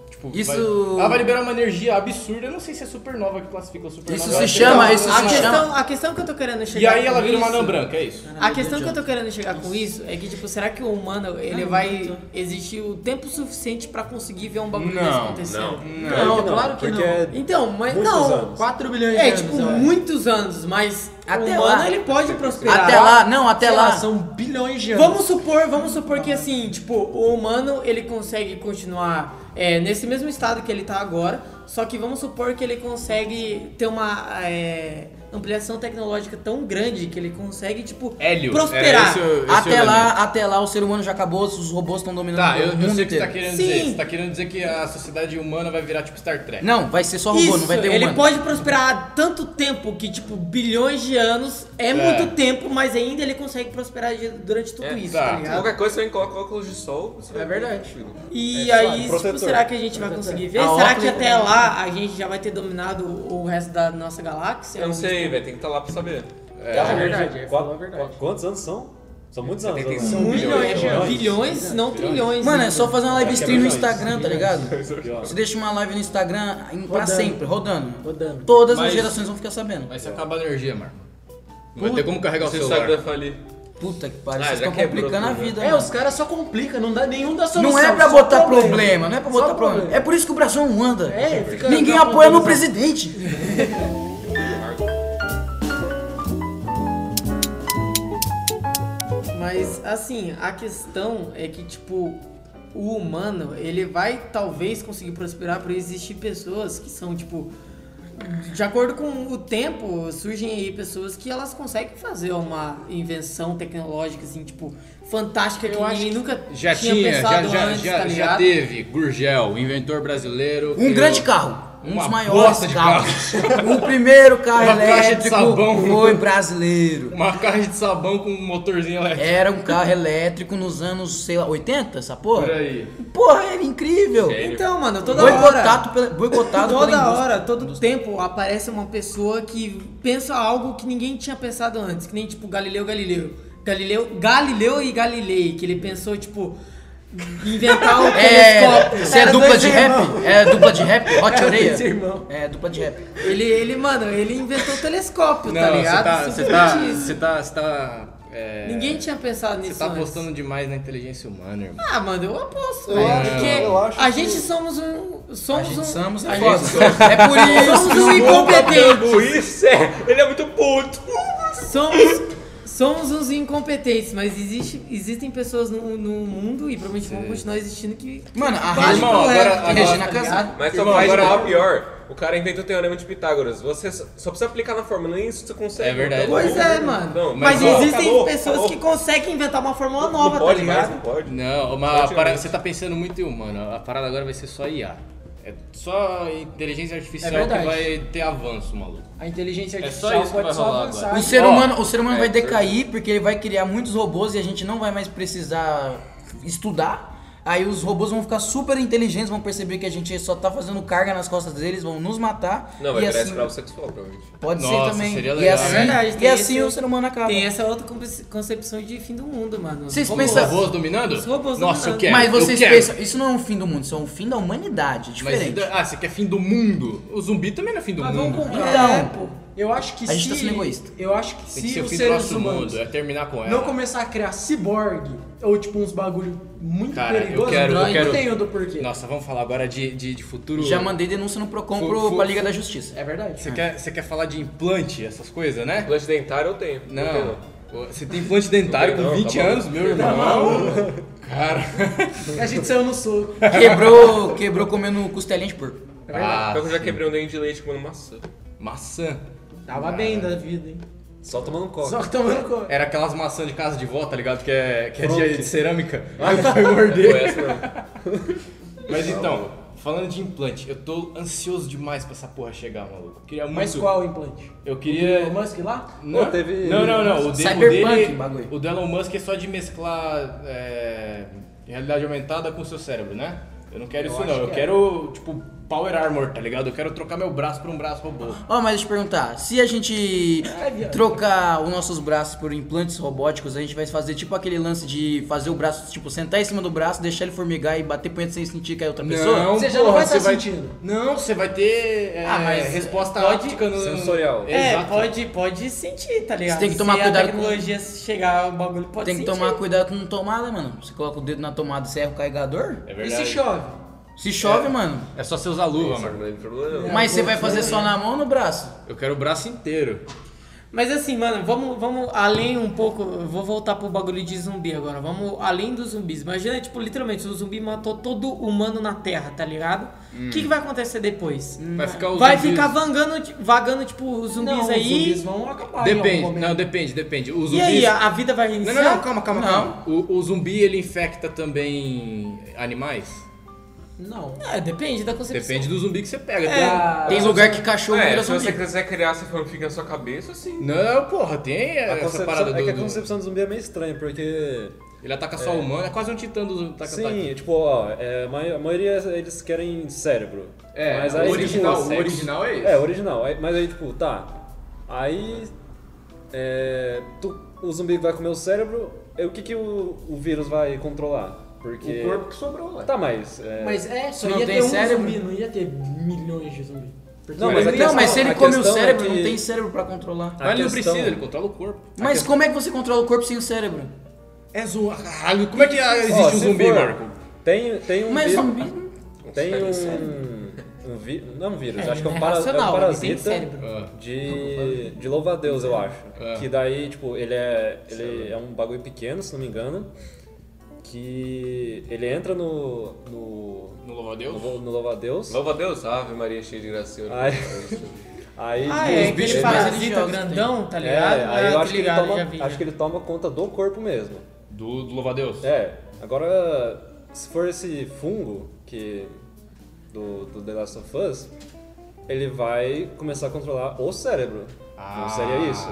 Speaker 4: Tipo,
Speaker 7: Isso-
Speaker 4: vai- ela vai liberar uma energia absurda. Eu não sei se é supernova que classifica supernova. eu
Speaker 7: Isso se
Speaker 4: acho que
Speaker 7: chama,
Speaker 4: não.
Speaker 7: isso
Speaker 2: Então, A
Speaker 7: se chama.
Speaker 2: questão, a questão que eu tô querendo chegar
Speaker 4: E aí ela
Speaker 2: com
Speaker 4: vira uma
Speaker 2: isso-
Speaker 4: anã branca, é isso.
Speaker 2: A questão que eu tô querendo chegar com isso é que, tipo, será que o humano ele vai existir o tempo suficiente pra conseguir ver um bagulho
Speaker 4: Não,
Speaker 2: desse acontecendo?
Speaker 5: Não, claro que
Speaker 3: porque
Speaker 5: não.
Speaker 2: Então, mas
Speaker 3: Muitos
Speaker 2: não.
Speaker 3: anos.
Speaker 5: 4 bilhões de
Speaker 2: É,
Speaker 5: anos.
Speaker 2: tipo,
Speaker 5: eu acho.
Speaker 2: muitos anos, mas o
Speaker 7: Até
Speaker 2: humano
Speaker 7: lá.
Speaker 2: ele pode prosperar.
Speaker 7: Até lá, não, até
Speaker 5: Sei lá,
Speaker 7: lá.
Speaker 5: são bilhões de anos.
Speaker 2: Vamos supor, vamos supor que assim, tipo, o humano ele consegue continuar é, nesse mesmo estado que ele tá agora, só que vamos supor que ele consegue ter uma é, ampliação tecnológica tão grande que ele consegue, tipo,
Speaker 4: Hélio.
Speaker 2: prosperar.
Speaker 7: Até lá, até lá o ser humano já acabou, os robôs estão dominando
Speaker 4: Tá,
Speaker 7: o
Speaker 4: eu,
Speaker 7: mundo
Speaker 4: eu sei o que você
Speaker 7: inteiro.
Speaker 4: tá querendo
Speaker 2: Sim.
Speaker 4: dizer. Você tá querendo dizer que a sociedade humana vai virar tipo Star Trek.
Speaker 7: Não, vai ser só robô,
Speaker 2: Isso,
Speaker 7: não vai ter um
Speaker 2: ele
Speaker 7: humano.
Speaker 2: pode prosperar há tanto tempo que, tipo, bilhões de anos é, muito tempo, mas ainda ele consegue prosperar de- durante
Speaker 7: É,
Speaker 2: tudo isso, tá,
Speaker 4: tá.
Speaker 2: ligado?
Speaker 6: Qualquer coisa, você vem e coloca óculos de sol. Você vai
Speaker 5: É verdade.
Speaker 6: ver tranquilo.
Speaker 2: E aí, tipo,
Speaker 3: protetor.
Speaker 2: será que a gente vai conseguir ver?
Speaker 7: A
Speaker 2: será
Speaker 7: óculos-
Speaker 2: que até lá a gente já vai ter dominado o resto da nossa galáxia?
Speaker 6: Eu não sei, velho. Tem que estar lá pra saber.
Speaker 5: É, é verdade, é, falou a
Speaker 3: Quatro-
Speaker 5: verdade.
Speaker 3: Quantos anos são? São muitos anos. né?
Speaker 5: São
Speaker 2: Milhões,
Speaker 5: bilhões de anos.
Speaker 2: bilhões, não trilhões.
Speaker 7: Mano,
Speaker 2: né?
Speaker 7: é só fazer uma live
Speaker 3: É que é
Speaker 7: stream no
Speaker 3: verdade.
Speaker 7: Instagram, tá ligado?
Speaker 4: é
Speaker 3: Pior.
Speaker 7: Você deixa uma live no Instagram em- pra
Speaker 5: Rodando.
Speaker 7: sempre, rodando.
Speaker 5: Rodando.
Speaker 7: Todas as
Speaker 4: Mas- é-
Speaker 7: gerações vão ficar sabendo.
Speaker 4: Vai se acabar a energia, Marco. Não vai ter como carregar o
Speaker 6: Você
Speaker 4: celular.
Speaker 6: sabe da falir.
Speaker 7: Puta que pariu,
Speaker 6: Ah,
Speaker 7: vocês
Speaker 6: já
Speaker 7: estão
Speaker 6: quebrou
Speaker 7: complicando a
Speaker 6: tudo, né?
Speaker 7: vida.
Speaker 5: É,
Speaker 7: mano.
Speaker 5: os caras só complicam, não dá nenhum da
Speaker 7: Não
Speaker 5: solução.
Speaker 7: é pra
Speaker 5: só
Speaker 7: botar problema. não é pra
Speaker 5: Só
Speaker 7: botar problema.
Speaker 5: problema.
Speaker 7: É por isso que o Brasil não anda.
Speaker 5: É, fica
Speaker 7: Ninguém
Speaker 5: na
Speaker 7: apoia no
Speaker 5: ponta do-
Speaker 7: presidente.
Speaker 2: Mas assim, a questão é que tipo o humano, ele vai talvez conseguir prosperar por existir pessoas que são tipo de acordo com o tempo, surgem aí pessoas que elas conseguem fazer uma invenção tecnológica assim, tipo, fantástica que ninguém nunca
Speaker 4: Já
Speaker 2: tinha,
Speaker 4: tinha, já,
Speaker 2: pensado
Speaker 4: já,
Speaker 2: antes,
Speaker 4: já,
Speaker 2: tá
Speaker 4: já
Speaker 2: ligado?
Speaker 4: teve Gurgel, inventor brasileiro.
Speaker 7: Um
Speaker 4: criou
Speaker 7: grande carro. Um
Speaker 4: Uma
Speaker 7: dos maiores
Speaker 4: bosta de
Speaker 7: carros. o primeiro carro
Speaker 4: Uma caixa de
Speaker 7: elétrico
Speaker 4: sabão.
Speaker 7: foi brasileiro.
Speaker 4: Uma caixa de sabão com um motorzinho elétrico.
Speaker 7: Era um carro elétrico nos anos, sei lá, 80, essa
Speaker 4: Por
Speaker 7: porra?
Speaker 4: aí.
Speaker 7: Porra, era incrível.
Speaker 2: Então, mano, toda hora
Speaker 7: Boicotado pela, boicotado pela
Speaker 2: Toda
Speaker 7: indústria.
Speaker 2: hora, todo tempo aparece uma pessoa que pensa algo que ninguém tinha pensado antes, que nem tipo Galileu Galileu. Galileu, Galileu e Galilei, que ele pensou tipo inventar o
Speaker 7: É,
Speaker 2: telescópio.
Speaker 7: você é
Speaker 5: Era
Speaker 7: dupla
Speaker 5: dois
Speaker 7: de
Speaker 5: irmãos.
Speaker 7: rap? É dupla de rap? Hot
Speaker 5: Era
Speaker 7: areia?
Speaker 5: dois irmãos.
Speaker 7: É, dupla de rap.
Speaker 2: Ele, ele, mano, ele inventou o telescópio, tá
Speaker 4: você
Speaker 2: ligado?
Speaker 4: tá. Você
Speaker 2: Simplesmente
Speaker 4: tá.
Speaker 2: isso.
Speaker 4: Você tá. Você tá. é,
Speaker 2: Ninguém tinha pensado
Speaker 4: Você
Speaker 2: nisso.
Speaker 4: tá
Speaker 2: antes.
Speaker 4: apostando demais na inteligência humana, irmão.
Speaker 2: Ah, mano, eu aposto.
Speaker 3: Eu
Speaker 2: velho,
Speaker 3: acho-
Speaker 2: porque
Speaker 3: eu acho
Speaker 2: a
Speaker 3: que-
Speaker 2: gente somos um.
Speaker 7: A
Speaker 2: Somos
Speaker 7: gente
Speaker 2: um.
Speaker 7: somos
Speaker 2: a
Speaker 7: é
Speaker 2: gente
Speaker 7: foda. É por isso.
Speaker 2: somos um incompetente.
Speaker 6: Isso é. Ele é muito puto.
Speaker 2: Somos, somos uns incompetentes, mas existe, existem pessoas no, no mundo e provavelmente vão continuar existindo que.
Speaker 7: Mano, a é
Speaker 2: Vale
Speaker 7: Regina,
Speaker 4: Irmão,
Speaker 2: pro resto,
Speaker 4: agora-
Speaker 2: tá
Speaker 7: a
Speaker 4: agora-
Speaker 7: Regina
Speaker 2: ligado?
Speaker 7: casada.
Speaker 6: Mas só
Speaker 4: Irmão,
Speaker 6: faz
Speaker 4: agora-
Speaker 6: agora... pior. O cara inventou o teorema de Pitágoras. Você só só precisa aplicar na fórmula, nem isso você consegue.
Speaker 4: É verdade.
Speaker 6: Então,
Speaker 2: Pois
Speaker 6: não,
Speaker 2: é, mano.
Speaker 6: Não,
Speaker 2: mas
Speaker 6: mas ó,
Speaker 2: existem
Speaker 6: acabou,
Speaker 2: pessoas
Speaker 6: acabou.
Speaker 2: que conseguem inventar uma fórmula
Speaker 6: Não
Speaker 2: nova,
Speaker 6: pode
Speaker 2: tá
Speaker 6: mais,
Speaker 2: ligado?
Speaker 6: não pode.
Speaker 4: Não, mas a parada, você tá pensando muito em humano. A parada agora vai ser só IA. É só inteligência artificial
Speaker 5: É
Speaker 4: que
Speaker 5: verdade.
Speaker 4: vai ter avanço, maluco.
Speaker 5: A inteligência
Speaker 4: É só
Speaker 5: artificial
Speaker 4: isso que
Speaker 5: pode
Speaker 4: vai
Speaker 5: só
Speaker 4: rolar
Speaker 5: avançar.
Speaker 4: agora.
Speaker 7: O ser
Speaker 4: Ó,
Speaker 7: humano, o ser humano
Speaker 6: é,
Speaker 7: vai decair porque ele vai criar muitos robôs e a gente não vai mais precisar estudar. Aí os robôs vão ficar super inteligentes, vão perceber que a gente só tá fazendo carga nas costas deles, vão nos matar.
Speaker 3: Não, vai
Speaker 7: e
Speaker 3: virar
Speaker 7: assim,
Speaker 3: escravo sexual, provavelmente.
Speaker 7: Pode ser
Speaker 4: Nossa,
Speaker 7: também.
Speaker 4: seria
Speaker 7: e
Speaker 4: legal,
Speaker 7: assim,
Speaker 4: né?
Speaker 2: É verdade,
Speaker 7: e
Speaker 2: tem
Speaker 7: assim
Speaker 2: esse-
Speaker 7: o ser humano acaba.
Speaker 2: Tem essa outra conce- concepção de fim do mundo, mano.
Speaker 7: Vocês
Speaker 2: Vamos-
Speaker 7: pensam-
Speaker 4: Robôs dominando?
Speaker 2: Os robôs
Speaker 4: Nossa,
Speaker 2: dominando.
Speaker 4: eu quero.
Speaker 7: Mas vocês
Speaker 4: eu quero.
Speaker 7: pensam, isso não é um fim do mundo, isso é um fim da humanidade, é
Speaker 4: Mas,
Speaker 7: diferente.
Speaker 4: ah, você quer fim do mundo? O zumbi também não é fim do
Speaker 5: Mas vamos
Speaker 4: mundo.
Speaker 5: comprar.
Speaker 7: Então.
Speaker 5: É, pô. eu acho que
Speaker 7: A gente
Speaker 5: se.
Speaker 7: tá sendo egoísta.
Speaker 5: Eu acho que
Speaker 4: Tem que
Speaker 5: se
Speaker 4: ser o
Speaker 5: os
Speaker 4: fim do
Speaker 5: seres
Speaker 4: nosso
Speaker 5: humanos
Speaker 4: mundo, é terminar com ela.
Speaker 5: não começar a criar ciborgue ou tipo uns bagulho muito
Speaker 4: Cara, eu
Speaker 5: perigoso,
Speaker 4: quero- eu
Speaker 5: não
Speaker 4: quero-
Speaker 5: entendo do porquê.
Speaker 4: Nossa, vamos falar agora de, de, de futuro.
Speaker 7: Já mandei denúncia no Procon
Speaker 4: Fu-
Speaker 7: pro,
Speaker 4: fu-
Speaker 7: pra Liga
Speaker 4: fu-
Speaker 7: da Justiça.
Speaker 5: É verdade.
Speaker 4: Você quer, você quer falar de implante, essas coisas, né?
Speaker 3: Implante dentário eu tenho.
Speaker 4: Não.
Speaker 3: tenho,
Speaker 4: Você tem implante dentário
Speaker 3: Não, É
Speaker 4: com
Speaker 3: tá
Speaker 4: 20
Speaker 3: bom.
Speaker 4: anos, meu irmão. Cara.
Speaker 5: A gente saiu no soco.
Speaker 7: Quebrou, quebrou comendo costelinha de porco.
Speaker 3: Pior
Speaker 4: Ah,
Speaker 3: que eu já quebrei um dente de leite comendo maçã.
Speaker 2: Então
Speaker 4: maçã.
Speaker 5: Tava bem da vida, hein?
Speaker 3: Só tomando um copo.
Speaker 5: Só que tomando conta.
Speaker 4: Era aquelas maçãs de casa de vó, tá ligado? Que é, que é de, de cerâmica.
Speaker 3: Foi essa, não.
Speaker 4: Mas então, falando de implante, eu tô ansioso demais pra essa porra chegar, maluco. Queria muito.
Speaker 5: Mas qual o implante?
Speaker 4: Eu
Speaker 5: O
Speaker 4: queria.
Speaker 5: Musk lá?
Speaker 4: Não,
Speaker 3: Pô, teve-
Speaker 4: não, não, não. O, de, o
Speaker 7: Cyberpunk,
Speaker 4: dele.
Speaker 7: bagulho.
Speaker 4: O do Elon Musk é só de mesclar é, realidade aumentada com o seu cérebro, né? Eu não quero isso, não.
Speaker 5: é.
Speaker 4: Eu quero, tipo, Power Armor, tá ligado? Eu quero trocar meu braço por um braço robô.
Speaker 7: Ó, mas deixa eu te perguntar, se a gente
Speaker 5: É, viado.
Speaker 7: trocar os nossos braços por implantes robóticos, a gente vai fazer tipo aquele lance de fazer o braço, tipo, sentar em cima do braço, deixar ele formigar e bater punheta sem sentir que é outra pessoa?
Speaker 5: Você já não vai estar sentindo.
Speaker 4: Não, você vai ter é,
Speaker 2: Ah, mas
Speaker 4: resposta
Speaker 2: pode-
Speaker 4: óptica no...
Speaker 3: Sensorial.
Speaker 2: É,
Speaker 4: Exato.
Speaker 2: pode, pode sentir, tá ligado?
Speaker 7: Você tem que tomar
Speaker 2: Se
Speaker 7: cuidado
Speaker 2: a tecnologia chegar, o bagulho
Speaker 4: É
Speaker 2: pode
Speaker 7: Tem que
Speaker 2: sentir.
Speaker 7: tomar cuidado com tomada, mano. Você coloca o dedo na tomada e serra o carregador.
Speaker 4: É
Speaker 5: E
Speaker 4: verdade.
Speaker 5: se chove?
Speaker 7: Se chove, mano.
Speaker 4: É só você usar luva,
Speaker 3: Só que
Speaker 4: mano.
Speaker 3: não tem problema.
Speaker 7: Mas você vai fazer só na mão ou no braço?
Speaker 4: Eu quero o braço inteiro.
Speaker 2: Mas assim, mano, vamos, vamos além um pouco. eu Vou voltar pro bagulho de zumbi agora. Vamos além dos zumbis. Imagina, tipo, literalmente, o zumbi matou todo humano na Terra, tá ligado? O
Speaker 7: Hum.
Speaker 2: que, que vai acontecer depois?
Speaker 4: Vai ficar os
Speaker 2: Vai
Speaker 4: zumbis-
Speaker 2: ficar vangando, ti- vagando, tipo, os zumbis
Speaker 5: não, os
Speaker 2: aí.
Speaker 5: zumbis vão acabar. em algum
Speaker 4: Depende,
Speaker 5: momento.
Speaker 4: não, depende, depende. Os
Speaker 2: E
Speaker 4: zumbis...
Speaker 2: aí, a, a vida vai reiniciar?
Speaker 4: Não, não, não, calma, calma,
Speaker 7: Não.
Speaker 4: calma. O, o zumbi, ele infecta também animais?
Speaker 5: Não.
Speaker 2: É, depende da concepção.
Speaker 4: Depende do zumbi que você pega. Tem-
Speaker 5: Ah,
Speaker 7: Tem lugar que cachorro
Speaker 6: É,
Speaker 7: vira
Speaker 6: se você
Speaker 7: zumbi.
Speaker 6: quiser criar essa fanfic na sua cabeça, sim.
Speaker 4: Não, porra, tem
Speaker 3: A
Speaker 4: essa
Speaker 3: concepção-
Speaker 4: parada do...
Speaker 3: é que a
Speaker 4: do-
Speaker 3: concepção do zumbi é meio estranha, porque.
Speaker 4: Ele ataca só o humano, é quase um titã do ataca
Speaker 3: Sim, tipo, ó, é, ma- a maioria eles querem cérebro.
Speaker 4: É,
Speaker 3: mas
Speaker 4: o
Speaker 3: aí,
Speaker 4: original-
Speaker 3: tipo,
Speaker 4: o original é esse.
Speaker 3: É, o original. Aí- Mas aí, tipo, tá. Aí. é, tu- o zumbi vai comer o cérebro, é, o que, que o, o vírus vai controlar? Porque.
Speaker 6: O corpo que sobrou, ué.
Speaker 3: Tá, mas. é,
Speaker 5: Mas é, só
Speaker 7: Não
Speaker 5: ia
Speaker 7: tem
Speaker 5: ter um
Speaker 7: cérebro.
Speaker 5: zumbi, não ia ter milhões de zumbi. Porque
Speaker 3: Não, mas a
Speaker 7: Não, mas
Speaker 3: questão-
Speaker 7: se ele
Speaker 3: a
Speaker 7: come o
Speaker 3: questão é
Speaker 7: cérebro,
Speaker 3: que-
Speaker 7: não tem cérebro pra controlar.
Speaker 3: a
Speaker 4: Mas ele não
Speaker 3: questão-
Speaker 4: precisa, ele controla o corpo.
Speaker 7: Mas como é que você controla o corpo sem o cérebro?
Speaker 4: É zoa, caralho. Como é que ah, existe
Speaker 3: Ó,
Speaker 4: um
Speaker 3: se
Speaker 4: zumbi,
Speaker 3: for,
Speaker 4: Marco?
Speaker 3: Tem, tem um
Speaker 7: Mas
Speaker 3: vírus.
Speaker 7: zumbi.
Speaker 3: Tem um. um vi- não um vírus,
Speaker 2: É,
Speaker 3: acho que é
Speaker 2: não
Speaker 3: um,
Speaker 2: é
Speaker 3: para, é um
Speaker 2: racional, ele tem
Speaker 3: parasita
Speaker 2: cérebro.
Speaker 4: Ah.
Speaker 3: de, de louva-a-deus, eu acho.
Speaker 4: É.
Speaker 3: Que daí, tipo, ele é, ele é um bagulho pequeno, se não me engano, que ele entra no. no,
Speaker 4: No louvo a Deus?
Speaker 3: no, no louva-a-deus.
Speaker 6: Louva a Deus, Ave Maria cheia de graça, Senhor.
Speaker 3: Aí, aí
Speaker 2: Ah, é,
Speaker 3: os bichos-
Speaker 2: aquele
Speaker 7: mais
Speaker 2: parasita
Speaker 5: né?
Speaker 7: religiosos que
Speaker 2: grandão, tá
Speaker 3: é,
Speaker 2: ligado?
Speaker 3: aí eu
Speaker 2: tô
Speaker 3: acho que, ele
Speaker 2: ligado,
Speaker 3: toma,
Speaker 2: já vi,
Speaker 3: acho que ele toma conta do corpo mesmo.
Speaker 4: Do, do louvo a Deus?
Speaker 3: É, agora se for esse fungo que do, do The Last of Us, ele vai começar a controlar o cérebro. Não seria isso?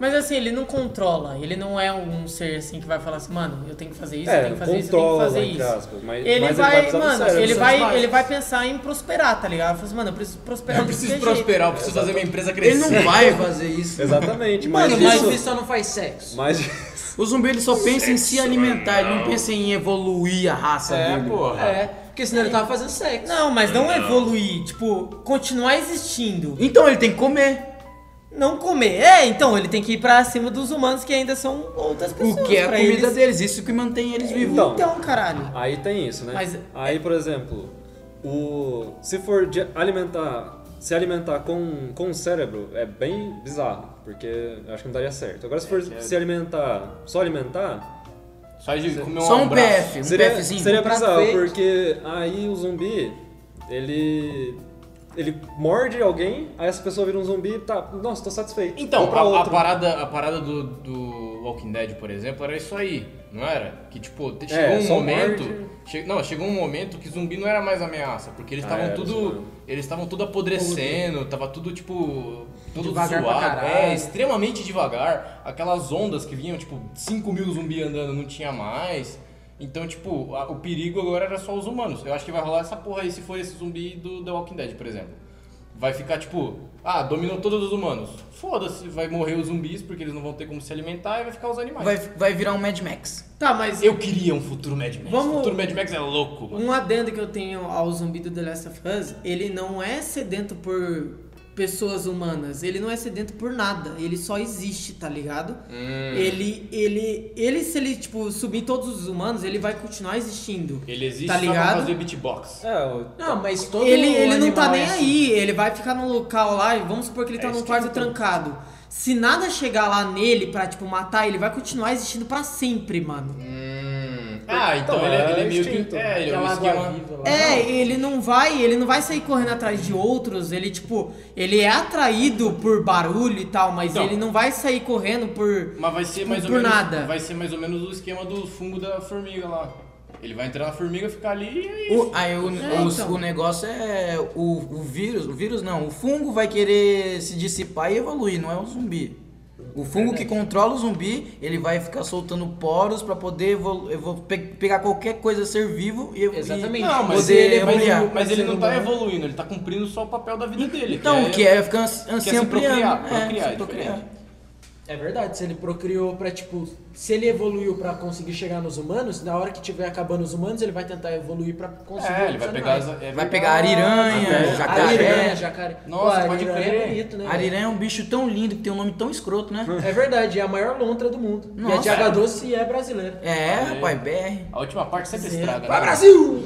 Speaker 2: Mas assim, ele não controla, ele não é um ser assim que vai falar assim, mano, eu tenho que fazer isso, eu
Speaker 3: é,
Speaker 2: tenho que fazer isso, eu tenho que
Speaker 3: controla,
Speaker 2: fazer
Speaker 3: entre
Speaker 2: isso.
Speaker 3: aspas, mas,
Speaker 2: Ele
Speaker 3: mas
Speaker 2: vai,
Speaker 3: ele vai precisar do
Speaker 2: mano,
Speaker 3: cérebro.
Speaker 2: ele vai,
Speaker 5: bases.
Speaker 2: ele vai pensar em prosperar, tá ligado? Ele fala assim, mano, eu preciso prosperar.
Speaker 3: É.
Speaker 4: Eu É preciso
Speaker 2: desse jeito.
Speaker 4: prosperar, eu preciso fazer minha empresa
Speaker 7: Ele
Speaker 4: crescer.
Speaker 7: não vai fazer isso.
Speaker 3: Exatamente, mas
Speaker 5: Mano, mas o
Speaker 3: isso...
Speaker 5: zumbi só não faz sexo.
Speaker 3: Mas,
Speaker 7: O zumbi ele só pensa em se alimentar, ele não pensa em evoluir a raça dele.
Speaker 4: porra.
Speaker 5: É, porque senão ele tava fazendo sexo.
Speaker 2: Não, mas não, evoluir, tipo, continuar existindo.
Speaker 7: Então ele tem que comer.
Speaker 2: Não comer. É, então, ele tem que ir pra cima dos humanos que ainda são outras pessoas.
Speaker 7: O que é a
Speaker 2: pra
Speaker 7: comida
Speaker 2: eles.
Speaker 7: deles, isso que mantém eles vivos.
Speaker 3: Então.
Speaker 2: Então, caralho.
Speaker 3: aí tem isso, né?
Speaker 2: Mas-
Speaker 3: aí, por exemplo, o se for de alimentar, se alimentar com, com o cérebro é bem bizarro, porque eu acho que não daria certo. Agora se for se alimentar, só alimentar,
Speaker 4: Só de comer um
Speaker 7: Só um
Speaker 4: abraço.
Speaker 7: PF, um
Speaker 3: Seria,
Speaker 7: PFzinho.
Speaker 3: seria
Speaker 5: um prato
Speaker 3: bizarro,
Speaker 5: feito.
Speaker 3: porque aí o zumbi, ele. Ele morde alguém, aí essa pessoa vira um zumbi e tá. Nossa, tô satisfeito. Vou
Speaker 4: Então,
Speaker 3: pra
Speaker 4: a, a
Speaker 3: outro.
Speaker 4: parada, a parada do, do Walking Dead, por exemplo, era isso aí, não era? Que tipo, te- chegou um
Speaker 3: É, só
Speaker 4: momento.
Speaker 3: morde.
Speaker 4: che- não, chegou um momento que zumbi não era mais ameaça, porque eles
Speaker 3: Ah,
Speaker 4: estavam
Speaker 3: era
Speaker 4: tudo.
Speaker 3: zumbi.
Speaker 4: Eles estavam tudo apodrecendo, tava tudo tipo. Tudo
Speaker 5: Devagar pra
Speaker 4: zoado.
Speaker 5: caralho.
Speaker 4: É, extremamente devagar. Aquelas ondas que vinham, tipo, 5 mil zumbi andando não tinha mais. Então, tipo, a- o perigo agora era só os humanos. Eu acho que vai rolar essa porra aí se for esse zumbi do The Walking Dead, por exemplo. Vai ficar tipo, ah, dominou todos os humanos. Foda-se, vai morrer os zumbis porque eles não vão ter como se alimentar e vai ficar os animais.
Speaker 7: Vai, vai virar um Mad Max.
Speaker 2: Tá, mas
Speaker 4: Eu queria um futuro Mad Max.
Speaker 2: Vamos-
Speaker 4: O futuro Mad Max é louco, mano.
Speaker 2: um adendo que eu tenho ao zumbi do The Last of Us, ele não é sedento por pessoas humanas, ele não é sedento por nada, ele só existe, tá ligado?
Speaker 4: Hum.
Speaker 2: Ele, ele, ele, se ele, tipo, subir todos os humanos, ele vai continuar existindo.
Speaker 4: Ele existe
Speaker 2: tá
Speaker 4: só pra
Speaker 2: ligado?
Speaker 4: fazer beatbox.
Speaker 3: É, o-
Speaker 5: Não, mas todo
Speaker 2: ele, ele não tá
Speaker 5: animal é
Speaker 2: nem
Speaker 5: assim.
Speaker 2: aí, ele vai ficar num local lá, e vamos supor que
Speaker 4: É
Speaker 2: ele tá num quarto trancado. Se nada chegar lá nele pra, tipo, matar, ele vai continuar existindo pra sempre, mano.
Speaker 5: É.
Speaker 4: Ah, então,
Speaker 3: Então,
Speaker 4: ele,
Speaker 3: é
Speaker 4: ele é meio
Speaker 3: instinto.
Speaker 4: que. É, ele é um
Speaker 5: Aquela água
Speaker 4: esquema.
Speaker 5: viva lá.
Speaker 2: É, ele não vai, ele não vai sair correndo atrás de outros, ele tipo, ele é atraído por barulho e tal, mas
Speaker 4: Não.
Speaker 2: ele não vai sair correndo por
Speaker 4: Mas vai ser mais
Speaker 2: por
Speaker 4: ou menos.
Speaker 2: nada.
Speaker 4: Vai ser mais ou menos o esquema do fungo da formiga lá. Ele vai entrar na formiga, ficar ali e aí.
Speaker 7: O, aí o,
Speaker 2: É,
Speaker 7: o-
Speaker 2: então.
Speaker 7: o negócio é o, o vírus, o vírus não, o fungo vai querer se dissipar e evoluir, não é o zumbi. O fungo que controla o zumbi, ele vai ficar soltando poros pra poder evolu- evol- pe- pegar qualquer coisa ser vivo e evo-
Speaker 5: Exatamente.
Speaker 7: e
Speaker 4: Não, mas
Speaker 7: poder
Speaker 4: ele, mas,
Speaker 7: ampliar.
Speaker 4: ele- mas ele não tá
Speaker 5: Vai ser
Speaker 4: evoluindo, ele tá cumprindo só o papel da vida dele.
Speaker 7: Então, o que é ficar ans-
Speaker 4: se
Speaker 7: se ampliando.
Speaker 4: procriar,
Speaker 7: é,
Speaker 4: procriar,
Speaker 7: se
Speaker 4: é
Speaker 7: procriar.
Speaker 4: diferente.
Speaker 5: É verdade, se ele procriou pra, tipo, se ele evoluiu pra conseguir chegar nos humanos, na hora que tiver acabando os humanos, ele vai tentar evoluir pra conseguir.
Speaker 4: É, ele vai
Speaker 5: os
Speaker 4: pegar
Speaker 5: animais.
Speaker 4: as. é
Speaker 7: Vai
Speaker 4: verdade.
Speaker 7: pegar Ah, ariranha,
Speaker 4: É,
Speaker 5: Ariranha,
Speaker 7: jacaré.
Speaker 5: jacaré.
Speaker 4: Nossa,
Speaker 5: Pô,
Speaker 4: pode
Speaker 5: ariranha
Speaker 4: crer.
Speaker 5: é bonito, né? velho?
Speaker 7: Ariranha é um bicho tão lindo que tem um nome tão escroto, né?
Speaker 5: É verdade, é a maior lontra do mundo. E é de
Speaker 7: Nossa.
Speaker 5: água doce e é brasileira.
Speaker 7: É, rapaz, BR.
Speaker 4: A última parte sempre estraga.
Speaker 5: Vai,
Speaker 4: né?
Speaker 5: Brasil!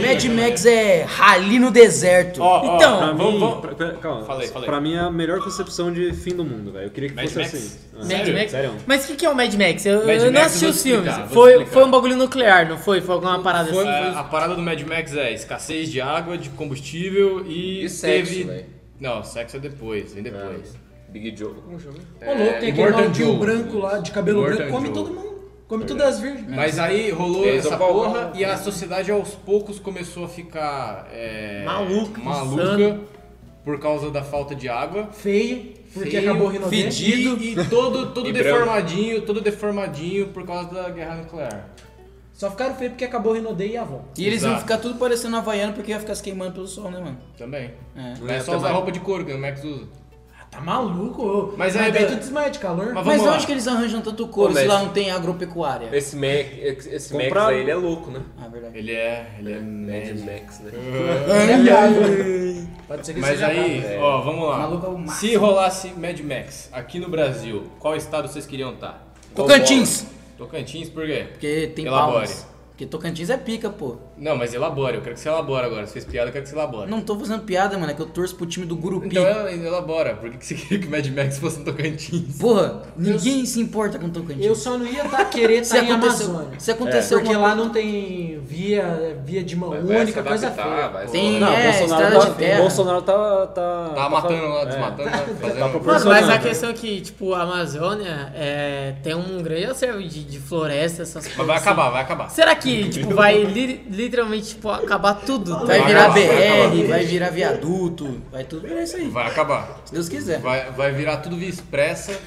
Speaker 7: Mad Max é rali no deserto.
Speaker 4: Ó, ó,
Speaker 7: então,
Speaker 3: pra
Speaker 4: vamos-
Speaker 3: mim-
Speaker 4: vamos-
Speaker 3: pra- pera- calma.
Speaker 4: Falei, falei.
Speaker 3: Pra mim é a melhor concepção de fim do mundo, velho. Eu queria que
Speaker 4: Mad
Speaker 3: fosse
Speaker 4: Max?
Speaker 3: assim. Ah.
Speaker 4: Sério?
Speaker 2: Mad Max.
Speaker 3: Sério?
Speaker 2: Mas o que, que é o Mad Max? Eu,
Speaker 4: Mad
Speaker 2: eu não
Speaker 4: Max,
Speaker 2: assisti
Speaker 4: eu vou
Speaker 2: os
Speaker 4: te explicar,
Speaker 2: filmes.
Speaker 4: vou te
Speaker 2: Foi,
Speaker 4: explicar.
Speaker 2: foi um bagulho nuclear, não foi? Foi alguma parada
Speaker 5: um
Speaker 2: assim?
Speaker 4: É, a parada do Mad Max é escassez de água, de combustível e,
Speaker 1: E sexo,
Speaker 4: teve-
Speaker 1: velho.
Speaker 4: Não, sexo é depois, vem depois.
Speaker 1: Big Joe.
Speaker 5: Ô, louco, tem aquele
Speaker 4: Immortan
Speaker 5: naldinho
Speaker 4: é Joe.
Speaker 5: branco lá, de cabelo
Speaker 4: Immortan
Speaker 5: branco, come
Speaker 4: Joe. É.
Speaker 5: todo mundo. Come todas as virgens.
Speaker 4: Mas aí rolou
Speaker 1: Eles
Speaker 4: essa
Speaker 1: vão pra
Speaker 4: porra
Speaker 1: Europa.
Speaker 4: e a sociedade aos poucos começou a ficar é,
Speaker 2: Maluca,
Speaker 4: maluca
Speaker 2: insana.
Speaker 4: por causa da falta de água.
Speaker 5: Feio, porque
Speaker 4: Feio,
Speaker 5: acabou rindo
Speaker 4: fedido e todo, todo
Speaker 1: E branco.
Speaker 4: deformadinho, todo deformadinho por causa da guerra nuclear.
Speaker 5: Só ficaram feio porque acabou Renaudet e Avon.
Speaker 7: E eles iam
Speaker 4: Exato.
Speaker 7: ficar tudo parecendo havaiano porque ia ficar se queimando pelo sol, né, mano?
Speaker 4: Também.
Speaker 7: É.
Speaker 4: Não é só
Speaker 1: Também.
Speaker 4: usar roupa de couro, que o Max usa.
Speaker 5: Tá maluco? ô.
Speaker 4: Mas
Speaker 5: aí
Speaker 4: é-
Speaker 5: daí tu desmaia de calor.
Speaker 4: Mas
Speaker 7: Mas
Speaker 4: vamos lá.
Speaker 7: onde que eles arranjam tanto couro
Speaker 1: Ô,
Speaker 7: se
Speaker 1: mas-
Speaker 7: lá não tem agropecuária?
Speaker 1: Esse Max, esse Max
Speaker 3: Comprar-
Speaker 1: aí, ele é louco, né?
Speaker 7: Ah, verdade.
Speaker 4: Ele é. Ele é
Speaker 1: Mad
Speaker 4: médio.
Speaker 1: Max, né?
Speaker 5: Pode ser que
Speaker 4: Mas
Speaker 5: seja
Speaker 4: aí,
Speaker 1: brabo,
Speaker 4: ó, vamos
Speaker 7: Maluco é o
Speaker 4: lá.
Speaker 7: máximo.
Speaker 4: Se rolasse Mad Max aqui no Brasil, qual estado vocês queriam estar?
Speaker 7: Tocantins!
Speaker 4: Tocantins, por quê?
Speaker 7: Porque tem
Speaker 4: Elabore.
Speaker 7: palmas. Porque Tocantins é pica, pô.
Speaker 4: Não, mas elabora, eu quero que você elabora agora. Se fez piada, eu quero que você elabora.
Speaker 7: Não tô fazendo piada, mano, é que eu torço pro time do Gurupi.
Speaker 4: Então ela- elabora, por que que você queria que o Mad Max fosse no Tocantins?
Speaker 7: Porra, ninguém se importa com Tocantins.
Speaker 5: Eu só não ia tá querer
Speaker 7: se
Speaker 5: tá em
Speaker 7: aconteceu,
Speaker 5: Amazônia.
Speaker 7: se aconteceu
Speaker 5: Porque
Speaker 7: alguma
Speaker 5: lá não tem via, via de mão
Speaker 1: Vai- vai
Speaker 5: única,
Speaker 1: se
Speaker 5: coisa
Speaker 1: adaptar,
Speaker 5: feia.
Speaker 1: vai se
Speaker 7: Tem-
Speaker 1: adaptar.
Speaker 7: é, estrada
Speaker 3: tá,
Speaker 7: de terra.
Speaker 3: Bolsonaro tá. Tá,
Speaker 4: Tá matando lá,
Speaker 3: é,
Speaker 4: desmatando, né? fazendo...
Speaker 3: Tá
Speaker 2: Mano,
Speaker 3: proporcionando.
Speaker 2: mas a
Speaker 3: Impressionante.
Speaker 2: questão é que, tipo, a Amazônia é, tem um grande acervo de, de floresta, essas
Speaker 7: Tá
Speaker 2: coisas.
Speaker 4: Mas vai
Speaker 2: assim.
Speaker 4: acabar, vai acabar.
Speaker 2: Será que, tipo, vai li- literalmente tipo, acabar tudo?
Speaker 7: Vai
Speaker 4: Vai
Speaker 7: virar
Speaker 4: acabar, vai
Speaker 7: BR,
Speaker 4: acabar.
Speaker 7: vai virar viaduto, vai tudo virar isso aí.
Speaker 4: Vai acabar.
Speaker 7: Se Deus quiser.
Speaker 4: Vai, vai virar tudo via expressa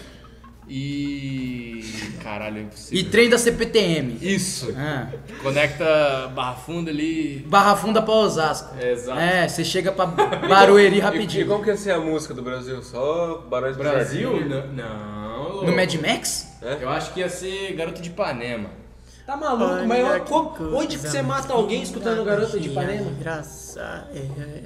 Speaker 4: e... Caralho, é
Speaker 7: E
Speaker 4: impossível.
Speaker 7: trem da CPTM.
Speaker 4: Isso.
Speaker 7: Ah.
Speaker 4: Conecta Barra Funda ali...
Speaker 7: Barra Funda pra Osasco.
Speaker 1: Exato.
Speaker 7: É, você chega pra Barueri
Speaker 1: E, e
Speaker 7: rapidinho.
Speaker 1: como que ia ser a música do Brasil? Só Barões do Jardim?
Speaker 4: Não, não. é
Speaker 7: No Mad Max?
Speaker 4: Eu acho que ia ser Garoto de Ipanema.
Speaker 5: Tá maluco,
Speaker 2: Olha
Speaker 5: mas eu,
Speaker 2: que
Speaker 5: como-
Speaker 2: coisa
Speaker 5: onde que você mata alguém escutando Garota de Ipanema?
Speaker 2: Graça.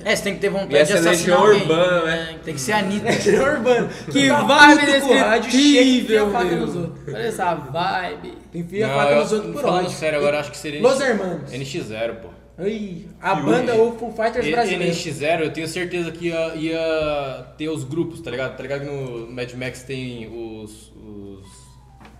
Speaker 2: é-
Speaker 7: É, você tem que ter vontade
Speaker 1: E essa
Speaker 7: de
Speaker 1: é Legião
Speaker 7: assassinar alguém.
Speaker 1: Urbana, né?
Speaker 7: Tem que ser a Anitta.
Speaker 5: Legião Urbana.
Speaker 2: Que
Speaker 5: Tá
Speaker 2: vibe
Speaker 5: puto com o rádio, chega e enfia a
Speaker 2: descritível,
Speaker 5: faca
Speaker 2: meu.
Speaker 5: nos outros.
Speaker 2: Olha essa vibe.
Speaker 5: Enfia
Speaker 4: Não,
Speaker 5: a
Speaker 7: é
Speaker 5: faca
Speaker 4: eu-
Speaker 5: nos outros por
Speaker 4: falando
Speaker 5: ódio.
Speaker 4: sério, agora acho que seria
Speaker 5: Los
Speaker 4: NX
Speaker 5: Hermanos.
Speaker 4: NX0, pô.
Speaker 5: Ai, a banda ou Full Fighters
Speaker 4: E-
Speaker 5: brasileiro.
Speaker 4: NX0, eu tenho certeza que ia, ia ter os grupos, tá ligado? Tá ligado que no Mad Max tem os. os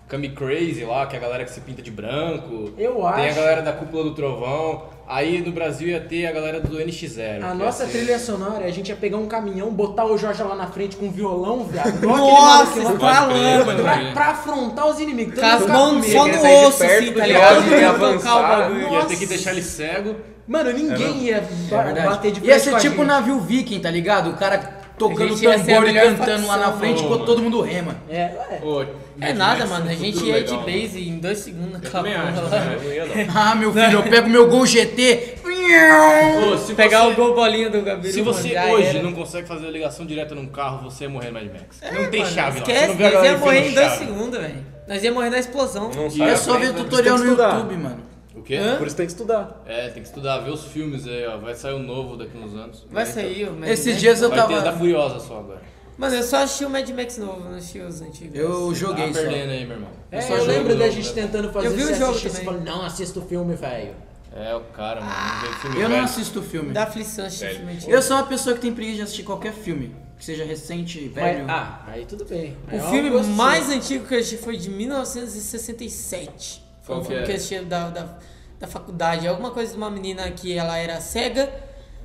Speaker 4: Kami Crazy lá, que é a galera que se pinta de branco.
Speaker 5: Eu
Speaker 4: Tem a
Speaker 5: acho.
Speaker 4: galera da Cúpula do Trovão. Aí no Brasil ia ter a galera do NX0. que
Speaker 5: A
Speaker 4: ia
Speaker 5: nossa
Speaker 4: ser-
Speaker 5: trilha sonora, a gente ia pegar um caminhão, botar o Jorge lá na frente com um violão, viado. Igual aquele
Speaker 2: Nossa,
Speaker 5: maluco lá.
Speaker 2: estralando.
Speaker 5: Pra, pra afrontar os inimigos. Todo mundo
Speaker 2: Cascão
Speaker 5: ficar
Speaker 2: só
Speaker 5: com medo.
Speaker 1: Ele
Speaker 2: no
Speaker 1: ia sair de
Speaker 2: osso,
Speaker 1: perto
Speaker 2: assim,
Speaker 1: do
Speaker 2: tá
Speaker 1: diabo,
Speaker 2: ligado?
Speaker 1: ele ia
Speaker 2: Todo mundo tocar o
Speaker 1: avançar.
Speaker 2: bagulho.
Speaker 4: Ia ter que deixar ele cego.
Speaker 5: Mano, ninguém ia ba-
Speaker 7: É verdade.
Speaker 5: bater de
Speaker 7: Ia
Speaker 5: frente com
Speaker 7: ser
Speaker 5: a
Speaker 7: tipo o
Speaker 5: gente.
Speaker 7: navio viking, tá ligado? O cara
Speaker 2: A
Speaker 7: tocando
Speaker 2: gente ia ser a
Speaker 7: tambor e
Speaker 2: melhor
Speaker 7: cantando lá na
Speaker 2: facção,
Speaker 7: frente
Speaker 4: mano.
Speaker 7: enquanto todo mundo rema.
Speaker 5: É, ué.
Speaker 4: Ô,
Speaker 2: É
Speaker 4: Mad
Speaker 2: nada,
Speaker 4: Max,
Speaker 2: mano. A
Speaker 4: futuro
Speaker 2: gente ia de
Speaker 4: legal.
Speaker 2: base tá em dois segundos.
Speaker 4: Eu também
Speaker 2: acabou.
Speaker 4: acho,
Speaker 6: Eu
Speaker 4: né?
Speaker 6: não ia, não.
Speaker 7: Ah, meu filho, eu pego meu Gol GT.
Speaker 4: Ô, se
Speaker 2: Pegar
Speaker 4: você-
Speaker 2: o gol bolinha do Gabriel.
Speaker 4: Se você
Speaker 2: já
Speaker 4: hoje
Speaker 2: era.
Speaker 4: não consegue fazer a ligação direta num carro, você ia morrer no Mad Max.
Speaker 2: É,
Speaker 4: não tem
Speaker 2: mano,
Speaker 4: chave lá. Você
Speaker 2: Esquece,
Speaker 4: não vê a
Speaker 2: nós ia
Speaker 4: galera
Speaker 2: morrer em
Speaker 4: enfiando
Speaker 2: dois
Speaker 4: chave.
Speaker 2: segundos, velho. Nós ia morrer na explosão.
Speaker 6: Não sabe.
Speaker 7: É só ver
Speaker 6: aprende, né?
Speaker 7: tutorial no
Speaker 3: Tem que estudar.
Speaker 7: YouTube, mano.
Speaker 4: O quê?
Speaker 2: Hã?
Speaker 3: Por isso tem que estudar.
Speaker 4: É, tem que estudar, ver os filmes aí, ó. Vai sair um novo daqui uns anos.
Speaker 2: Vai sair o Mad
Speaker 7: Esses
Speaker 2: Max.
Speaker 7: dias eu
Speaker 4: Vai ter da
Speaker 7: tava.
Speaker 4: Furiosa só agora.
Speaker 2: Mano, eu só achei o Mad Max novo, não achei os antigos.
Speaker 7: Eu joguei
Speaker 4: tá
Speaker 7: só.
Speaker 4: perdendo aí, meu irmão.
Speaker 5: É,
Speaker 7: só
Speaker 5: eu
Speaker 7: jogo
Speaker 5: lembro da
Speaker 4: novo,
Speaker 5: gente
Speaker 4: né?
Speaker 5: tentando fazer
Speaker 2: Eu vi o
Speaker 5: você
Speaker 2: jogo
Speaker 5: assistir, você
Speaker 2: também.
Speaker 5: falou, não, assista o filme, velho.
Speaker 4: É, o cara, mano. Não vê filme
Speaker 7: Ah, Eu não
Speaker 4: velho.
Speaker 7: assisto filme.
Speaker 2: Dá aflição assistir filme antigo.
Speaker 7: Eu sou uma pessoa que tem preguiça de assistir qualquer filme. Que seja recente, velho.
Speaker 5: Mas- Ah, aí tudo bem.
Speaker 2: É.
Speaker 5: Aí
Speaker 2: O
Speaker 5: é uma
Speaker 2: filme
Speaker 5: coisa
Speaker 2: mais antigo que eu assisti foi de 1967. Foi
Speaker 4: Qual
Speaker 2: um
Speaker 4: que
Speaker 2: filme
Speaker 4: é?
Speaker 2: que eu assisti da, da, da faculdade. Alguma coisa de uma menina que ela era cega.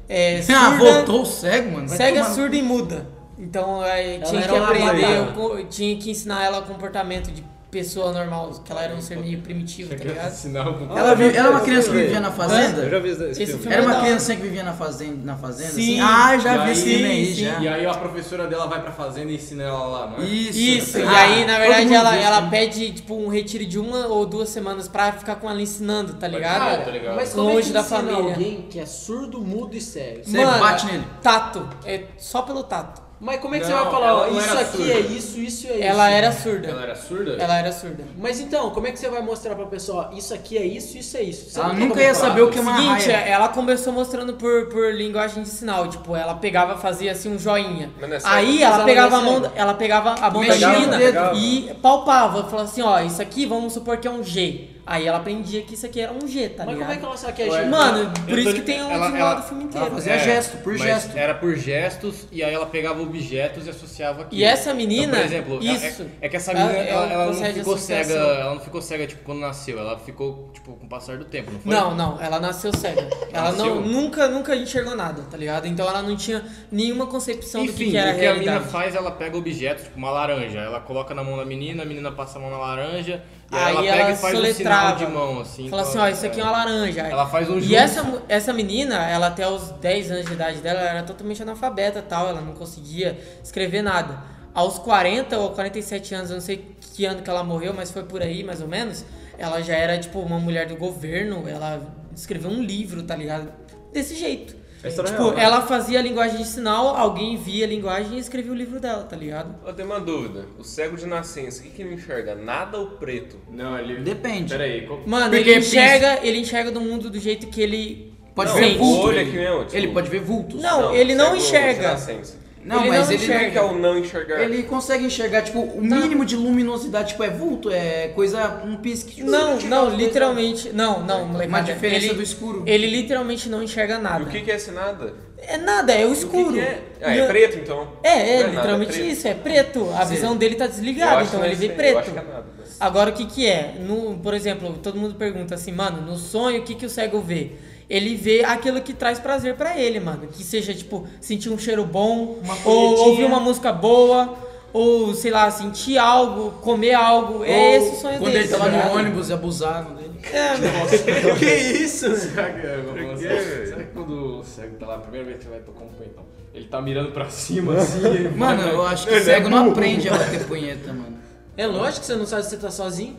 Speaker 2: É, surda,
Speaker 7: Ah, voltou o cego, mano. Vai
Speaker 2: Cega,
Speaker 7: tomar no-
Speaker 2: surda e muda. Então aí,
Speaker 5: Ela
Speaker 2: tinha
Speaker 5: era
Speaker 2: que
Speaker 5: uma
Speaker 2: aprender,
Speaker 5: macaca.
Speaker 2: o co- tinha que ensinar ela o comportamento de pessoa normal, que ela era um ser meio primitivo, tá ligado?
Speaker 4: Sinal com-
Speaker 7: Ela, vive- ela é uma criança que vivia na
Speaker 3: Eu
Speaker 7: fazenda?
Speaker 3: já vi esse, esse
Speaker 2: Esse
Speaker 3: filme.
Speaker 2: filme-
Speaker 7: Era uma
Speaker 2: Não.
Speaker 7: criancinha que vivia na fazenda, na fazenda
Speaker 2: Sim.
Speaker 7: assim? Ah,
Speaker 4: E
Speaker 7: já vi esse filme aí,
Speaker 4: sim.
Speaker 7: já.
Speaker 4: E aí a professora dela vai pra fazenda e ensina ela lá, não é?
Speaker 7: Isso.
Speaker 2: Isso, e
Speaker 7: Ah,
Speaker 2: aí, na
Speaker 7: todo
Speaker 2: verdade,
Speaker 7: mundo
Speaker 2: ela,
Speaker 7: viu esse
Speaker 2: ela
Speaker 7: filme.
Speaker 2: pede, tipo, um retiro de uma ou duas semanas pra ficar com ela ensinando, tá
Speaker 4: Cara,
Speaker 2: ligado?
Speaker 4: tô ligado.
Speaker 5: Mas
Speaker 2: Longe
Speaker 5: como é que
Speaker 2: da
Speaker 5: ensina
Speaker 2: família.
Speaker 5: alguém que é surdo, mudo e cego?
Speaker 7: Você bate nele.
Speaker 2: Tato. É só pelo tato.
Speaker 5: Mas como é que
Speaker 4: Não,
Speaker 5: você vai falar,
Speaker 4: ela
Speaker 5: ó,
Speaker 4: não
Speaker 5: isso
Speaker 4: era
Speaker 5: aqui
Speaker 4: surda.
Speaker 5: é isso, isso é isso?
Speaker 2: Ela era surda.
Speaker 4: Ela era surda?
Speaker 2: Ela era surda.
Speaker 5: Mas então, como é que você vai mostrar pra pessoa, ó, isso aqui é isso, isso é isso? Você
Speaker 7: Ela
Speaker 5: não tem
Speaker 7: nunca
Speaker 5: como
Speaker 7: ia
Speaker 5: falar.
Speaker 7: saber o que é uma
Speaker 2: Seguinte,
Speaker 7: raia.
Speaker 2: ela começou mostrando por, por linguagem de sinal. Tipo, ela pegava, fazia assim um joinha.
Speaker 6: Mas não é cego.
Speaker 2: Aí
Speaker 5: Mas
Speaker 2: ela
Speaker 5: ela
Speaker 2: pegava
Speaker 5: não
Speaker 2: a
Speaker 5: é
Speaker 2: mão,
Speaker 5: cego.
Speaker 2: ela pegava a mão
Speaker 7: Mexia
Speaker 2: da
Speaker 7: o
Speaker 2: menina
Speaker 7: dedo.
Speaker 2: e palpava, falava assim, ó, isso aqui vamos supor que é um G. Aí ela aprendia que isso aqui era um G, tá
Speaker 5: Mas
Speaker 2: ligado?
Speaker 5: como é que ela sabe que é
Speaker 4: Ué,
Speaker 5: gente?
Speaker 2: Mano,
Speaker 4: Eu
Speaker 2: por
Speaker 4: tô
Speaker 2: isso
Speaker 4: li-
Speaker 2: que tem um
Speaker 4: ela-
Speaker 2: desenrola
Speaker 4: ela-
Speaker 2: do filme inteiro.
Speaker 7: fazia gesto, por
Speaker 4: É, mas
Speaker 7: gesto.
Speaker 4: Era por gestos e aí ela pegava objetos e associava aquilo.
Speaker 2: E essa menina,
Speaker 4: Então, por exemplo, ela-
Speaker 2: isso.
Speaker 4: é, é que essa menina
Speaker 2: Ela-
Speaker 4: ela,
Speaker 2: ela
Speaker 4: ela não
Speaker 2: consegue
Speaker 4: ficou cega,
Speaker 2: associação.
Speaker 4: ela não ficou cega tipo quando nasceu, ela ficou tipo com o passar do tempo, não foi?
Speaker 2: Não, não, ela nasceu cega. Ela não,
Speaker 4: Nasceu?
Speaker 2: nunca, nunca enxergou nada, tá ligado? Então ela não tinha nenhuma concepção do
Speaker 4: Enfim,
Speaker 2: que, que era
Speaker 4: o
Speaker 2: a
Speaker 4: que a menina
Speaker 2: realidade.
Speaker 4: faz, ela pega objetos, tipo uma laranja, ela coloca na mão da menina, a menina passa a mão na laranja, e aí,
Speaker 2: Aí
Speaker 4: ela pega
Speaker 2: ela
Speaker 4: e faz um
Speaker 2: soletrava.
Speaker 4: sinal de mão, assim.
Speaker 2: Fala
Speaker 4: com
Speaker 2: assim,
Speaker 4: a-
Speaker 2: ó, isso aqui é uma laranja.
Speaker 4: Ela faz um
Speaker 2: E
Speaker 4: junto.
Speaker 2: essa, mu- essa menina, ela até os 10 anos de idade dela, ela era totalmente analfabeta tal, ela não conseguia escrever nada. Aos 40 ou 47 anos, eu não sei que ano que ela morreu, mas foi por aí, mais ou menos, ela já era, tipo, uma mulher do governo, ela escreveu um livro, tá ligado? Desse jeito.
Speaker 3: É história
Speaker 2: tipo,
Speaker 3: real, né?
Speaker 2: ela fazia a linguagem de sinal, alguém via a linguagem e escrevia o livro dela, tá ligado?
Speaker 6: Eu tenho uma dúvida. O cego de nascença, o que, que ele enxerga? Nada ou preto?
Speaker 4: Não,
Speaker 7: é-
Speaker 4: ele...
Speaker 7: Depende.
Speaker 4: Peraí, qual...
Speaker 2: Mano,
Speaker 7: Porque
Speaker 2: ele
Speaker 7: pis-
Speaker 2: enxerga, ele enxerga do mundo do jeito que ele
Speaker 7: Pode
Speaker 6: Não,
Speaker 7: ver
Speaker 2: sente.
Speaker 6: o
Speaker 7: vultos.
Speaker 6: olho aqui mesmo, tipo-
Speaker 7: Ele pode ver vultos.
Speaker 2: Não, ele não
Speaker 6: cego De
Speaker 2: enxerga.
Speaker 6: nascença.
Speaker 7: Não, um
Speaker 2: ele
Speaker 7: mas
Speaker 2: não
Speaker 7: ele
Speaker 6: Como é que é o não enxergar?
Speaker 7: Ele consegue enxergar, tipo, o mínimo de luminosidade, tipo, é vulto, é coisa, um pisque. Tipo,
Speaker 2: Não,
Speaker 7: se tiver
Speaker 2: não,
Speaker 7: os dois-
Speaker 2: literalmente. Não, não, moleque.
Speaker 7: Uma diferença
Speaker 2: ele,
Speaker 7: do escuro.
Speaker 2: Ele literalmente não enxerga
Speaker 6: E
Speaker 2: nada.
Speaker 6: o que, que é esse nada?
Speaker 2: É nada, é o
Speaker 6: E o que
Speaker 2: escuro.
Speaker 6: que é? Ah,
Speaker 2: E
Speaker 6: é
Speaker 2: eu-
Speaker 6: preto então?
Speaker 2: É, é,
Speaker 6: Não nada,
Speaker 2: literalmente
Speaker 6: preto.
Speaker 2: isso, é preto. A
Speaker 7: Sim.
Speaker 2: visão dele tá
Speaker 6: Eu
Speaker 2: desligada,
Speaker 6: acho
Speaker 2: então
Speaker 6: que
Speaker 2: ele
Speaker 6: é
Speaker 2: vê
Speaker 6: isso aí, Eu
Speaker 2: preto.
Speaker 6: acho que é nada. né?
Speaker 2: Agora o que que é? No, por exemplo, todo mundo pergunta assim, mano, no sonho o que que o cego vê? Ele vê aquilo que traz prazer pra ele, mano. Que seja tipo sentir um cheiro bom,
Speaker 5: Uma
Speaker 2: ou
Speaker 5: colheitinha.
Speaker 2: ouvir uma música boa, ou sei lá, sentir algo, comer algo. é esse o sonho
Speaker 7: Quando
Speaker 2: dele.
Speaker 7: ele tava
Speaker 2: tá
Speaker 7: no
Speaker 2: ligado?
Speaker 7: ônibus e abusaram dele.
Speaker 2: É, mano.
Speaker 5: que isso?
Speaker 4: Será que, eu vou falar
Speaker 6: quê,
Speaker 4: assim,
Speaker 6: velho?
Speaker 4: será que quando o cego tá lá, a primeira vez que você vai tocar um punhetão, ele tá mirando pra cima assim, ele vai-
Speaker 7: Mano, é eu acho que o cego não aprende a bater punheta, mano.
Speaker 5: É lógico que você não sabe se você tá sozinho.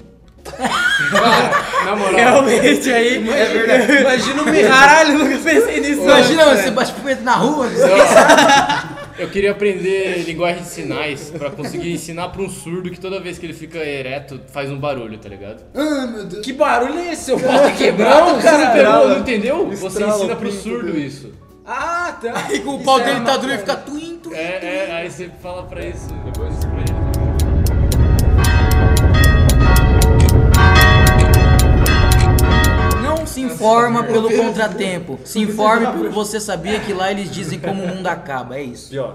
Speaker 4: na moral,
Speaker 2: Realmente aí. É verdade. Imagina o Caralho, nunca pensei nisso.
Speaker 7: Imagina, você bate punheta na rua, né?
Speaker 4: eu queria aprender linguagem de sinais pra conseguir ensinar pra um surdo que toda vez que ele fica ereto faz um barulho, tá ligado?
Speaker 5: Que barulho é esse, seu pau
Speaker 4: Não,
Speaker 5: quebrado,
Speaker 4: você não
Speaker 5: cara?
Speaker 4: pegou, não entendeu? Você
Speaker 3: Estrala
Speaker 4: ensina
Speaker 3: o
Speaker 4: pro
Speaker 3: pinto
Speaker 4: surdo
Speaker 3: dele.
Speaker 4: isso.
Speaker 5: Ah, tá.
Speaker 7: E com o pau
Speaker 5: Isso é
Speaker 7: dele tá
Speaker 5: uma
Speaker 7: duro e
Speaker 5: coisa.
Speaker 7: fica twin, twin.
Speaker 4: É, é, aí você fala pra isso.
Speaker 7: Não se informa pelo contratempo. Se informe porque você sabia que lá eles dizem como o mundo acaba. É isso.
Speaker 3: E ó,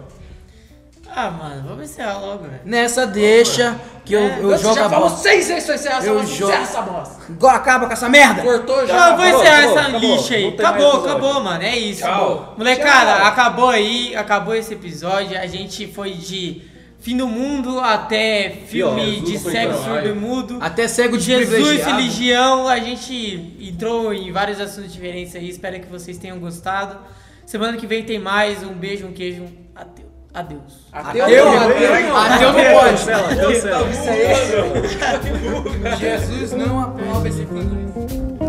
Speaker 2: Ah, mano, vamos encerrar logo, velho.
Speaker 7: Nessa deixa que eu,
Speaker 2: É.
Speaker 7: eu
Speaker 5: É. Você
Speaker 7: jogo
Speaker 5: já
Speaker 7: a
Speaker 5: falou
Speaker 7: bola.
Speaker 5: seis vezes pra encerrar essa
Speaker 7: Eu
Speaker 5: bosta.
Speaker 7: jogo-
Speaker 5: Encerra essa bosta.
Speaker 7: Go- Acaba com essa merda!
Speaker 5: Cortou já.
Speaker 2: Ah, eu vou
Speaker 3: acabou,
Speaker 2: encerrar
Speaker 3: acabou,
Speaker 2: essa
Speaker 3: acabou.
Speaker 2: lixa aí.
Speaker 3: Não tem mais
Speaker 2: Acabou,
Speaker 3: episódio.
Speaker 2: acabou, mano. É isso.
Speaker 6: Tchau.
Speaker 2: Molecada,
Speaker 5: Tchau.
Speaker 2: acabou aí. Acabou esse episódio. A gente foi de fim do mundo até filme
Speaker 3: Jesus
Speaker 2: de
Speaker 3: foi
Speaker 2: sexo
Speaker 3: pra
Speaker 2: surdo e mudo.
Speaker 7: Até cego de
Speaker 2: Jesus,
Speaker 7: privilegiado.
Speaker 2: religião, a gente entrou em vários assuntos diferentes aí. Espero que vocês tenham gostado. Semana que vem tem mais. Um beijo, um queijo, um ateu. Adeus.
Speaker 6: Ateu não, ateu não.
Speaker 2: Ateu não pode.
Speaker 7: é Cancela, cancela.
Speaker 2: Jesus não aprova esse fundo.